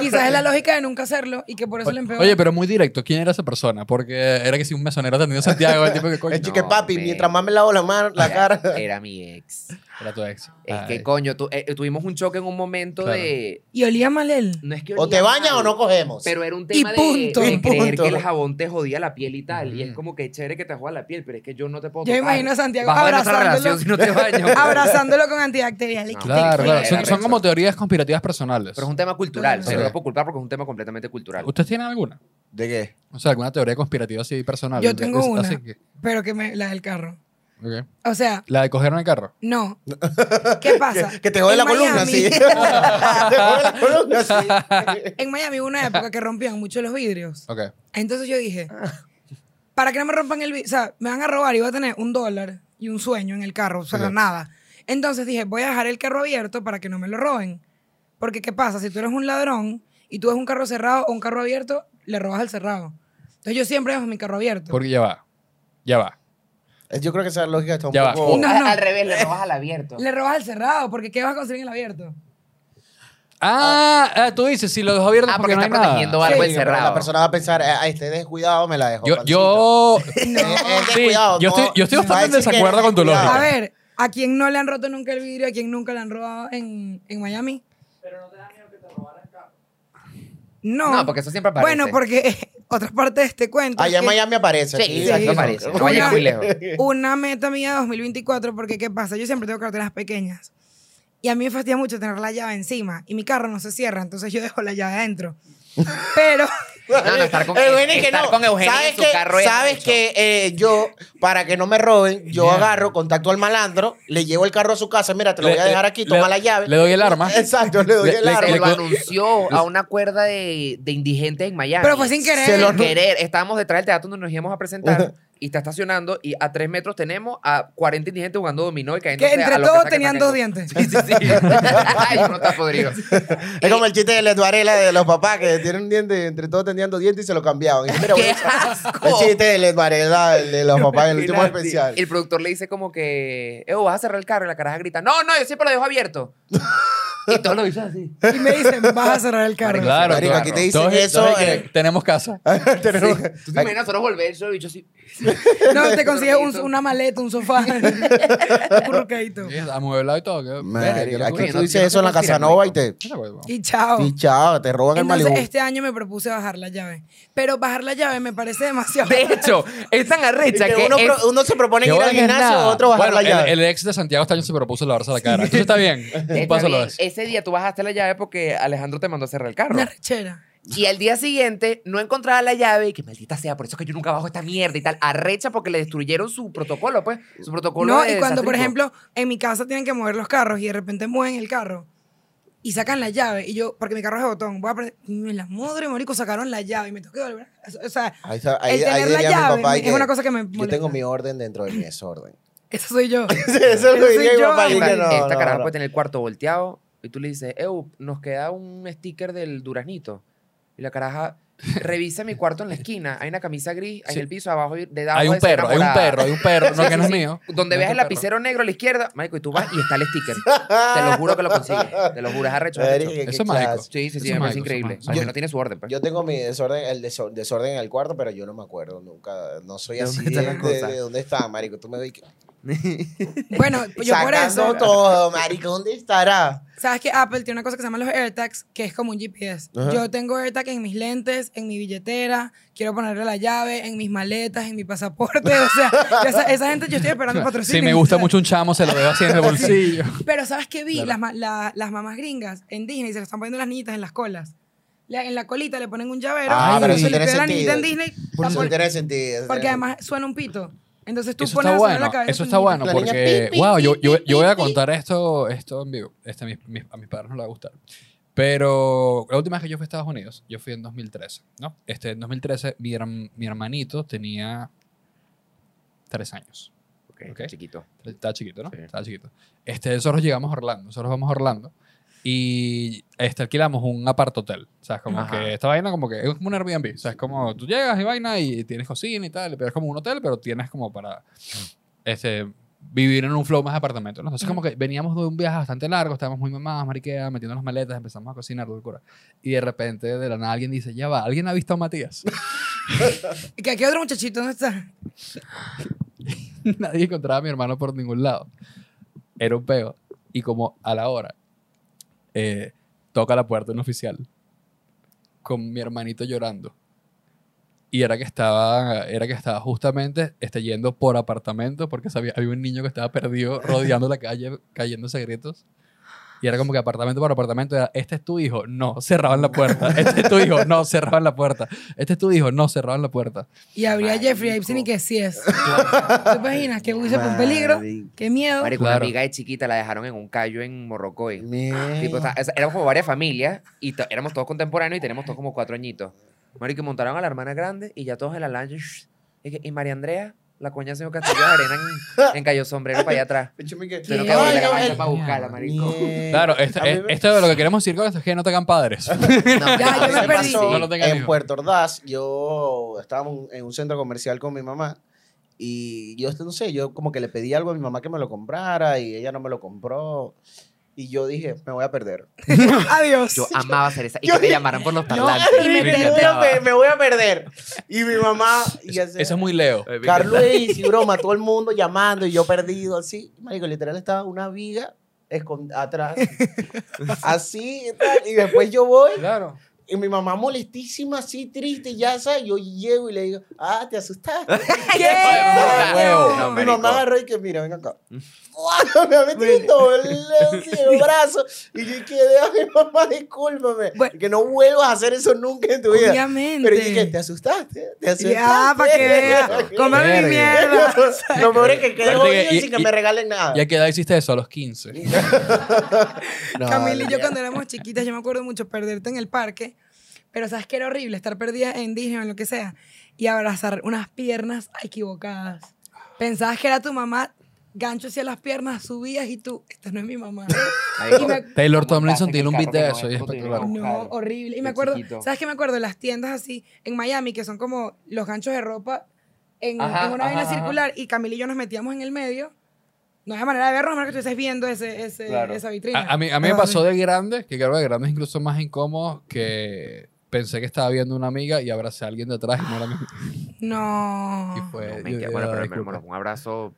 [SPEAKER 3] Quizás es la lógica de nunca hacerlo y que por eso le empeora.
[SPEAKER 1] Oye, pero muy directo. ¿Quién era esa persona? Porque era que si un mesonero atendido a Santiago, el tipo que coño.
[SPEAKER 2] Es chique
[SPEAKER 4] No,
[SPEAKER 2] papi,
[SPEAKER 4] men.
[SPEAKER 2] mientras más me lavo la, mano, la cara.
[SPEAKER 4] Era mi ex.
[SPEAKER 1] Era tu ex.
[SPEAKER 4] Es
[SPEAKER 1] Ay.
[SPEAKER 4] que, coño, tu- eh, tuvimos un choque en un momento
[SPEAKER 1] Claro.
[SPEAKER 4] de...
[SPEAKER 3] Y olía mal él.
[SPEAKER 4] No es que
[SPEAKER 2] O te
[SPEAKER 4] olía
[SPEAKER 2] bañas o
[SPEAKER 4] mal.
[SPEAKER 2] no cogemos.
[SPEAKER 4] Pero era un tema de-
[SPEAKER 3] punto.
[SPEAKER 4] de,
[SPEAKER 2] Y
[SPEAKER 4] creer
[SPEAKER 2] punto.
[SPEAKER 4] que el jabón te jodía la piel y tal. Y es
[SPEAKER 1] Ujú.
[SPEAKER 4] como que chévere que te joda la piel, pero es que yo no te puedo
[SPEAKER 3] Yo me
[SPEAKER 4] tocar.
[SPEAKER 3] imagino a Santiago
[SPEAKER 4] Vas a ver otra
[SPEAKER 3] abrazándolo,
[SPEAKER 4] relación si no te baño.
[SPEAKER 3] abrazándolo con antibacterial. y
[SPEAKER 4] No.
[SPEAKER 3] que te
[SPEAKER 1] Claro, claro.
[SPEAKER 3] quiero.
[SPEAKER 1] Son, son
[SPEAKER 4] Era
[SPEAKER 1] como
[SPEAKER 4] eso.
[SPEAKER 1] teorías conspirativas personales.
[SPEAKER 4] Pero es un tema cultural. Se
[SPEAKER 1] Ok.
[SPEAKER 4] lo no puedo culpar porque es un tema completamente cultural.
[SPEAKER 1] ¿Ustedes tienen alguna?
[SPEAKER 2] ¿De qué?
[SPEAKER 1] O sea, alguna teoría conspirativa así personal.
[SPEAKER 3] Yo tengo
[SPEAKER 1] Así
[SPEAKER 3] una.
[SPEAKER 1] que-
[SPEAKER 3] Pero que me, la del carro.
[SPEAKER 1] ok.
[SPEAKER 3] O sea,
[SPEAKER 1] La de coger en el carro.
[SPEAKER 3] no. ¿Qué pasa?
[SPEAKER 2] Que te jode
[SPEAKER 3] En
[SPEAKER 2] la columna,
[SPEAKER 3] Miami-
[SPEAKER 2] sí. te jode la columna, sí.
[SPEAKER 3] En Miami hubo una época que rompían mucho los vidrios.
[SPEAKER 1] Ok.
[SPEAKER 3] Entonces yo dije, ¿para que no me rompan el vidrio? O sea, me van a robar y voy a tener un dólar y un sueño en el carro, o sea,
[SPEAKER 1] Ok.
[SPEAKER 3] nada. Entonces dije, voy a dejar el carro abierto para que no me lo roben. Porque, ¿qué pasa? Si tú eres un ladrón y tú ves un carro cerrado o un carro abierto, le robas al cerrado. Entonces yo siempre dejo mi carro abierto.
[SPEAKER 1] Porque ya va. Ya va.
[SPEAKER 2] Yo creo que esa lógica está un
[SPEAKER 1] Ya va.
[SPEAKER 2] poco...
[SPEAKER 3] No, Ah,
[SPEAKER 4] Al-
[SPEAKER 3] no.
[SPEAKER 4] Al revés, le robas al abierto.
[SPEAKER 3] Le robas al cerrado, porque ¿qué vas a conseguir en el abierto?
[SPEAKER 1] Ah, ah, tú dices, si lo dejo abierto
[SPEAKER 4] Ah,
[SPEAKER 1] porque,
[SPEAKER 4] porque
[SPEAKER 1] no
[SPEAKER 4] está
[SPEAKER 1] hay nada.
[SPEAKER 4] protegiendo algo
[SPEAKER 2] Sí, pero La
[SPEAKER 4] encerrado.
[SPEAKER 2] persona va a pensar, "Ah, este descuidado me la dejó.
[SPEAKER 1] Yo,
[SPEAKER 2] pancito".
[SPEAKER 1] yo,
[SPEAKER 2] Eh, eh,
[SPEAKER 1] Sí,
[SPEAKER 2] descuidado,
[SPEAKER 1] yo
[SPEAKER 2] no,
[SPEAKER 1] estoy- yo estoy
[SPEAKER 2] va a
[SPEAKER 1] bastante en
[SPEAKER 2] decir que
[SPEAKER 1] desacuerdo
[SPEAKER 2] eres
[SPEAKER 1] con tu
[SPEAKER 2] descuidado.
[SPEAKER 1] lógica.
[SPEAKER 3] A ver, ¿a quién no le han roto nunca el vidrio? ¿A quién nunca le han robado en, en Miami? Pero no te da miedo que te robaran el carro. No.
[SPEAKER 4] No, porque eso siempre aparece.
[SPEAKER 3] Bueno, porque otra parte de este cuento. es
[SPEAKER 2] Allá en
[SPEAKER 3] que
[SPEAKER 2] Miami aparece.
[SPEAKER 4] Sí,
[SPEAKER 2] aquí-
[SPEAKER 4] exacto,
[SPEAKER 2] aquí no.
[SPEAKER 4] aparece. No vayas muy lejos.
[SPEAKER 3] Una meta mía 2024, porque ¿qué pasa? Yo siempre tengo carteras pequeñas. Y a mí me fastidia mucho tener la llave encima. Y mi carro no se cierra, entonces yo dejo la llave adentro. Pero,
[SPEAKER 4] No, no, estar con-
[SPEAKER 2] Eugenio, que
[SPEAKER 4] estar
[SPEAKER 2] no.
[SPEAKER 4] con Eugenio
[SPEAKER 2] ¿Sabes
[SPEAKER 4] en su
[SPEAKER 2] que-
[SPEAKER 4] carro es
[SPEAKER 2] Sabes
[SPEAKER 4] mucho.
[SPEAKER 2] que eh, yo, para que no me roben, yo agarro, contacto al malandro, le llevo el carro a su casa. Mira, te lo
[SPEAKER 1] Le-
[SPEAKER 2] voy a dejar aquí,
[SPEAKER 1] le-
[SPEAKER 2] toma la llave.
[SPEAKER 1] le doy el arma.
[SPEAKER 2] Exacto, le doy
[SPEAKER 1] Le-
[SPEAKER 2] el
[SPEAKER 1] le-
[SPEAKER 4] Se
[SPEAKER 1] le-
[SPEAKER 2] arma.
[SPEAKER 4] lo anunció a una cuerda de, de indigentes en Miami.
[SPEAKER 3] pero fue sin querer.
[SPEAKER 2] Se lo-
[SPEAKER 4] Sin querer. Estábamos detrás del teatro donde nos íbamos a presentar y está estacionando y a tres metros tenemos a 40 indigentes jugando dominó y cayendo.
[SPEAKER 3] que entre todos tenían dos dientes.
[SPEAKER 4] Sí, sí, sí. Ay, uno está podrido.
[SPEAKER 2] Es como el chiste de la Eduarela de los papás que tienen un diente, entre todos tenían dos dientes y se lo cambiaban. Y mira,
[SPEAKER 4] ¡Qué
[SPEAKER 2] bueno, el
[SPEAKER 4] asco!
[SPEAKER 2] chiste de la Eduarela de los papás, el último
[SPEAKER 4] Imagínate.
[SPEAKER 2] especial.
[SPEAKER 4] El productor le dice como que, Evo, vas a cerrar el carro. Y la caraja grita, no, no, yo siempre lo dejo abierto. y todos lo dicen así.
[SPEAKER 3] Y me dicen, vas a cerrar el carro.
[SPEAKER 1] Claro,
[SPEAKER 2] Marico,
[SPEAKER 1] claro.
[SPEAKER 2] aquí te dicen
[SPEAKER 1] Todos- todos
[SPEAKER 2] eso,
[SPEAKER 1] que
[SPEAKER 2] eh.
[SPEAKER 1] Tenemos casa.
[SPEAKER 2] Tenemos-
[SPEAKER 4] Tú te imaginas, nosotros volver, yo bicho así.
[SPEAKER 3] No, te consigues un- una maleta, un sofá, un rucaito.
[SPEAKER 1] Sí, Amueblado y todo. qué-
[SPEAKER 2] Marico,
[SPEAKER 1] verga, qué
[SPEAKER 2] aquí
[SPEAKER 1] locura.
[SPEAKER 4] no-
[SPEAKER 2] tú
[SPEAKER 4] yo
[SPEAKER 2] dices
[SPEAKER 4] no
[SPEAKER 2] eso en la
[SPEAKER 4] conspiro,
[SPEAKER 2] Casanova y
[SPEAKER 4] marico.
[SPEAKER 2] te...
[SPEAKER 1] Mira, pues, huevón.
[SPEAKER 3] Y chao.
[SPEAKER 2] Y chao, te roban el
[SPEAKER 3] Entonces,
[SPEAKER 2] Malibu.
[SPEAKER 3] este año me propuse bajar la llave. Pero bajar la llave me parece demasiado.
[SPEAKER 4] De hecho, es tan
[SPEAKER 2] Y
[SPEAKER 4] arrecha
[SPEAKER 2] que
[SPEAKER 4] que
[SPEAKER 2] uno,
[SPEAKER 4] es-
[SPEAKER 2] pro- uno se propone
[SPEAKER 1] Que
[SPEAKER 2] ir al
[SPEAKER 1] bueno que es
[SPEAKER 2] gimnasio,
[SPEAKER 1] nada.
[SPEAKER 2] otro bajar
[SPEAKER 1] Bueno,
[SPEAKER 2] la llave.
[SPEAKER 1] El, el ex de Santiago este año se propuso lavarse la cara. Entonces está bien. Un
[SPEAKER 4] Está
[SPEAKER 1] paso a la
[SPEAKER 4] bien,
[SPEAKER 1] vez.
[SPEAKER 4] Ese día tú bajaste la llave porque Alejandro te mandó a cerrar el carro.
[SPEAKER 3] Una rechera.
[SPEAKER 4] Y al día siguiente no encontraba la llave y que maldita sea, por eso es que yo nunca bajo esta mierda y tal. Arrecha porque le destruyeron su protocolo, pues. Su protocolo.
[SPEAKER 3] No,
[SPEAKER 4] de
[SPEAKER 3] y cuando, por
[SPEAKER 4] desatrínico.
[SPEAKER 3] ejemplo, en mi casa tienen que mover los carros y de repente mueven el carro y sacan la llave. Y yo, porque mi carro es de botón, voy a aprender. Me las madre, marico, sacaron la llave y me tengo que volver. a- O sea,
[SPEAKER 2] Ahí, está- ahí-
[SPEAKER 3] el tener
[SPEAKER 2] ahí
[SPEAKER 3] la
[SPEAKER 2] diría mi
[SPEAKER 3] llave
[SPEAKER 2] papá y
[SPEAKER 3] es una cosa que me
[SPEAKER 2] Yo
[SPEAKER 3] molesta.
[SPEAKER 2] tengo mi orden dentro de mi desorden.
[SPEAKER 3] eso soy yo.
[SPEAKER 2] Eso
[SPEAKER 3] Yo
[SPEAKER 2] lo diría
[SPEAKER 3] soy
[SPEAKER 2] mi
[SPEAKER 3] yo,
[SPEAKER 2] papá y
[SPEAKER 3] Marico,
[SPEAKER 4] Esta,
[SPEAKER 2] que no,
[SPEAKER 4] esta
[SPEAKER 2] no,
[SPEAKER 4] caraja
[SPEAKER 2] no.
[SPEAKER 4] puede tener el cuarto volteado y tú le dices, Ew, nos queda un sticker del Duranito. Y la caraja, revisa mi cuarto en la esquina. Hay una camisa gris, hay
[SPEAKER 1] Sí.
[SPEAKER 4] en el piso, abajo de debajo
[SPEAKER 1] Hay
[SPEAKER 4] de
[SPEAKER 1] un
[SPEAKER 4] esa
[SPEAKER 1] perro, hay un
[SPEAKER 4] enamorada.
[SPEAKER 1] perro, hay un perro, no
[SPEAKER 4] Sí,
[SPEAKER 1] que
[SPEAKER 4] sí,
[SPEAKER 1] no es
[SPEAKER 4] sí.
[SPEAKER 1] mío.
[SPEAKER 4] Donde
[SPEAKER 1] Hay
[SPEAKER 4] veas el
[SPEAKER 1] otro
[SPEAKER 4] lapicero negro a la izquierda, marico, y tú vas y está el sticker. Te lo juro que lo consigues. Te lo juro, es arrecho. es arrecho.
[SPEAKER 2] Verga, qué
[SPEAKER 1] Eso es mágico.
[SPEAKER 2] clase.
[SPEAKER 4] Sí, sí,
[SPEAKER 1] Eso
[SPEAKER 4] sí, me
[SPEAKER 1] es
[SPEAKER 4] parece
[SPEAKER 1] mágico, eso es
[SPEAKER 4] increíble.
[SPEAKER 1] mágico.
[SPEAKER 4] Aunque
[SPEAKER 1] Yo-
[SPEAKER 4] no tienes su orden, pues.
[SPEAKER 2] Yo tengo mi desorden, el deso- desorden en el cuarto, pero yo no me acuerdo nunca. No soy
[SPEAKER 4] ¿De
[SPEAKER 2] así
[SPEAKER 4] dónde
[SPEAKER 2] de,
[SPEAKER 4] está la
[SPEAKER 2] de-
[SPEAKER 4] cosa?
[SPEAKER 2] de dónde está, marico. Tú me ves que-
[SPEAKER 3] Bueno, Pues yo por
[SPEAKER 2] sacando
[SPEAKER 3] eso.
[SPEAKER 2] todo, marico. ¿Dónde estará?
[SPEAKER 3] ¿Sabes que Apple tiene una cosa que se llama los AirTags, que es como un GPS?
[SPEAKER 2] Ajá.
[SPEAKER 3] Yo tengo AirTag en mis lentes, en mi billetera, quiero ponerle la llave, en mis maletas, en mi pasaporte. O sea, ya esa, esa gente yo estoy esperando
[SPEAKER 1] perro.
[SPEAKER 3] patrocinio.
[SPEAKER 1] Si me gusta mucho un chamo, se lo veo así en el bolsillo.
[SPEAKER 3] Pero ¿sabes qué vi?
[SPEAKER 1] Claro.
[SPEAKER 3] Las, ma- la- las mamás gringas en Disney se lo están poniendo las niñitas en las colas. La- en la colita le ponen un llavero.
[SPEAKER 2] Ah,
[SPEAKER 3] y
[SPEAKER 1] pero
[SPEAKER 3] se
[SPEAKER 1] eso
[SPEAKER 3] le
[SPEAKER 2] tiene
[SPEAKER 3] pega la niñita en
[SPEAKER 2] sentido.
[SPEAKER 3] Disney.
[SPEAKER 2] Por
[SPEAKER 3] la
[SPEAKER 2] eso
[SPEAKER 3] pon-
[SPEAKER 2] tiene sentido.
[SPEAKER 3] porque además suena un pito. Entonces tú
[SPEAKER 1] Eso
[SPEAKER 3] pones
[SPEAKER 1] está
[SPEAKER 3] a sonar la
[SPEAKER 1] bueno,
[SPEAKER 3] cabeza
[SPEAKER 1] eso
[SPEAKER 3] de tu
[SPEAKER 1] está bueno
[SPEAKER 3] niñita.
[SPEAKER 2] La niña,
[SPEAKER 1] porque,
[SPEAKER 2] pi, pi,
[SPEAKER 1] wow, yo,
[SPEAKER 2] pi,
[SPEAKER 1] yo,
[SPEAKER 2] pi,
[SPEAKER 1] yo voy
[SPEAKER 2] pi,
[SPEAKER 1] a
[SPEAKER 2] pi.
[SPEAKER 1] contar esto, esto en vivo. Este, mis- mis- a mis padres no les va a gustar. Pero la última vez que yo fui a Estados Unidos, yo fui en 2013, ¿no? Este, en 2013 mi, herm- mi hermanito tenía tres años.
[SPEAKER 4] Ok, Chiquito.
[SPEAKER 1] Estaba chiquito, ¿no?
[SPEAKER 4] Sí.
[SPEAKER 1] Estaba chiquito. Este, nosotros llegamos a Orlando, nosotros vamos a Orlando y este, alquilamos un apart hotel. O sea, es como
[SPEAKER 4] Ajá.
[SPEAKER 1] que esta vaina como que es como un Airbnb. O sea, es como tú llegas y vaina y tienes cocina y tal, pero es como un hotel, pero tienes como para este, vivir en un flow más apartamento. ¿no? Entonces, como que veníamos de un viaje bastante largo, estábamos muy mamadas, mariqueadas, metiendo las maletas, empezamos a cocinar, locura. Y de repente, de la nada, alguien dice, ya va, ¿alguien ha visto a Matías?
[SPEAKER 3] ¿Qué, qué otro muchachito? ¿Dónde está?
[SPEAKER 1] Nadie encontraba a mi hermano por ningún lado. Era un peo. Y como a la hora, eh, toca la puerta un oficial con mi hermanito llorando. Y era que estaba, era que estaba justamente este, yendo por apartamento porque sabía, había un niño que estaba perdido rodeando la calle, cayéndose a gritos. Y era como que apartamento por apartamento era, este es tu hijo, no, cerraban la puerta. Este es tu hijo, no, cerraban la puerta. Este es tu hijo, no, cerraban la puerta.
[SPEAKER 3] Y habría Jeffrey
[SPEAKER 4] Marico.
[SPEAKER 3] Epstein y que sí es. ¿Te imaginas? Que hubiese por un peligro. Qué miedo.
[SPEAKER 4] Marico,
[SPEAKER 1] Claro.
[SPEAKER 4] una amiga de chiquita la dejaron en un callo en Morrocoy.
[SPEAKER 2] Mierda.
[SPEAKER 4] Tipo, está- o sea, éramos como varias familias y to- éramos todos contemporáneos y teníamos todos como cuatro añitos. Marico, y montaron a la hermana grande y ya todos en la lancha. shh, Y, que- y María Andrea, la coña señor Castillo de Arena en, en Cayo Sombrero para allá atrás.
[SPEAKER 2] Pichumi que-
[SPEAKER 4] Pero
[SPEAKER 3] ¿Qué?
[SPEAKER 4] que volver
[SPEAKER 2] Ay,
[SPEAKER 4] a
[SPEAKER 2] Gabriel.
[SPEAKER 4] la para buscarla, marico.
[SPEAKER 2] Mierda.
[SPEAKER 1] Claro, esto,
[SPEAKER 2] Eh, A mí
[SPEAKER 1] es-
[SPEAKER 2] me-
[SPEAKER 1] esto es lo que queremos decir con esto es que no te hagan padres.
[SPEAKER 4] No,
[SPEAKER 3] Ya, yo
[SPEAKER 2] A mí
[SPEAKER 3] me
[SPEAKER 2] me
[SPEAKER 3] perdí.
[SPEAKER 2] pasó
[SPEAKER 1] No lo tengan
[SPEAKER 2] en
[SPEAKER 1] hijos.
[SPEAKER 2] Puerto Ordaz, yo estaba un- en un centro comercial con mi mamá y yo no sé, yo como que le pedí algo a mi mamá que me lo comprara y ella no me lo compró y yo dije, me voy a perder.
[SPEAKER 3] Adiós.
[SPEAKER 4] Yo amaba hacer esa. Y
[SPEAKER 2] Yo "Ah,
[SPEAKER 4] que me
[SPEAKER 2] dije-
[SPEAKER 4] llamaran por los
[SPEAKER 2] Yo
[SPEAKER 4] parlantes.
[SPEAKER 3] y me
[SPEAKER 4] Me
[SPEAKER 2] me, voy a,
[SPEAKER 4] encantaba.
[SPEAKER 2] per- me voy a perder. Y mi mamá, y ya sé,
[SPEAKER 1] Eso es muy Leo.
[SPEAKER 2] Carluis y broma, todo el mundo llamando y yo perdido así. Marico, literal estaba una viga escon- atrás. así y tal, y después yo voy
[SPEAKER 1] Claro.
[SPEAKER 2] Y mi mamá molestísima, así triste, ya sabes, yo llego y le digo, ah, te asustaste.
[SPEAKER 3] ¿Qué?
[SPEAKER 1] Ah, huevo. No,
[SPEAKER 2] mi
[SPEAKER 4] marico.
[SPEAKER 2] mamá agarró y que, mira, ven acá. ¡Fua! me ha metido en todo el, así, el brazo. Y yo quedé a mi mamá, discúlpame.
[SPEAKER 3] Bueno.
[SPEAKER 2] Que no vuelvas a hacer eso nunca en tu vida.
[SPEAKER 3] Obviamente.
[SPEAKER 2] Pero yo dije, te asustaste, te asustaste.
[SPEAKER 3] Ya, para que vea. Come mi
[SPEAKER 1] Verga.
[SPEAKER 3] mierda.
[SPEAKER 2] Lo peor es que quedé
[SPEAKER 1] Aparte que-
[SPEAKER 2] jodido
[SPEAKER 1] y-
[SPEAKER 2] sin que
[SPEAKER 1] y-
[SPEAKER 2] me regalen nada.
[SPEAKER 1] ¿Y a qué edad hiciste eso? A los 15.
[SPEAKER 2] No,
[SPEAKER 3] Camila y yo
[SPEAKER 2] ya.
[SPEAKER 3] cuando éramos chiquitas, yo me acuerdo mucho perderte en el parque, pero sabes que era horrible estar perdida en Disney o en lo que sea y abrazar unas piernas equivocadas. Pensabas que era tu mamá, gancho hacia las piernas, subías y tú, esta no es mi mamá. Y me-
[SPEAKER 1] Taylor
[SPEAKER 4] Como
[SPEAKER 1] Tomlinson
[SPEAKER 4] pasa
[SPEAKER 1] tiene
[SPEAKER 4] en
[SPEAKER 1] un
[SPEAKER 4] el
[SPEAKER 1] beat de
[SPEAKER 4] carro que
[SPEAKER 1] eso
[SPEAKER 4] no
[SPEAKER 1] y es
[SPEAKER 4] es contigo.
[SPEAKER 1] espectacular.
[SPEAKER 3] No,
[SPEAKER 4] Claro,
[SPEAKER 3] horrible. Y me
[SPEAKER 4] de
[SPEAKER 3] acuerdo,
[SPEAKER 4] chiquito.
[SPEAKER 3] ¿sabes qué me acuerdo? Las tiendas así en Miami, que son como los ganchos de ropa en,
[SPEAKER 4] Ajá,
[SPEAKER 3] en una vaina
[SPEAKER 4] ajá, ajá.
[SPEAKER 3] circular, y Camila y yo nos metíamos en el medio. No había manera de vernos, a menos que estuvieses viendo ese, ese-
[SPEAKER 4] Claro.
[SPEAKER 3] esa vitrina.
[SPEAKER 1] A, a mí, a mí me pasó de grande, que creo que de grande es incluso más incómodo que pensé que estaba viendo una amiga y abracé a alguien de atrás y no era mi
[SPEAKER 3] No.
[SPEAKER 1] y fue-
[SPEAKER 4] No, me
[SPEAKER 1] yo-
[SPEAKER 4] queda-
[SPEAKER 1] Pues, yo-
[SPEAKER 4] bueno, pero
[SPEAKER 1] disculpa.
[SPEAKER 4] hermano, un abrazo.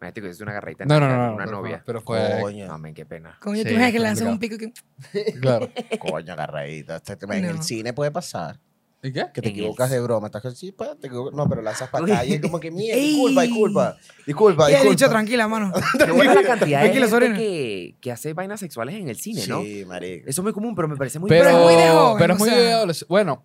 [SPEAKER 4] Me que es una garrita. en
[SPEAKER 1] No, no,
[SPEAKER 4] la
[SPEAKER 1] no,
[SPEAKER 4] cara
[SPEAKER 1] no, no,
[SPEAKER 4] con Una
[SPEAKER 1] pero-
[SPEAKER 4] novia.
[SPEAKER 1] Pero pues, fue.
[SPEAKER 4] No,
[SPEAKER 2] Coño,
[SPEAKER 4] men, qué pena.
[SPEAKER 3] Coño,
[SPEAKER 1] Sí,
[SPEAKER 3] tú ves que
[SPEAKER 1] complicado.
[SPEAKER 3] lanzas un pico que.
[SPEAKER 1] Claro.
[SPEAKER 2] coño, agarradita. Te- te- En
[SPEAKER 3] No.
[SPEAKER 2] el cine puede pasar.
[SPEAKER 1] ¿Y qué?
[SPEAKER 2] Que te
[SPEAKER 4] En el
[SPEAKER 2] equivocas de broma. Estás así, pa, te equivocas. No, pero lanzas para acá. Y es como que, mira,
[SPEAKER 3] Ey.
[SPEAKER 2] disculpa, disculpa. Disculpa,
[SPEAKER 3] Y él dicho,
[SPEAKER 2] disculpa.
[SPEAKER 3] tranquila, mano.
[SPEAKER 4] Qué buena la cantidad de
[SPEAKER 3] Tranquilo,
[SPEAKER 4] gente
[SPEAKER 3] sobrino.
[SPEAKER 4] que, que hace vainas sexuales en el cine, ¿no? Eso
[SPEAKER 2] Sí, marico.
[SPEAKER 4] es muy común, pero me parece muy
[SPEAKER 1] Pero,
[SPEAKER 3] es muy de joven,
[SPEAKER 1] pero
[SPEAKER 3] o
[SPEAKER 1] es muy
[SPEAKER 3] sea.
[SPEAKER 1] de adolesc- Bueno,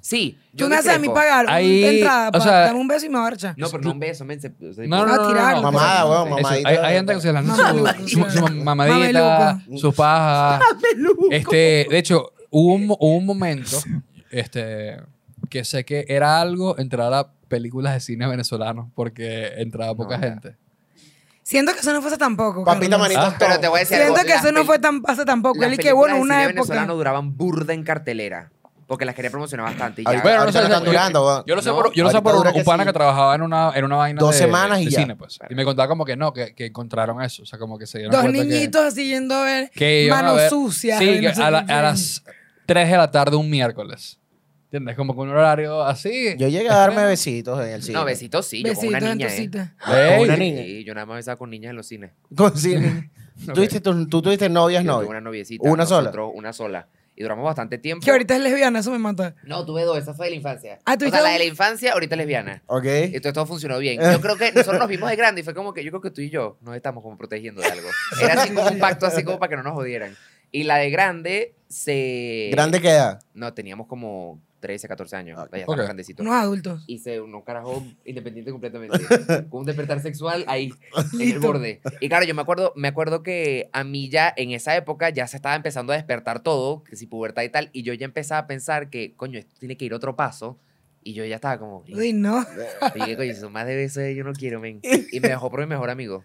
[SPEAKER 4] Sí. yo
[SPEAKER 3] Tú me haces a mí
[SPEAKER 4] discrepo.
[SPEAKER 3] pagar
[SPEAKER 1] Ahí,
[SPEAKER 3] una entrada,
[SPEAKER 1] o
[SPEAKER 3] pa-
[SPEAKER 1] sea-
[SPEAKER 3] dame un beso y me marcha.
[SPEAKER 4] No, pero no un beso, men. se- se-
[SPEAKER 1] No, no, no, no, no,
[SPEAKER 3] tirar,
[SPEAKER 1] no.
[SPEAKER 2] Mamada,
[SPEAKER 1] Eso,
[SPEAKER 2] weón,
[SPEAKER 1] hay-
[SPEAKER 2] mamadita.
[SPEAKER 1] Hay, gente que se lanza su, su,
[SPEAKER 3] Mameluco.
[SPEAKER 1] su mamadita,
[SPEAKER 3] Mameluco.
[SPEAKER 1] su paja. Este, de hecho, hubo un, mo- hubo un momento este, que sé que era algo entrar a películas de cine venezolanos porque entraba poca
[SPEAKER 4] No, ya.
[SPEAKER 1] gente.
[SPEAKER 3] Siento que eso no fue hace tampoco.
[SPEAKER 2] Papita
[SPEAKER 3] Carlos.
[SPEAKER 2] manito.
[SPEAKER 1] Ah,
[SPEAKER 4] Pero te voy a decir
[SPEAKER 3] Siento
[SPEAKER 4] algo,
[SPEAKER 3] que
[SPEAKER 4] las
[SPEAKER 3] eso no
[SPEAKER 4] pel-
[SPEAKER 3] fue tan, hace tampoco.
[SPEAKER 4] Las
[SPEAKER 3] Él y que bueno,
[SPEAKER 4] películas de
[SPEAKER 3] una
[SPEAKER 4] cine
[SPEAKER 3] época.
[SPEAKER 4] venezolano duraban burda en cartelera. porque las quería promocionar bastante. Y ya,
[SPEAKER 2] Ahorita-
[SPEAKER 1] Bueno, no sé,
[SPEAKER 2] están
[SPEAKER 1] yo-
[SPEAKER 2] durando, weón.
[SPEAKER 1] Yo lo sé
[SPEAKER 4] No,
[SPEAKER 1] por, yo lo sé
[SPEAKER 2] ahorita
[SPEAKER 1] por un,
[SPEAKER 2] dura que
[SPEAKER 1] un pana
[SPEAKER 2] sí.
[SPEAKER 1] que trabajaba en una, en una vaina
[SPEAKER 2] Dos
[SPEAKER 1] de,
[SPEAKER 2] semanas
[SPEAKER 1] de
[SPEAKER 2] y ya.
[SPEAKER 1] cine, pues. Y me contaba como que no, que, que encontraron eso. O sea, como que se dieron
[SPEAKER 3] Dos
[SPEAKER 1] cuenta que-
[SPEAKER 3] niñitos así yendo a ver
[SPEAKER 1] que, iban a
[SPEAKER 3] manos
[SPEAKER 1] ver-
[SPEAKER 3] sucias.
[SPEAKER 1] Sí,
[SPEAKER 3] y
[SPEAKER 1] que
[SPEAKER 3] no sé
[SPEAKER 1] a, la-
[SPEAKER 3] qué.
[SPEAKER 1] a las 3 de la tarde un miércoles. ¿Entiendes? Como con un horario así.
[SPEAKER 2] Yo llegué a darme besitos en el cine.
[SPEAKER 4] No, besitos sí, yo con
[SPEAKER 3] Besitos
[SPEAKER 4] una
[SPEAKER 3] en tu
[SPEAKER 4] niña, ¿eh?
[SPEAKER 3] cita.
[SPEAKER 2] Con una
[SPEAKER 1] Ey,
[SPEAKER 2] niña.
[SPEAKER 4] Sí, yo nada más besaba con niñas en los cines.
[SPEAKER 2] Con cine.
[SPEAKER 1] Ok.
[SPEAKER 2] ¿Tuviste tu- ¿Tú tuviste novias,
[SPEAKER 4] Yo tuve
[SPEAKER 2] novias?
[SPEAKER 4] Una noviecita.
[SPEAKER 2] ¿Una sola?
[SPEAKER 4] nosotros Una sola. Y duramos bastante tiempo.
[SPEAKER 3] Que ahorita es lesbiana, eso me mata.
[SPEAKER 4] No, tuve dos, esa fue de la infancia.
[SPEAKER 3] Ah,
[SPEAKER 4] o
[SPEAKER 3] ¿tuviste
[SPEAKER 4] sea, la
[SPEAKER 3] dos?
[SPEAKER 4] de la infancia, ahorita es lesbiana.
[SPEAKER 2] Ok.
[SPEAKER 4] Entonces todo funcionó bien. Yo creo que nosotros nos vimos de grande y fue como que yo creo que tú y yo nos estamos como protegiendo de algo. Era así como un pacto así como para que no nos jodieran. Y la de grande se...
[SPEAKER 2] ¿Grande queda?
[SPEAKER 4] No, teníamos como 13, 14 años.
[SPEAKER 2] Ok.
[SPEAKER 4] Ya estaba
[SPEAKER 1] Ok.
[SPEAKER 4] grandecito.
[SPEAKER 3] Unos adultos.
[SPEAKER 4] Y se un carajo independiente completamente. Con un despertar sexual ahí, en el
[SPEAKER 3] Listo.
[SPEAKER 4] borde. Y claro, yo me acuerdo, me acuerdo que a mí ya en esa época ya se estaba empezando a despertar todo, que si pubertad y tal, y yo ya empezaba a pensar que, coño, esto tiene que ir otro paso. Y yo ya estaba como,
[SPEAKER 3] Uy, no.
[SPEAKER 4] y dije, coño, si son más de besos, eh, yo no quiero, men. Y me dejó por mi mejor amigo,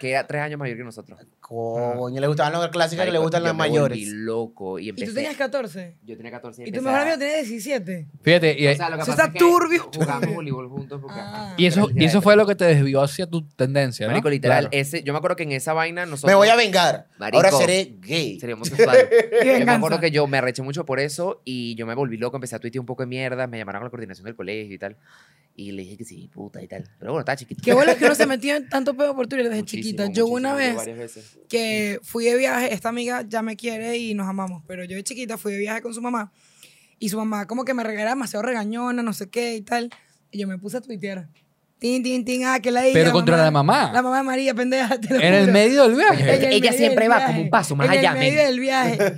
[SPEAKER 4] que era tres años mayor que nosotros.
[SPEAKER 2] Coño, le gustaban las clásicas que le
[SPEAKER 4] Marico,
[SPEAKER 2] gustan
[SPEAKER 4] yo
[SPEAKER 2] las
[SPEAKER 4] me volví
[SPEAKER 2] mayores.
[SPEAKER 4] loco. Y
[SPEAKER 3] Y
[SPEAKER 4] empecé.
[SPEAKER 3] tú tenías 14.
[SPEAKER 4] Yo tenía 14
[SPEAKER 3] Y tu
[SPEAKER 4] empecé
[SPEAKER 3] mejor
[SPEAKER 4] a-
[SPEAKER 3] amigo tenía 17.
[SPEAKER 1] Fíjate, y,
[SPEAKER 4] O sea, lo que pasa
[SPEAKER 3] Eso está
[SPEAKER 4] es que
[SPEAKER 3] turbio.
[SPEAKER 4] Jugamos voleibol juntos porque.
[SPEAKER 3] Ah.
[SPEAKER 4] ajá,
[SPEAKER 1] y eso,
[SPEAKER 4] pero
[SPEAKER 1] y eso
[SPEAKER 4] ya-
[SPEAKER 1] fue lo que te desvió hacia tu tendencia, ¿no?
[SPEAKER 4] Marico, literal, eh,
[SPEAKER 1] Claro.
[SPEAKER 4] ese, yo me acuerdo que en esa vaina nosotros...
[SPEAKER 2] Me voy a vengar.
[SPEAKER 4] Marico.
[SPEAKER 2] Ahora seré gay.
[SPEAKER 4] Sería homosexual.
[SPEAKER 3] Y
[SPEAKER 4] yo me
[SPEAKER 3] venganza.
[SPEAKER 4] acuerdo que yo me arreché mucho por eso y yo me volví loco, empecé a tuitear un poco de mierda, me llamaron a la coordinación del colegio y tal. Y le dije que sí, puta y tal. Pero bueno, estaba chiquito.
[SPEAKER 3] Qué bueno que uno se metió en tanto pedo por Twitter desde
[SPEAKER 4] Muchísimo,
[SPEAKER 3] chiquita. Yo
[SPEAKER 4] muchísimo,
[SPEAKER 3] una vez
[SPEAKER 4] varias veces.
[SPEAKER 3] que fui de viaje, esta amiga ya me quiere y nos amamos, pero yo de chiquita fui de viaje con su mamá y su mamá como que me regala demasiado regañona, no sé qué y tal, y yo me puse a tuitear. Tin, tin, tin, ah, que la
[SPEAKER 1] Pero contra la mamá.
[SPEAKER 3] La mamá de María, pendeja, te lo
[SPEAKER 1] En el
[SPEAKER 3] juro.
[SPEAKER 1] medio del
[SPEAKER 3] En el
[SPEAKER 1] viaje.
[SPEAKER 4] Ella
[SPEAKER 3] medio
[SPEAKER 4] siempre
[SPEAKER 3] del
[SPEAKER 4] va
[SPEAKER 3] viaje.
[SPEAKER 4] como un paso más
[SPEAKER 3] en
[SPEAKER 4] allá,
[SPEAKER 3] En
[SPEAKER 4] men.
[SPEAKER 3] el medio del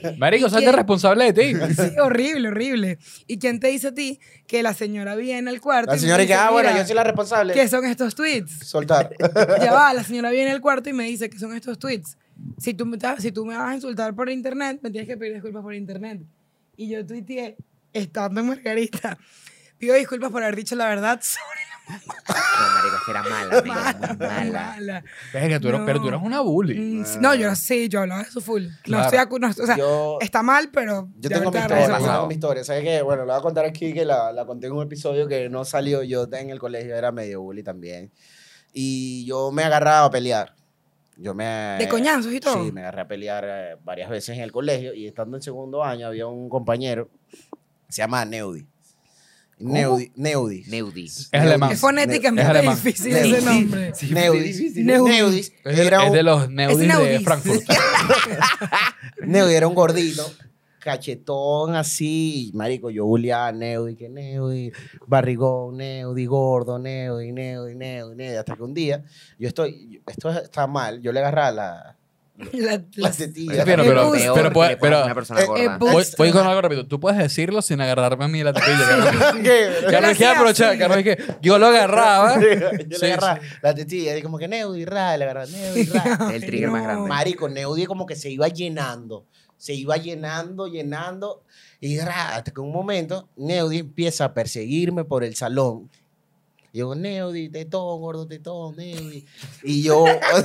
[SPEAKER 3] viaje.
[SPEAKER 1] Marico,
[SPEAKER 3] ¿Y
[SPEAKER 1] salte
[SPEAKER 3] quién?
[SPEAKER 1] responsable de ti.
[SPEAKER 3] Sí, horrible, horrible. ¿Y quién te dice a ti que la señora viene al cuarto? y
[SPEAKER 2] La
[SPEAKER 3] me
[SPEAKER 2] señora y que,
[SPEAKER 3] dice,
[SPEAKER 2] ah, bueno,
[SPEAKER 3] mira,
[SPEAKER 2] yo soy la responsable.
[SPEAKER 3] ¿Qué son estos tweets?
[SPEAKER 2] Soltar.
[SPEAKER 3] ya va, la señora viene al cuarto y me dice que son estos tweets. Si tú, me ta- si tú me vas a insultar por internet, me tienes que pedir disculpas por internet. Y yo tuiteé, estando en Margarita, pido disculpas por haber dicho la verdad.
[SPEAKER 4] No,
[SPEAKER 3] Soy
[SPEAKER 4] marico, es que era mala, men, era muy
[SPEAKER 3] mala.
[SPEAKER 4] mala.
[SPEAKER 1] Verga, tú eres-
[SPEAKER 3] No.
[SPEAKER 1] Pero tú eras una bully.
[SPEAKER 3] Mm, sí, No, yo sí, yo hablaba de eso full. No
[SPEAKER 1] Claro.
[SPEAKER 3] estoy acu- no, o sea,
[SPEAKER 2] Yo,
[SPEAKER 3] está mal, pero...
[SPEAKER 2] yo
[SPEAKER 3] de
[SPEAKER 2] tengo mi
[SPEAKER 3] verdad,
[SPEAKER 2] historia, yo
[SPEAKER 3] razón.
[SPEAKER 1] pasado.
[SPEAKER 2] tengo mi historia. ¿Sabes qué? Bueno, la voy a contar aquí que la, la conté en un episodio que no salió. Yo en el colegio era medio bully también. Y yo me agarraba a pelear. Yo me...
[SPEAKER 3] ¿De coñazos y todo?
[SPEAKER 2] Sí, me agarré a pelear eh, varias veces en el colegio y estando en segundo año había un compañero, se llama Neudi. Neudi, Neudi.
[SPEAKER 4] Neudis.
[SPEAKER 1] Es alemán.
[SPEAKER 3] Es fonéticamente
[SPEAKER 1] alemán.
[SPEAKER 3] difícil
[SPEAKER 2] Sí,
[SPEAKER 3] ese
[SPEAKER 2] sí,
[SPEAKER 3] nombre.
[SPEAKER 2] Neudis.
[SPEAKER 3] Neudi.
[SPEAKER 2] Neudis
[SPEAKER 1] Es, de-
[SPEAKER 2] era
[SPEAKER 1] es
[SPEAKER 2] un-
[SPEAKER 1] de los neudis de
[SPEAKER 3] neudis.
[SPEAKER 1] Frankfurt.
[SPEAKER 2] Neudi era un gordito, cachetón así, y, marico, yo bulleaba a Neudi, que Neudi, barrigón, Neudi, gordo, Neudi, Neudi, Neudi, Neudi, hasta que un día, yo estoy, esto está mal, yo le agarraba la,
[SPEAKER 3] La-
[SPEAKER 2] la
[SPEAKER 3] las-
[SPEAKER 1] Pero,
[SPEAKER 2] tetilla.
[SPEAKER 1] pero, pero,
[SPEAKER 3] Neudis.
[SPEAKER 1] pero,
[SPEAKER 4] que le
[SPEAKER 1] puede-
[SPEAKER 4] pongas
[SPEAKER 1] pero-
[SPEAKER 4] a una persona
[SPEAKER 2] eh,
[SPEAKER 4] gorda.
[SPEAKER 3] bu-
[SPEAKER 1] voy, voy con algo rápido. Tú puedes decirlo sin agarrarme a mí la tetilla.
[SPEAKER 2] ¿Qué?
[SPEAKER 3] Yo
[SPEAKER 1] Carlos,
[SPEAKER 3] lo
[SPEAKER 1] es que
[SPEAKER 3] hacía
[SPEAKER 1] aprovechar.
[SPEAKER 3] así.
[SPEAKER 1] Carlos, es que yo lo agarraba.
[SPEAKER 2] yo le
[SPEAKER 1] Sí,
[SPEAKER 2] agarraba la tetilla, y como que Neudi, ra, le agarraba Neudi, ra.
[SPEAKER 4] Es el trigger más grande.
[SPEAKER 2] Marico, Neudi como que se iba llenando, se iba llenando, llenando, y ra, hasta que un momento Neudi empieza a perseguirme por el salón. Y yo, Neudi, tetón, gordo, tetón, Neudi. Y yo,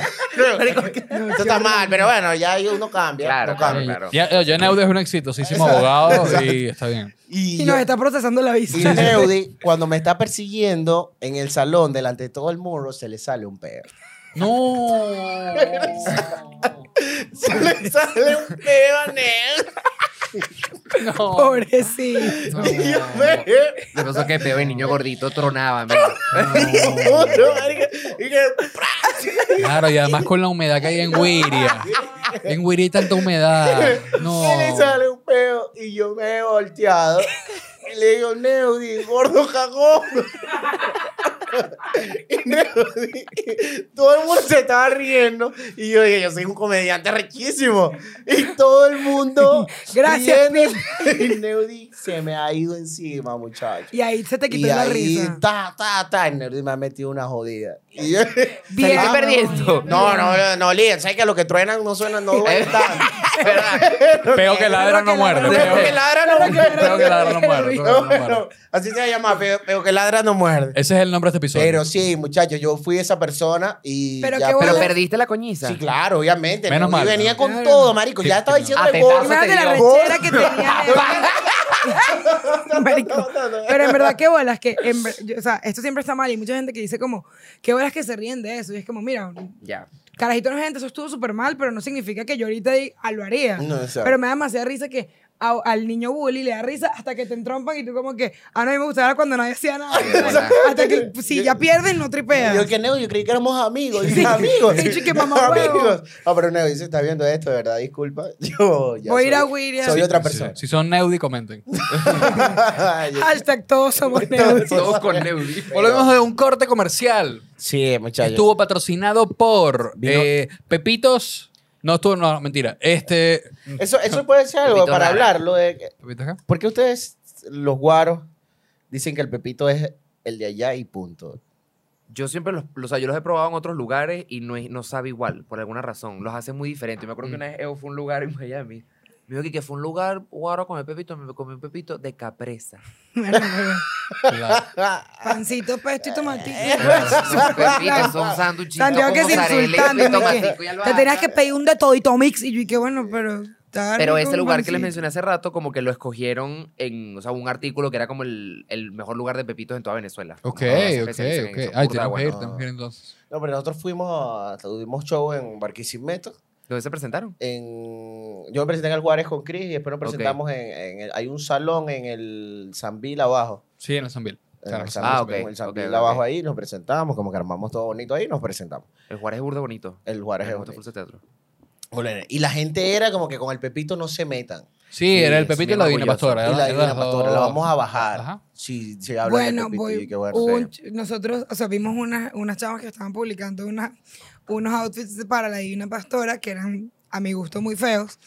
[SPEAKER 2] Marico, esto está mal, pero bueno, ya ahí uno cambia.
[SPEAKER 4] Claro,
[SPEAKER 2] uno cambia.
[SPEAKER 4] claro.
[SPEAKER 1] Ya, ya Neudi es un exitosísimo abogado y está bien.
[SPEAKER 2] Y,
[SPEAKER 3] Y
[SPEAKER 2] yo-
[SPEAKER 3] nos está procesando la
[SPEAKER 2] y
[SPEAKER 3] visa.
[SPEAKER 2] Neudi, cuando me está persiguiendo en el salón, delante de todo el muro, se le sale un pedo.
[SPEAKER 1] No.
[SPEAKER 2] Se le sale un pedo a Neudi.
[SPEAKER 1] No.
[SPEAKER 3] Pobrecito.
[SPEAKER 2] Y yo, "Ve".
[SPEAKER 4] Yo pienso que peor el niño gordito tronaba, men.
[SPEAKER 2] Juro, marica. Y que,
[SPEAKER 1] Claro, y además con la humedad que hay en Wiria. En Wiria hay tanta humedad. No.
[SPEAKER 2] Y le sale un peo y yo me he volteado. Y le digo, Neudi, gordo cagón. Y Neudi, todo el mundo se estaba riendo. Y yo dije, yo soy un comediante riquísimo. Y todo el mundo.
[SPEAKER 3] Gracias,
[SPEAKER 2] riendo. Y Neudi se me ha ido encima, muchacho.
[SPEAKER 3] Y ahí se te quitó
[SPEAKER 2] Y
[SPEAKER 3] la
[SPEAKER 2] ahí,
[SPEAKER 3] risa.
[SPEAKER 2] ta, ta, ta, y Neudi me ha metido una jodida. Y yo,
[SPEAKER 3] Bien.
[SPEAKER 4] Salí perdiendo.
[SPEAKER 2] no, no, no, Lian, ¿sabes que lo que truenan no suenan, no duelen tanto?
[SPEAKER 1] Peor que ladra no muerde.
[SPEAKER 2] Pero que
[SPEAKER 1] Peor
[SPEAKER 2] ladra no muerde.
[SPEAKER 1] peor que ladra no muerde. peor que
[SPEAKER 2] No,
[SPEAKER 1] ladra no
[SPEAKER 2] bueno,
[SPEAKER 1] muerde.
[SPEAKER 2] así se llama, pero, pero que ladra no muerde.
[SPEAKER 1] Ese es el nombre de este episodio.
[SPEAKER 2] Pero sí, muchachos, yo fui esa persona y.
[SPEAKER 3] Pero
[SPEAKER 2] ya- pues,
[SPEAKER 3] qué
[SPEAKER 4] Pero
[SPEAKER 3] bola.
[SPEAKER 4] perdiste la coñiza.
[SPEAKER 2] Sí, claro, obviamente.
[SPEAKER 1] Menos
[SPEAKER 2] ¿no? Y
[SPEAKER 1] mal,
[SPEAKER 2] venía
[SPEAKER 1] ¿no?
[SPEAKER 2] con
[SPEAKER 3] Claro.
[SPEAKER 2] todo, marico. Ya estaba
[SPEAKER 1] Sí,
[SPEAKER 2] diciendo
[SPEAKER 4] sí,
[SPEAKER 2] el
[SPEAKER 4] no.
[SPEAKER 2] gordo.
[SPEAKER 4] Atentazo
[SPEAKER 3] Imagínate
[SPEAKER 4] te
[SPEAKER 3] la
[SPEAKER 4] dio.
[SPEAKER 3] rechera que tenía. Marico.
[SPEAKER 2] No, no, no.
[SPEAKER 3] Pero en verdad, qué bolas que. en ver- yo- o sea, esto siempre está mal y mucha gente que dice, como, qué bolas que se ríen de eso. Y es como, mira,
[SPEAKER 4] Ya.
[SPEAKER 3] carajito no es gente, eso estuvo súper mal, pero no significa que yo ahorita di- ah, lo haría.
[SPEAKER 2] No, exacto.
[SPEAKER 3] pero me da demasiada risa que a- al niño bully le da risa hasta que te entrompan y tú, como que, ah, no, a mí me gustaba cuando nadie hacía nada. O sea, hasta que si ya pierden, no tripeas.
[SPEAKER 2] Yo que Neo, yo creí que éramos amigos.
[SPEAKER 3] Sí.
[SPEAKER 2] Dice, amigos.
[SPEAKER 3] Sí, chique, mamá, huevo.
[SPEAKER 2] Ah, pero Neo dice, estás viendo esto, de ¿verdad? Disculpa. Yo ya
[SPEAKER 3] Voy a ir
[SPEAKER 2] soy-
[SPEAKER 3] a Wiria.
[SPEAKER 2] Soy
[SPEAKER 3] Sí,
[SPEAKER 2] otra
[SPEAKER 1] Sí,
[SPEAKER 2] persona.
[SPEAKER 1] Si son Neudi, comenten.
[SPEAKER 2] Ay,
[SPEAKER 3] Hashtag todos somos
[SPEAKER 2] Todos.
[SPEAKER 3] neos.
[SPEAKER 4] Todos con Neudi.
[SPEAKER 1] Volvemos de un corte comercial.
[SPEAKER 2] Sí, muchachos.
[SPEAKER 1] Estuvo patrocinado por
[SPEAKER 2] Vino-
[SPEAKER 1] eh, Pepitos. No, estuvo, no, mentira. Este.
[SPEAKER 2] Eso, eso puede ser algo
[SPEAKER 4] Pepito
[SPEAKER 2] para
[SPEAKER 4] Rara.
[SPEAKER 2] hablarlo. De,
[SPEAKER 1] ¿Pepitos acá?
[SPEAKER 2] ¿Por qué ustedes, los guaros, dicen que el Pepito es el de allá y punto?
[SPEAKER 4] Yo siempre los, los, o sea, yo los he probado en otros lugares y no, es- no sabe igual, por alguna razón. Los hace muy diferentes. Me acuerdo que una vez Evo fue a un lugar en Miami. Me dijo que, que fue un lugar, guaro, con el pepito, me comí un pepito de capresa.
[SPEAKER 1] Claro.
[SPEAKER 3] Pancito, pesto y tomatito.
[SPEAKER 4] Los pepitos Eh, son sándwiches.
[SPEAKER 3] Santiago que
[SPEAKER 4] con
[SPEAKER 3] se
[SPEAKER 4] mozzarella y
[SPEAKER 3] insultando.
[SPEAKER 4] tomatico y
[SPEAKER 3] ¿no? Te
[SPEAKER 4] albahaca.
[SPEAKER 3] tenías que pedir un de todito mix. Y yo, y qué bueno, pero. está
[SPEAKER 4] Pero
[SPEAKER 3] rico
[SPEAKER 4] ese
[SPEAKER 3] un
[SPEAKER 4] lugar que les
[SPEAKER 3] pancito.
[SPEAKER 4] mencioné hace rato, como que lo escogieron en, o sea, un artículo que era como el, el mejor lugar de pepitos en toda Venezuela. Como
[SPEAKER 1] Ok,
[SPEAKER 4] que se
[SPEAKER 1] ok,
[SPEAKER 4] especializan en
[SPEAKER 1] ok.
[SPEAKER 4] eso.
[SPEAKER 1] Ay,
[SPEAKER 4] Burda
[SPEAKER 1] tenemos que ir,
[SPEAKER 4] bueno.
[SPEAKER 1] tenemos que ir entonces.
[SPEAKER 2] No, pero nosotros fuimos, a- tuvimos show en Barquisimeto.
[SPEAKER 4] ¿Dónde se presentaron?
[SPEAKER 2] En, yo me presenté en el Juárez con Chris y después nos
[SPEAKER 4] Ok.
[SPEAKER 2] presentamos en, en el- hay un salón en el Zambil abajo.
[SPEAKER 1] Sí, en el Sanville.
[SPEAKER 2] En
[SPEAKER 1] Claro,
[SPEAKER 2] el
[SPEAKER 4] Ah,
[SPEAKER 2] Zambil,
[SPEAKER 4] ok,
[SPEAKER 2] en el Zambil
[SPEAKER 4] ok, ok.
[SPEAKER 2] abajo ahí nos presentamos, como que armamos todo bonito ahí y nos presentamos.
[SPEAKER 4] El Juárez es burda bonito.
[SPEAKER 2] El Juárez
[SPEAKER 4] Me
[SPEAKER 2] es
[SPEAKER 4] gusta full
[SPEAKER 2] bonito.
[SPEAKER 4] ese teatro.
[SPEAKER 2] Olé. Y la gente era como que con el Pepito no se metan.
[SPEAKER 1] Sí,
[SPEAKER 4] Sí,
[SPEAKER 1] era el
[SPEAKER 4] es
[SPEAKER 1] Pepito y
[SPEAKER 4] bien
[SPEAKER 1] la Divina
[SPEAKER 4] orgulloso.
[SPEAKER 1] Pastora.
[SPEAKER 2] y
[SPEAKER 1] eran-
[SPEAKER 2] la Divina
[SPEAKER 1] eran los
[SPEAKER 2] Pastora, la
[SPEAKER 1] dos.
[SPEAKER 2] vamos a bajar.
[SPEAKER 1] Ajá.
[SPEAKER 2] Si, si hablan
[SPEAKER 3] Bueno,
[SPEAKER 2] del Pepito
[SPEAKER 3] voy-
[SPEAKER 2] y qué bueno.
[SPEAKER 3] hubo un
[SPEAKER 2] sí.
[SPEAKER 3] ch- nosotros, o sea, vimos unas, unas chavas que estaban publicando una- unos outfits para la Divina Pastora que eran, a mi gusto, muy feos.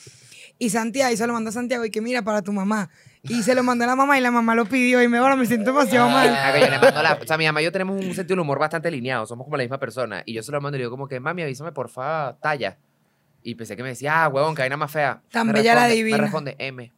[SPEAKER 3] Y Santiago, y se lo mandó a Santiago y que mira para tu mamá. Y se lo mandó a la mamá y la mamá lo pidió y me ahora me siento demasiado mal.
[SPEAKER 4] Ah, que yo le mando la- o sea, mi mamá y yo tenemos un sentido del humor bastante alineado, somos como la misma persona. Y yo se lo mando y le digo como que, mami, avísame porfa, talla. Y pensé que me decía, ah, huevón, cadena más fea.
[SPEAKER 3] Tan
[SPEAKER 4] Me
[SPEAKER 3] bella la
[SPEAKER 4] responde-
[SPEAKER 3] divina.
[SPEAKER 4] Me responde, M.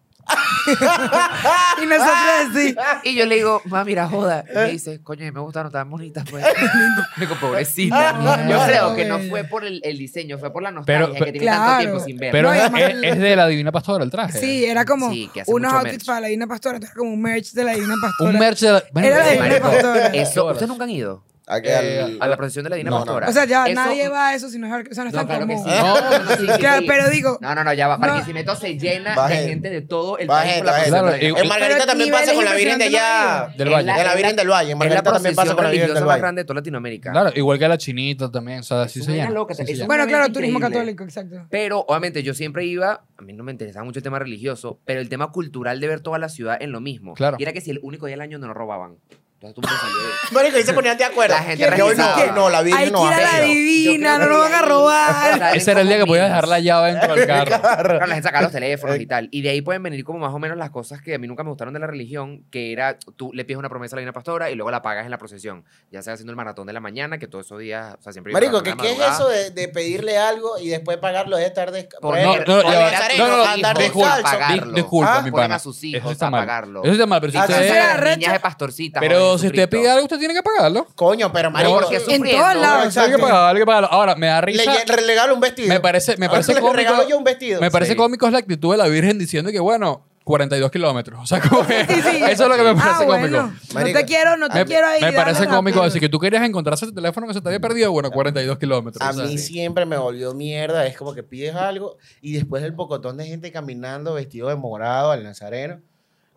[SPEAKER 3] Y nosotros sí.
[SPEAKER 4] Y yo le digo, mami, mira, joda. Y
[SPEAKER 3] ¿Eh?
[SPEAKER 4] me dice, coño, me gustaron tan bonitas, pues. Digo,
[SPEAKER 3] Ah,
[SPEAKER 4] pobrecita. Yo
[SPEAKER 3] Claro,
[SPEAKER 4] creo que no
[SPEAKER 3] bella.
[SPEAKER 4] fue por el, el diseño, fue por la nostalgia
[SPEAKER 1] Pero-
[SPEAKER 4] que tiene
[SPEAKER 3] Claro.
[SPEAKER 4] tanto tiempo sin ver.
[SPEAKER 1] Pero
[SPEAKER 3] No, y
[SPEAKER 1] es,
[SPEAKER 3] además
[SPEAKER 1] es-
[SPEAKER 3] el-
[SPEAKER 1] es de la Divina Pastora el traje.
[SPEAKER 3] Sí, era como
[SPEAKER 4] Sí, que hace
[SPEAKER 3] unos
[SPEAKER 4] mucho
[SPEAKER 3] outfits
[SPEAKER 4] merch.
[SPEAKER 3] para la Divina Pastora, era como un merch de la Divina Pastora.
[SPEAKER 1] Un merch de la.
[SPEAKER 3] Era la Divina
[SPEAKER 4] Marico,
[SPEAKER 3] Pastora.
[SPEAKER 4] eso, ¿ustedes nunca han ido
[SPEAKER 2] ¿A qué?
[SPEAKER 1] Eh,
[SPEAKER 2] Al-
[SPEAKER 4] a la procesión de la Divina
[SPEAKER 2] No, no.
[SPEAKER 4] Pastora?
[SPEAKER 3] O sea, ya
[SPEAKER 4] Eso-
[SPEAKER 3] nadie va a eso, si no es, eso no es
[SPEAKER 4] No,
[SPEAKER 3] tan
[SPEAKER 4] claro que
[SPEAKER 3] común.
[SPEAKER 4] sí.
[SPEAKER 1] No, no, no,
[SPEAKER 4] sí, sí,
[SPEAKER 3] Claro,
[SPEAKER 4] sí.
[SPEAKER 3] pero digo,
[SPEAKER 4] No, no, no, ya va.
[SPEAKER 3] No.
[SPEAKER 4] Barquisimeto se llena
[SPEAKER 2] Va
[SPEAKER 4] de
[SPEAKER 2] gente.
[SPEAKER 4] gente de todo el
[SPEAKER 2] Va
[SPEAKER 4] país
[SPEAKER 2] gente,
[SPEAKER 4] por la
[SPEAKER 2] va
[SPEAKER 1] gente.
[SPEAKER 4] procesión de la Divina
[SPEAKER 1] Claro,
[SPEAKER 2] En Margarita
[SPEAKER 3] Pero
[SPEAKER 2] también pasa
[SPEAKER 3] niveles
[SPEAKER 2] con la Virgen de allá.
[SPEAKER 3] impresionantes
[SPEAKER 1] Del
[SPEAKER 4] Es
[SPEAKER 1] Valle.
[SPEAKER 2] De la Virgen del Valle. En
[SPEAKER 4] Es la
[SPEAKER 2] Margarita también pasa
[SPEAKER 4] procesión
[SPEAKER 2] con la Virgen
[SPEAKER 4] religiosa
[SPEAKER 2] del
[SPEAKER 4] más
[SPEAKER 2] Valle.
[SPEAKER 4] grande de toda Latinoamérica.
[SPEAKER 1] Claro, igual que la chinita también. O sea, así
[SPEAKER 4] Es
[SPEAKER 1] se
[SPEAKER 4] una
[SPEAKER 1] llama.
[SPEAKER 4] loca,
[SPEAKER 1] sí
[SPEAKER 4] es
[SPEAKER 1] se llama.
[SPEAKER 4] una-
[SPEAKER 3] bueno, claro,
[SPEAKER 4] evento
[SPEAKER 3] turismo
[SPEAKER 4] increíble.
[SPEAKER 3] católico, exacto.
[SPEAKER 4] Pero obviamente yo siempre iba, a mí no me interesaba mucho el tema religioso, pero el tema cultural de ver toda la ciudad en lo mismo.
[SPEAKER 1] Claro.
[SPEAKER 4] Y era que si el único día del año no nos robaban. Entonces tú me salías.
[SPEAKER 2] Marico, ahí se ponían de acuerdo.
[SPEAKER 4] La gente
[SPEAKER 2] Que hoy no,
[SPEAKER 4] revisaba.
[SPEAKER 2] que no, la
[SPEAKER 3] Hay
[SPEAKER 2] Virgen
[SPEAKER 3] que
[SPEAKER 2] no
[SPEAKER 3] ir a
[SPEAKER 2] va
[SPEAKER 3] la
[SPEAKER 2] pero-
[SPEAKER 3] divina, no nos van a robar.
[SPEAKER 1] Ese era el día que podías dejar la llave dentro del carro.
[SPEAKER 4] Claro, la gente sacaba los teléfonos
[SPEAKER 1] Eh,
[SPEAKER 4] y tal. Y de ahí pueden venir como más o menos las cosas que a mí nunca me gustaron de la religión, que era tú le pides una promesa a la Divina Pastora y luego la pagas en la procesión. Ya sea haciendo el maratón de la mañana, que todos esos días, o sea, siempre... iba a la
[SPEAKER 2] Marico, ¿qué,
[SPEAKER 4] maratón
[SPEAKER 2] ¿qué
[SPEAKER 4] de
[SPEAKER 2] es
[SPEAKER 4] la
[SPEAKER 2] eso
[SPEAKER 4] madrugada.
[SPEAKER 2] de, de pedirle algo y después pagarlo de tarde?
[SPEAKER 4] Por-
[SPEAKER 1] No, no,
[SPEAKER 4] por
[SPEAKER 1] ya va.
[SPEAKER 4] ver a
[SPEAKER 1] No,
[SPEAKER 4] sus
[SPEAKER 1] no, no,
[SPEAKER 4] hijos,
[SPEAKER 2] disculpa,
[SPEAKER 4] a pagarlo.
[SPEAKER 1] Dis- disculpa,
[SPEAKER 2] Ah,
[SPEAKER 1] mi
[SPEAKER 4] Pongan
[SPEAKER 1] pana.
[SPEAKER 4] a sus hijos
[SPEAKER 1] Eso está
[SPEAKER 4] a
[SPEAKER 1] mal.
[SPEAKER 4] pagarlo.
[SPEAKER 1] Eso está mal, pero si
[SPEAKER 2] Ah,
[SPEAKER 1] usted-
[SPEAKER 3] sí, sí.
[SPEAKER 4] Las
[SPEAKER 3] Arrecho.
[SPEAKER 4] niñas de pastorcita.
[SPEAKER 1] Pero si usted pide algo, usted tiene que pagarlo.
[SPEAKER 2] Coño, pero marico.
[SPEAKER 4] porque
[SPEAKER 3] En
[SPEAKER 4] sufriendo,
[SPEAKER 3] todos lados.
[SPEAKER 1] Hay que
[SPEAKER 2] Exacto.
[SPEAKER 1] pagarlo, hay que pagarlo. Ahora, me da
[SPEAKER 2] Le,
[SPEAKER 1] risa.
[SPEAKER 2] le regalo un vestido.
[SPEAKER 1] Me parece, me
[SPEAKER 2] Ahora
[SPEAKER 1] parece
[SPEAKER 2] le regalo yo
[SPEAKER 1] cómico.
[SPEAKER 2] un vestido.
[SPEAKER 1] Me parece
[SPEAKER 4] Sí.
[SPEAKER 1] cómico es la actitud de la Virgen diciendo que, bueno, 42 kilómetros. O sea, como que-
[SPEAKER 3] Sí, sí.
[SPEAKER 1] Eso es lo que me parece
[SPEAKER 3] ah, bueno.
[SPEAKER 1] cómico.
[SPEAKER 3] No
[SPEAKER 2] Marica.
[SPEAKER 3] te quiero, no te
[SPEAKER 1] Me,
[SPEAKER 3] quiero ahí.
[SPEAKER 1] me
[SPEAKER 3] dame
[SPEAKER 1] parece
[SPEAKER 3] rápido.
[SPEAKER 1] cómico. Así que tú querías encontrarse el teléfono que se te había perdido. Bueno, 42 kilómetros.
[SPEAKER 2] A
[SPEAKER 1] o sea,
[SPEAKER 2] mí
[SPEAKER 1] sí.
[SPEAKER 2] siempre me volvió mierda. Es como que pides algo y después el pocotón de gente caminando vestido de morado al nazareno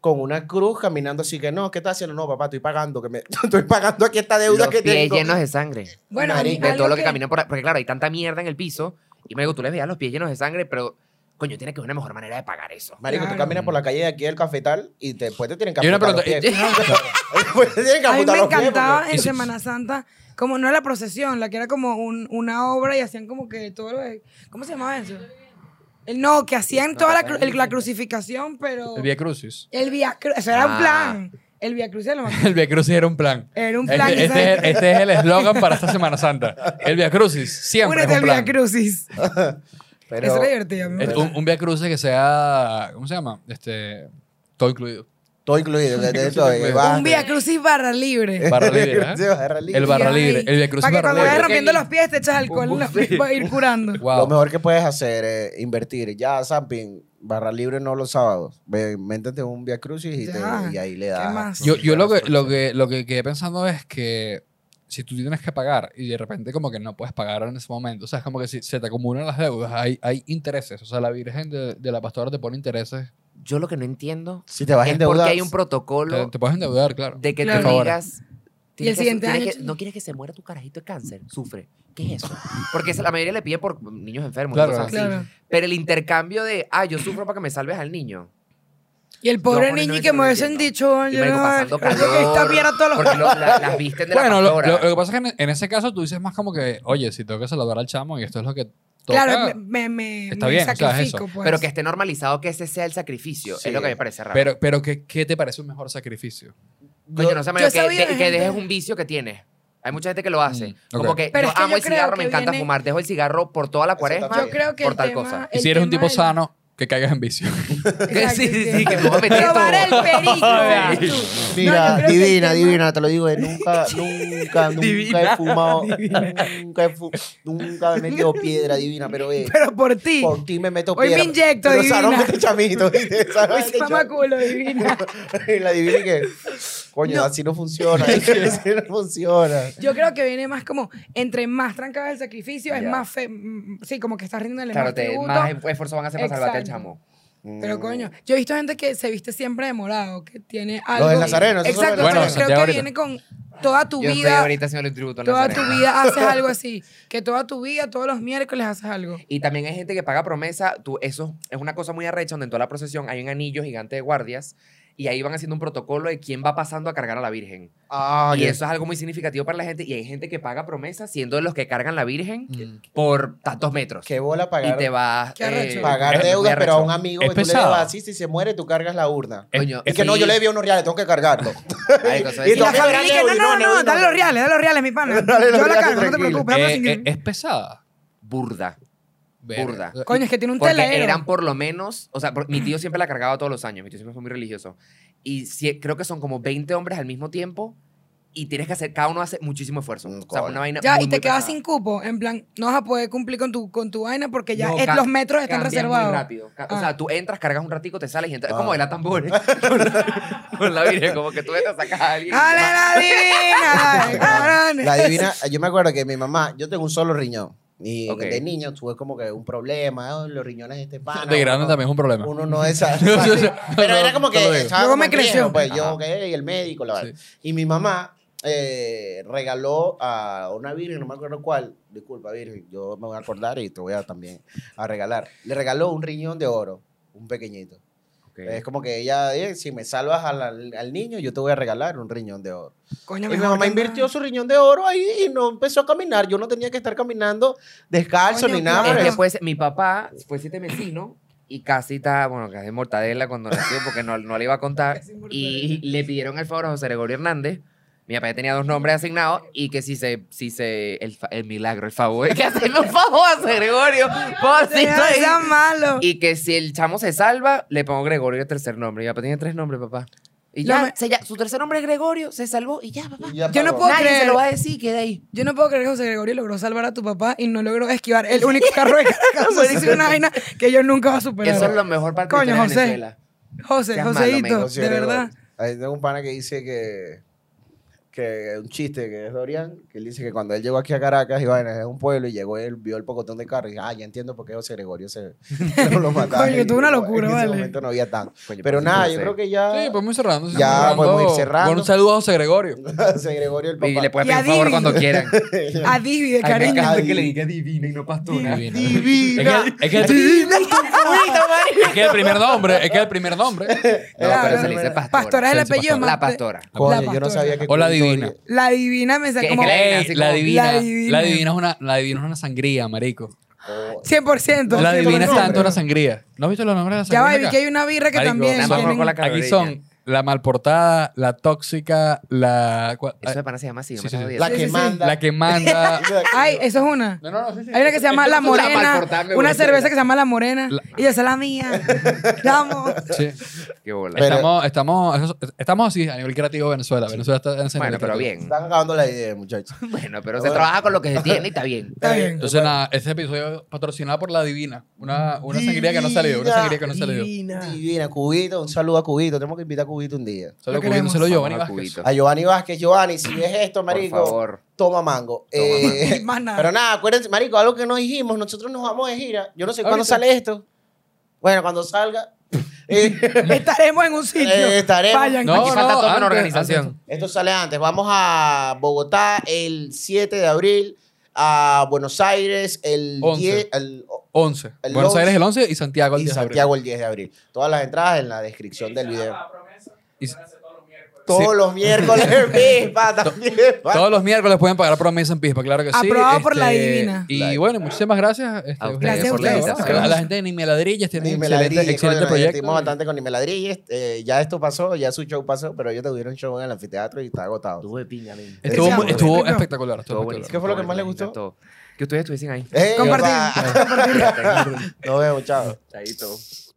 [SPEAKER 2] con una cruz caminando así que no, ¿qué estás haciendo? No, papá, estoy pagando, que me, estoy pagando aquí esta deuda
[SPEAKER 4] Los
[SPEAKER 2] que
[SPEAKER 4] pies
[SPEAKER 2] tengo.
[SPEAKER 4] llenos de sangre.
[SPEAKER 3] Bueno,
[SPEAKER 2] Marica,
[SPEAKER 4] de
[SPEAKER 3] algo
[SPEAKER 4] todo lo que, caminan por ahí. Porque claro, hay tanta mierda en el piso. Y me digo, tú les veas los pies llenos de sangre, pero coño, tiene que haber una mejor manera de pagar eso.
[SPEAKER 2] Marico, tú
[SPEAKER 3] Claro.
[SPEAKER 2] caminas por la calle de aquí del cafetal y te- después te tienen que
[SPEAKER 1] Y una
[SPEAKER 2] apuntar los
[SPEAKER 1] pregunta,
[SPEAKER 2] pies. Después te tienen que
[SPEAKER 3] A mí
[SPEAKER 2] apuntar
[SPEAKER 3] me
[SPEAKER 2] los pies,
[SPEAKER 3] encantaba
[SPEAKER 1] porque-
[SPEAKER 3] en
[SPEAKER 1] Y si-
[SPEAKER 3] Semana Santa, como no era la procesión, la que era como un- una obra y hacían como que todo lo de- ¿Cómo se llamaba eso? El, no, que hacían toda la, cru- el- la crucificación, pero...
[SPEAKER 1] El Via Crucis.
[SPEAKER 3] El Via Cru- Eso era un
[SPEAKER 4] Ah.
[SPEAKER 3] plan. El Via Cruz era lo más...
[SPEAKER 1] El Via Crucis era un plan.
[SPEAKER 3] Era un
[SPEAKER 1] Este-
[SPEAKER 3] plan.
[SPEAKER 1] Este,
[SPEAKER 3] ¿sabes?
[SPEAKER 1] es, este es el eslogan para esta Semana Santa. El Via Crucis siempre
[SPEAKER 3] Únete
[SPEAKER 1] es
[SPEAKER 3] al
[SPEAKER 1] un plan.
[SPEAKER 3] Via Crucis.
[SPEAKER 2] Pero,
[SPEAKER 3] Eso era divertido. a mí me
[SPEAKER 1] Es
[SPEAKER 3] gustaba.
[SPEAKER 1] un, un Via Crucis que sea, ¿cómo se llama? Este, todo incluido.
[SPEAKER 2] Todo incluido. que te- estoy- vas-
[SPEAKER 3] Un Via Crucis barra libre.
[SPEAKER 1] Barra libre,
[SPEAKER 2] Sí,
[SPEAKER 1] ¿eh?
[SPEAKER 2] barra libre.
[SPEAKER 1] El barra libre, el Via Crucis
[SPEAKER 3] Para que
[SPEAKER 1] barra
[SPEAKER 3] cuando vayas
[SPEAKER 1] libre.
[SPEAKER 3] rompiendo los pies te echas alcohol en los pies para ir curando.
[SPEAKER 1] Wow.
[SPEAKER 2] Lo mejor que puedes hacer es invertir. Ya, Zampin, Barra libre no los sábados. Ve, métete un Via Crucis y, te-
[SPEAKER 3] Ya.
[SPEAKER 2] y ahí le das.
[SPEAKER 3] más?
[SPEAKER 1] Yo, yo lo, que, lo, que, lo que quedé pensando es que si tú tienes que pagar y de repente como que no puedes pagar en ese momento, o sea, es como que si se te acumulan las deudas, hay, hay intereses, o sea, la Virgen de, de la Pastora te pone intereses,
[SPEAKER 4] Yo lo que no entiendo
[SPEAKER 2] Si te vas a
[SPEAKER 4] es porque
[SPEAKER 2] endeudar.
[SPEAKER 4] hay un
[SPEAKER 1] te,
[SPEAKER 4] protocolo
[SPEAKER 1] te puedes endeudar, claro.
[SPEAKER 4] de que
[SPEAKER 3] Claro.
[SPEAKER 4] tú
[SPEAKER 1] Por favor.
[SPEAKER 4] digas...
[SPEAKER 3] Y el
[SPEAKER 4] tienes
[SPEAKER 3] siguiente
[SPEAKER 4] tienes
[SPEAKER 3] año,
[SPEAKER 4] que-
[SPEAKER 3] chico.
[SPEAKER 4] no quieres que se muera tu carajito de cáncer, sufre. ¿Qué es eso? Porque esa- la mayoría le pide por niños enfermos. y
[SPEAKER 1] Claro,
[SPEAKER 4] cosas así.
[SPEAKER 3] Claro.
[SPEAKER 4] Pero el intercambio de, ah, yo sufro para que me salves al niño.
[SPEAKER 3] Y el pobre
[SPEAKER 4] Yo,
[SPEAKER 3] niño
[SPEAKER 4] honestamente,
[SPEAKER 3] que
[SPEAKER 4] no
[SPEAKER 3] me
[SPEAKER 4] lo
[SPEAKER 3] hubiesen
[SPEAKER 4] entiendo.
[SPEAKER 3] dicho,
[SPEAKER 4] Y
[SPEAKER 3] yo
[SPEAKER 4] marico,
[SPEAKER 3] no,
[SPEAKER 4] pasando
[SPEAKER 3] creo que esta
[SPEAKER 4] calor,
[SPEAKER 3] mierda todos los
[SPEAKER 4] Porque lo- la- las visten de
[SPEAKER 1] Bueno,
[SPEAKER 4] la
[SPEAKER 1] lo,
[SPEAKER 4] pastora.
[SPEAKER 1] lo- lo que pasa es que en, en ese caso tú dices más como que, oye, si tengo que saludar al chamo y esto es lo que toca,
[SPEAKER 3] Claro, me, me,
[SPEAKER 1] Está
[SPEAKER 3] me
[SPEAKER 1] bien, o sea, es
[SPEAKER 3] sacrifico,
[SPEAKER 1] eso.
[SPEAKER 3] pues.
[SPEAKER 4] Pero que esté normalizado que ese sea el sacrificio.
[SPEAKER 2] Sí.
[SPEAKER 4] Es lo que me parece raro.
[SPEAKER 1] pero, pero ¿qué, ¿qué te parece un mejor sacrificio?
[SPEAKER 4] Coño, no sé, marico,
[SPEAKER 3] yo
[SPEAKER 4] que,
[SPEAKER 3] sabía
[SPEAKER 4] de-
[SPEAKER 3] de
[SPEAKER 4] que dejes
[SPEAKER 3] gente-
[SPEAKER 4] un vicio que tienes. Hay mucha gente que lo hace.
[SPEAKER 1] Mm,
[SPEAKER 4] Como
[SPEAKER 1] ok.
[SPEAKER 4] que
[SPEAKER 3] Pero
[SPEAKER 4] yo
[SPEAKER 3] es que
[SPEAKER 4] amo
[SPEAKER 3] yo
[SPEAKER 4] el cigarro,
[SPEAKER 3] creo
[SPEAKER 4] me
[SPEAKER 3] que
[SPEAKER 4] encanta
[SPEAKER 3] viene-
[SPEAKER 4] fumar. Dejo el cigarro por toda la cuaresma.
[SPEAKER 2] también.
[SPEAKER 3] yo creo que
[SPEAKER 4] por
[SPEAKER 3] el
[SPEAKER 4] tal
[SPEAKER 3] tema-
[SPEAKER 4] cosa.
[SPEAKER 1] Y
[SPEAKER 3] el
[SPEAKER 1] si eres un
[SPEAKER 3] tema
[SPEAKER 1] tipo
[SPEAKER 3] del-
[SPEAKER 1] sano, que caigas en vicio.
[SPEAKER 3] Exacto,
[SPEAKER 4] Sí, sí, sí, que me voy a meter
[SPEAKER 3] Probar
[SPEAKER 4] todo.
[SPEAKER 3] el perico. No,
[SPEAKER 2] Mira,
[SPEAKER 3] yo creo que el
[SPEAKER 2] divina,
[SPEAKER 3] tema-
[SPEAKER 2] divina, te lo digo, eh, nunca, nunca, nunca
[SPEAKER 4] Divina.
[SPEAKER 2] he fumado, nunca he, fu- nunca he metido piedra divina, pero eh,
[SPEAKER 3] Pero por ti.
[SPEAKER 2] por ti me meto
[SPEAKER 3] Hoy me
[SPEAKER 2] piedra.
[SPEAKER 3] inyecto,
[SPEAKER 2] pero, O sea, no
[SPEAKER 3] divina.
[SPEAKER 2] mete chamito, ¿viste? O sea, no
[SPEAKER 3] Hoy
[SPEAKER 2] mete
[SPEAKER 3] sí mamaculo, divina.
[SPEAKER 2] chamito. Y la divina que, coño,
[SPEAKER 3] No.
[SPEAKER 2] así no funciona, así no funciona.
[SPEAKER 3] Yo creo que viene más como, entre más trancado el sacrificio, es
[SPEAKER 2] Ya.
[SPEAKER 3] más fe... mm, Sí, como que estás rindiéndole
[SPEAKER 4] Claro,
[SPEAKER 3] más
[SPEAKER 4] te,
[SPEAKER 3] tributo.
[SPEAKER 4] más em- esfuerzo van a hacer para salvarte al
[SPEAKER 3] Exacto.
[SPEAKER 4] chamo.
[SPEAKER 3] Pero coño, yo he visto gente que se viste siempre de morado, que tiene algo...
[SPEAKER 2] del Nazareno, esos son
[SPEAKER 3] Exacto,
[SPEAKER 2] los del
[SPEAKER 3] pero
[SPEAKER 1] Nazareno.
[SPEAKER 3] creo que
[SPEAKER 1] Bueno, Santiago
[SPEAKER 3] viene con toda tu
[SPEAKER 4] yo estoy
[SPEAKER 3] vida...
[SPEAKER 4] ahorita haciendo el tributo. a
[SPEAKER 3] Toda tu
[SPEAKER 4] Nazareno.
[SPEAKER 3] vida haces algo así. Que toda tu vida, todos los miércoles haces algo.
[SPEAKER 4] Y también hay gente que paga promesa. Tú, eso es una cosa muy arrecha donde en toda la procesión hay un anillo gigante de guardias y ahí van haciendo un protocolo de quién va pasando a cargar a la Virgen.
[SPEAKER 1] Oh,
[SPEAKER 2] Ah,
[SPEAKER 4] y
[SPEAKER 2] ya.
[SPEAKER 4] eso es algo muy significativo para la gente. Y hay gente que paga promesa siendo de los que cargan la Virgen
[SPEAKER 1] Mm.
[SPEAKER 4] por tantos metros.
[SPEAKER 2] Qué bola
[SPEAKER 4] y
[SPEAKER 2] pagar,
[SPEAKER 4] te vas
[SPEAKER 3] Qué arrecho.
[SPEAKER 2] pagar
[SPEAKER 4] es muy
[SPEAKER 2] deudas, pero a
[SPEAKER 4] arrecho.
[SPEAKER 2] un amigo
[SPEAKER 1] Es
[SPEAKER 2] que tú le
[SPEAKER 1] pesado.
[SPEAKER 2] llevas así, si se muere, tú cargas la urna.
[SPEAKER 4] Coño,
[SPEAKER 2] Es que no,
[SPEAKER 4] sí.
[SPEAKER 2] yo le debía unos reales, tengo que cargarlo.
[SPEAKER 4] Marico, eso
[SPEAKER 2] Y
[SPEAKER 4] es-
[SPEAKER 3] Y la
[SPEAKER 2] no,
[SPEAKER 3] familia
[SPEAKER 2] no,
[SPEAKER 3] que no,
[SPEAKER 2] no,
[SPEAKER 3] no,
[SPEAKER 2] no,
[SPEAKER 3] no,
[SPEAKER 2] no.
[SPEAKER 3] dale los reales, dale los reales, mi pana.
[SPEAKER 2] Dale
[SPEAKER 3] Yo
[SPEAKER 2] los
[SPEAKER 3] la
[SPEAKER 2] reales,
[SPEAKER 3] cargo, no te
[SPEAKER 2] tranquilo.
[SPEAKER 3] preocupes. vamos a
[SPEAKER 1] Eh,
[SPEAKER 3] seguir.
[SPEAKER 1] eh, es pesada. eh,
[SPEAKER 4] burda. Burda.
[SPEAKER 1] Verga.
[SPEAKER 3] Coño, es que tiene un
[SPEAKER 4] Porque
[SPEAKER 3] telero.
[SPEAKER 4] eran por lo menos, o sea, por- mi tío siempre la cargaba todos los años, mi tío siempre fue muy religioso. Y si- creo que son como 20 hombres al mismo tiempo y tienes que hacer, cada uno hace muchísimo esfuerzo.
[SPEAKER 2] Mm,
[SPEAKER 4] o sea,
[SPEAKER 2] coño.
[SPEAKER 4] una vaina
[SPEAKER 3] Ya,
[SPEAKER 4] muy,
[SPEAKER 3] y te
[SPEAKER 4] muy
[SPEAKER 3] quedas
[SPEAKER 4] pesada.
[SPEAKER 3] sin cupo. En plan, no vas a poder cumplir con tu, con tu vaina porque ya
[SPEAKER 4] No,
[SPEAKER 3] es-
[SPEAKER 4] ca-
[SPEAKER 3] los metros están
[SPEAKER 4] cambian muy
[SPEAKER 3] reservados.
[SPEAKER 4] rápido. Ca- O
[SPEAKER 3] Ah.
[SPEAKER 4] sea, tú entras, cargas un ratico, te sales y entras. Es
[SPEAKER 2] Ah.
[SPEAKER 4] como bailar tambores. con, la, con la virgen, como que tú entras, sacas a alguien. y
[SPEAKER 3] ¡Dale
[SPEAKER 4] ya.
[SPEAKER 3] la divina! cabrones!
[SPEAKER 2] La divina, yo me acuerdo que mi mamá, yo tengo un solo riñón. Y
[SPEAKER 4] Ok.
[SPEAKER 2] de niño tuve como que un problema, "Ah, los riñones de este pana.
[SPEAKER 1] De grande
[SPEAKER 2] uno-
[SPEAKER 1] también es un problema.
[SPEAKER 2] Uno no es así.
[SPEAKER 1] No, no, no,
[SPEAKER 2] Pero
[SPEAKER 1] no,
[SPEAKER 2] era como
[SPEAKER 1] no lo
[SPEAKER 2] que
[SPEAKER 1] digo.
[SPEAKER 2] estaba
[SPEAKER 3] Luego
[SPEAKER 2] como
[SPEAKER 3] me
[SPEAKER 2] en riesgo,
[SPEAKER 3] creció.
[SPEAKER 2] Pues yo,
[SPEAKER 4] Ajá.
[SPEAKER 2] ok, y el médico, la verdad.
[SPEAKER 1] Sí.
[SPEAKER 2] Y mi mamá eh, regaló a una virgen, no me acuerdo cuál, disculpa virgen, yo me voy a acordar y te voy a también a regalar. Le regaló un riñón de oro, un pequeñito.
[SPEAKER 4] Ok.
[SPEAKER 2] Es como que ella, eh, si me salvas al- al- al niño, yo te voy a regalar un riñón de oro.
[SPEAKER 3] Coño,
[SPEAKER 2] Y mi
[SPEAKER 3] mejor
[SPEAKER 2] mamá
[SPEAKER 3] que
[SPEAKER 2] invirtió
[SPEAKER 3] nada.
[SPEAKER 2] su riñón de oro ahí y no empezó a caminar. Yo no tenía que estar caminando descalzo
[SPEAKER 3] Coño,
[SPEAKER 2] ni nada.
[SPEAKER 3] claro.
[SPEAKER 2] por
[SPEAKER 4] Es que
[SPEAKER 2] eso.
[SPEAKER 4] pues, mi papá fue siete vecino y casi está, bueno, casi mortadela cuando nació porque no, no le iba a contar.
[SPEAKER 3] Casi
[SPEAKER 4] Y le pidieron el favor a José Gregorio Hernández. Mi papá ya tenía dos nombres asignados y que si se, si se, el, fa- el milagro, el favor, que hacerme un favor a José Gregorio.
[SPEAKER 3] Señor,
[SPEAKER 4] pobrecito, y-
[SPEAKER 3] sea malo.
[SPEAKER 4] Y que si el chamo se salva, le pongo Gregorio el tercer nombre. Ya, papá tiene tres nombres, papá. Y
[SPEAKER 3] No
[SPEAKER 4] ya,
[SPEAKER 3] me-
[SPEAKER 4] se ya- su tercer nombre es Gregorio, se salvó y ya, papá.
[SPEAKER 2] Y ya
[SPEAKER 3] yo no
[SPEAKER 2] paró.
[SPEAKER 3] puedo
[SPEAKER 4] Nadie
[SPEAKER 3] creer.
[SPEAKER 4] se lo va a decir, queda ahí.
[SPEAKER 3] Yo no puedo creer que José Gregorio logró salvar a tu papá y no logró esquivar el único carro de Caracas. Eso es una vaina que yo nunca voy a superar.
[SPEAKER 4] Eso es lo mejor para
[SPEAKER 3] Coño,
[SPEAKER 4] de
[SPEAKER 3] José.
[SPEAKER 4] Venezuela.
[SPEAKER 3] José,
[SPEAKER 4] Seas malo,
[SPEAKER 3] Joséito,
[SPEAKER 4] amigo,
[SPEAKER 2] Sí,
[SPEAKER 3] de
[SPEAKER 2] era igual.
[SPEAKER 3] verdad.
[SPEAKER 2] Ahí tengo un pana que dice que, que un chiste que es Dorian, que él dice que cuando él llegó aquí a Caracas, iba a un pueblo y llegó él, vio el pocotón de carros y ah, ya entiendo por qué José Gregorio se no lo mataron.
[SPEAKER 3] Coño, tuvo una locura,
[SPEAKER 2] En ese
[SPEAKER 3] vale.
[SPEAKER 2] momento no había tanto.
[SPEAKER 4] Coño,
[SPEAKER 2] Pero
[SPEAKER 4] pobrecito
[SPEAKER 2] nada, yo
[SPEAKER 4] José.
[SPEAKER 2] creo que ya
[SPEAKER 1] Sí, podemos ir cerrando. sí,
[SPEAKER 2] Ya, podemos ir
[SPEAKER 1] Con
[SPEAKER 2] cerrando.
[SPEAKER 1] un saludo a José Gregorio.
[SPEAKER 2] José Gregorio el papá.
[SPEAKER 4] Y le puedes
[SPEAKER 3] Y
[SPEAKER 4] pedir un favor
[SPEAKER 3] adivina.
[SPEAKER 4] cuando quieran.
[SPEAKER 3] A Divi de
[SPEAKER 4] Ay, me
[SPEAKER 3] cariño.
[SPEAKER 4] encanta que le diga divina y no pastora.
[SPEAKER 1] Divina.
[SPEAKER 2] Divina.
[SPEAKER 1] Es que, es que- es que el primer nombre, es que el primer nombre.
[SPEAKER 4] No, pero se le dice pastora.
[SPEAKER 3] Pastora es el
[SPEAKER 1] Se dice
[SPEAKER 3] apellido
[SPEAKER 1] pastora.
[SPEAKER 3] más.
[SPEAKER 4] La pastora.
[SPEAKER 2] Coño,
[SPEAKER 3] La
[SPEAKER 2] yo no
[SPEAKER 3] pastora.
[SPEAKER 2] sabía que
[SPEAKER 1] O la
[SPEAKER 2] culto
[SPEAKER 1] divina.
[SPEAKER 2] había.
[SPEAKER 3] La divina me
[SPEAKER 4] Que-
[SPEAKER 3] sacó como
[SPEAKER 4] que
[SPEAKER 1] Ey,
[SPEAKER 4] Elena, así
[SPEAKER 1] la,
[SPEAKER 4] como-
[SPEAKER 1] divina,
[SPEAKER 3] La divina.
[SPEAKER 1] la divina es una, la divina es una sangría, marico.
[SPEAKER 2] Oh.
[SPEAKER 3] 100%.
[SPEAKER 1] La
[SPEAKER 2] sí,
[SPEAKER 1] divina es
[SPEAKER 2] los
[SPEAKER 1] tanto
[SPEAKER 2] nombres.
[SPEAKER 1] una sangría. ¿No has visto los nombres de la
[SPEAKER 3] Ya va,
[SPEAKER 1] sangría?
[SPEAKER 3] vi que hay una birra que
[SPEAKER 1] Marico,
[SPEAKER 3] también
[SPEAKER 1] nada más
[SPEAKER 3] tienen-
[SPEAKER 4] con la
[SPEAKER 1] Aquí
[SPEAKER 4] carrerilla.
[SPEAKER 1] son la malportada, la tóxica, la. cua-
[SPEAKER 4] Eso de pana se llama así, no
[SPEAKER 1] Sí,
[SPEAKER 4] me
[SPEAKER 1] sí,
[SPEAKER 4] estás
[SPEAKER 1] sí.
[SPEAKER 4] jodiendo.
[SPEAKER 2] La que
[SPEAKER 3] Sí, sí, sí.
[SPEAKER 2] manda.
[SPEAKER 1] La que manda.
[SPEAKER 3] Ay, eso es una.
[SPEAKER 1] No, no, no, sí, sí.
[SPEAKER 3] Hay una que se llama La Morena. Una cerveza que se llama La Morena.
[SPEAKER 1] La-
[SPEAKER 3] Y esa es la mía. Vamos.
[SPEAKER 1] Sí.
[SPEAKER 4] Qué bola.
[SPEAKER 2] Pero-
[SPEAKER 1] estamos, estamos, estamos así a nivel creativo de Venezuela. Venezuela está en ese
[SPEAKER 4] bueno,
[SPEAKER 1] nivel
[SPEAKER 4] pero
[SPEAKER 1] creativo.
[SPEAKER 4] bien.
[SPEAKER 2] Están acabando la idea, muchachos.
[SPEAKER 4] Bueno, pero se trabaja con lo que se tiene y está bien.
[SPEAKER 3] Está bien.
[SPEAKER 1] Entonces, nada, este episodio patrocinado por La Divina. Una, una sangría que no salió. Una sangría que no salió.
[SPEAKER 2] Divina. Divina, Cubito, un saludo a Cubito. Tenemos que invitar a Cubito un día.
[SPEAKER 1] Solo
[SPEAKER 3] Lo
[SPEAKER 1] cubriendo, solo
[SPEAKER 3] queremos.
[SPEAKER 1] Giovanni
[SPEAKER 4] Vamos a
[SPEAKER 1] Vázquez.
[SPEAKER 4] cubito.
[SPEAKER 2] A Giovanni Vázquez, Giovanni, si ves esto,
[SPEAKER 4] Por
[SPEAKER 2] marico,
[SPEAKER 4] favor.
[SPEAKER 2] toma mango. Eh,
[SPEAKER 3] mango. Más nada.
[SPEAKER 2] Pero nada, acuérdense, marico, algo que no dijimos, nosotros nos vamos de gira. Yo no sé cuándo
[SPEAKER 3] Ahorita.
[SPEAKER 2] sale esto. Bueno, cuando salga. eh,
[SPEAKER 3] Estaremos en un sitio.
[SPEAKER 2] Eh, estaremos.
[SPEAKER 3] Vayan.
[SPEAKER 1] No,
[SPEAKER 4] Aquí falta
[SPEAKER 1] no,
[SPEAKER 4] toda
[SPEAKER 1] antes,
[SPEAKER 4] una organización.
[SPEAKER 2] esto sale antes. Vamos a Bogotá el 7 de abril, a Buenos Aires el
[SPEAKER 1] Once.
[SPEAKER 2] 10, el-
[SPEAKER 1] 11.
[SPEAKER 2] El
[SPEAKER 1] Buenos
[SPEAKER 2] 11.
[SPEAKER 1] Aires el 11 y Santiago el
[SPEAKER 2] y
[SPEAKER 1] 10 de abril.
[SPEAKER 2] Santiago el 10 de abril. Todas las entradas en la descripción del video.
[SPEAKER 1] Y s-
[SPEAKER 2] Todos
[SPEAKER 1] Sí.
[SPEAKER 2] los miércoles, misma, también.
[SPEAKER 1] Todos los miércoles pueden pagar promesa en Pispa, claro que sí. Este,
[SPEAKER 3] Aprobado por la divina.
[SPEAKER 1] Y bueno, muchísimas gracias. este,
[SPEAKER 4] A ustedes
[SPEAKER 3] Gracias
[SPEAKER 4] por
[SPEAKER 3] a
[SPEAKER 4] la
[SPEAKER 3] ustedes.
[SPEAKER 1] ¿no?
[SPEAKER 4] invitación.
[SPEAKER 1] A la gente de Ni Me Ladrillas tiene
[SPEAKER 2] Ni
[SPEAKER 1] un
[SPEAKER 2] me
[SPEAKER 1] excelente,
[SPEAKER 2] ladrilles,
[SPEAKER 1] excelente
[SPEAKER 2] coño, nos divertimos
[SPEAKER 1] proyecto.
[SPEAKER 2] bastante con Ni me ladrilles. Eh, ya esto pasó, ya su show pasó, pero ellos tuvieron un show en el anfiteatro y está agotado.
[SPEAKER 4] Estuve pinga, men.
[SPEAKER 1] Estuvo,
[SPEAKER 3] Echamos,
[SPEAKER 1] mu- estuvo
[SPEAKER 3] echamos.
[SPEAKER 1] espectacular. estuvo espectacular.
[SPEAKER 4] Estuvo buenísimo.
[SPEAKER 2] ¿Qué fue lo que
[SPEAKER 4] todo,
[SPEAKER 2] más le
[SPEAKER 4] me
[SPEAKER 2] gustó?
[SPEAKER 4] encantó. Que ustedes estuviesen ahí.
[SPEAKER 2] Ey,
[SPEAKER 3] Compartir.
[SPEAKER 2] papá. Nos vemos, chao.
[SPEAKER 4] Ahí todo.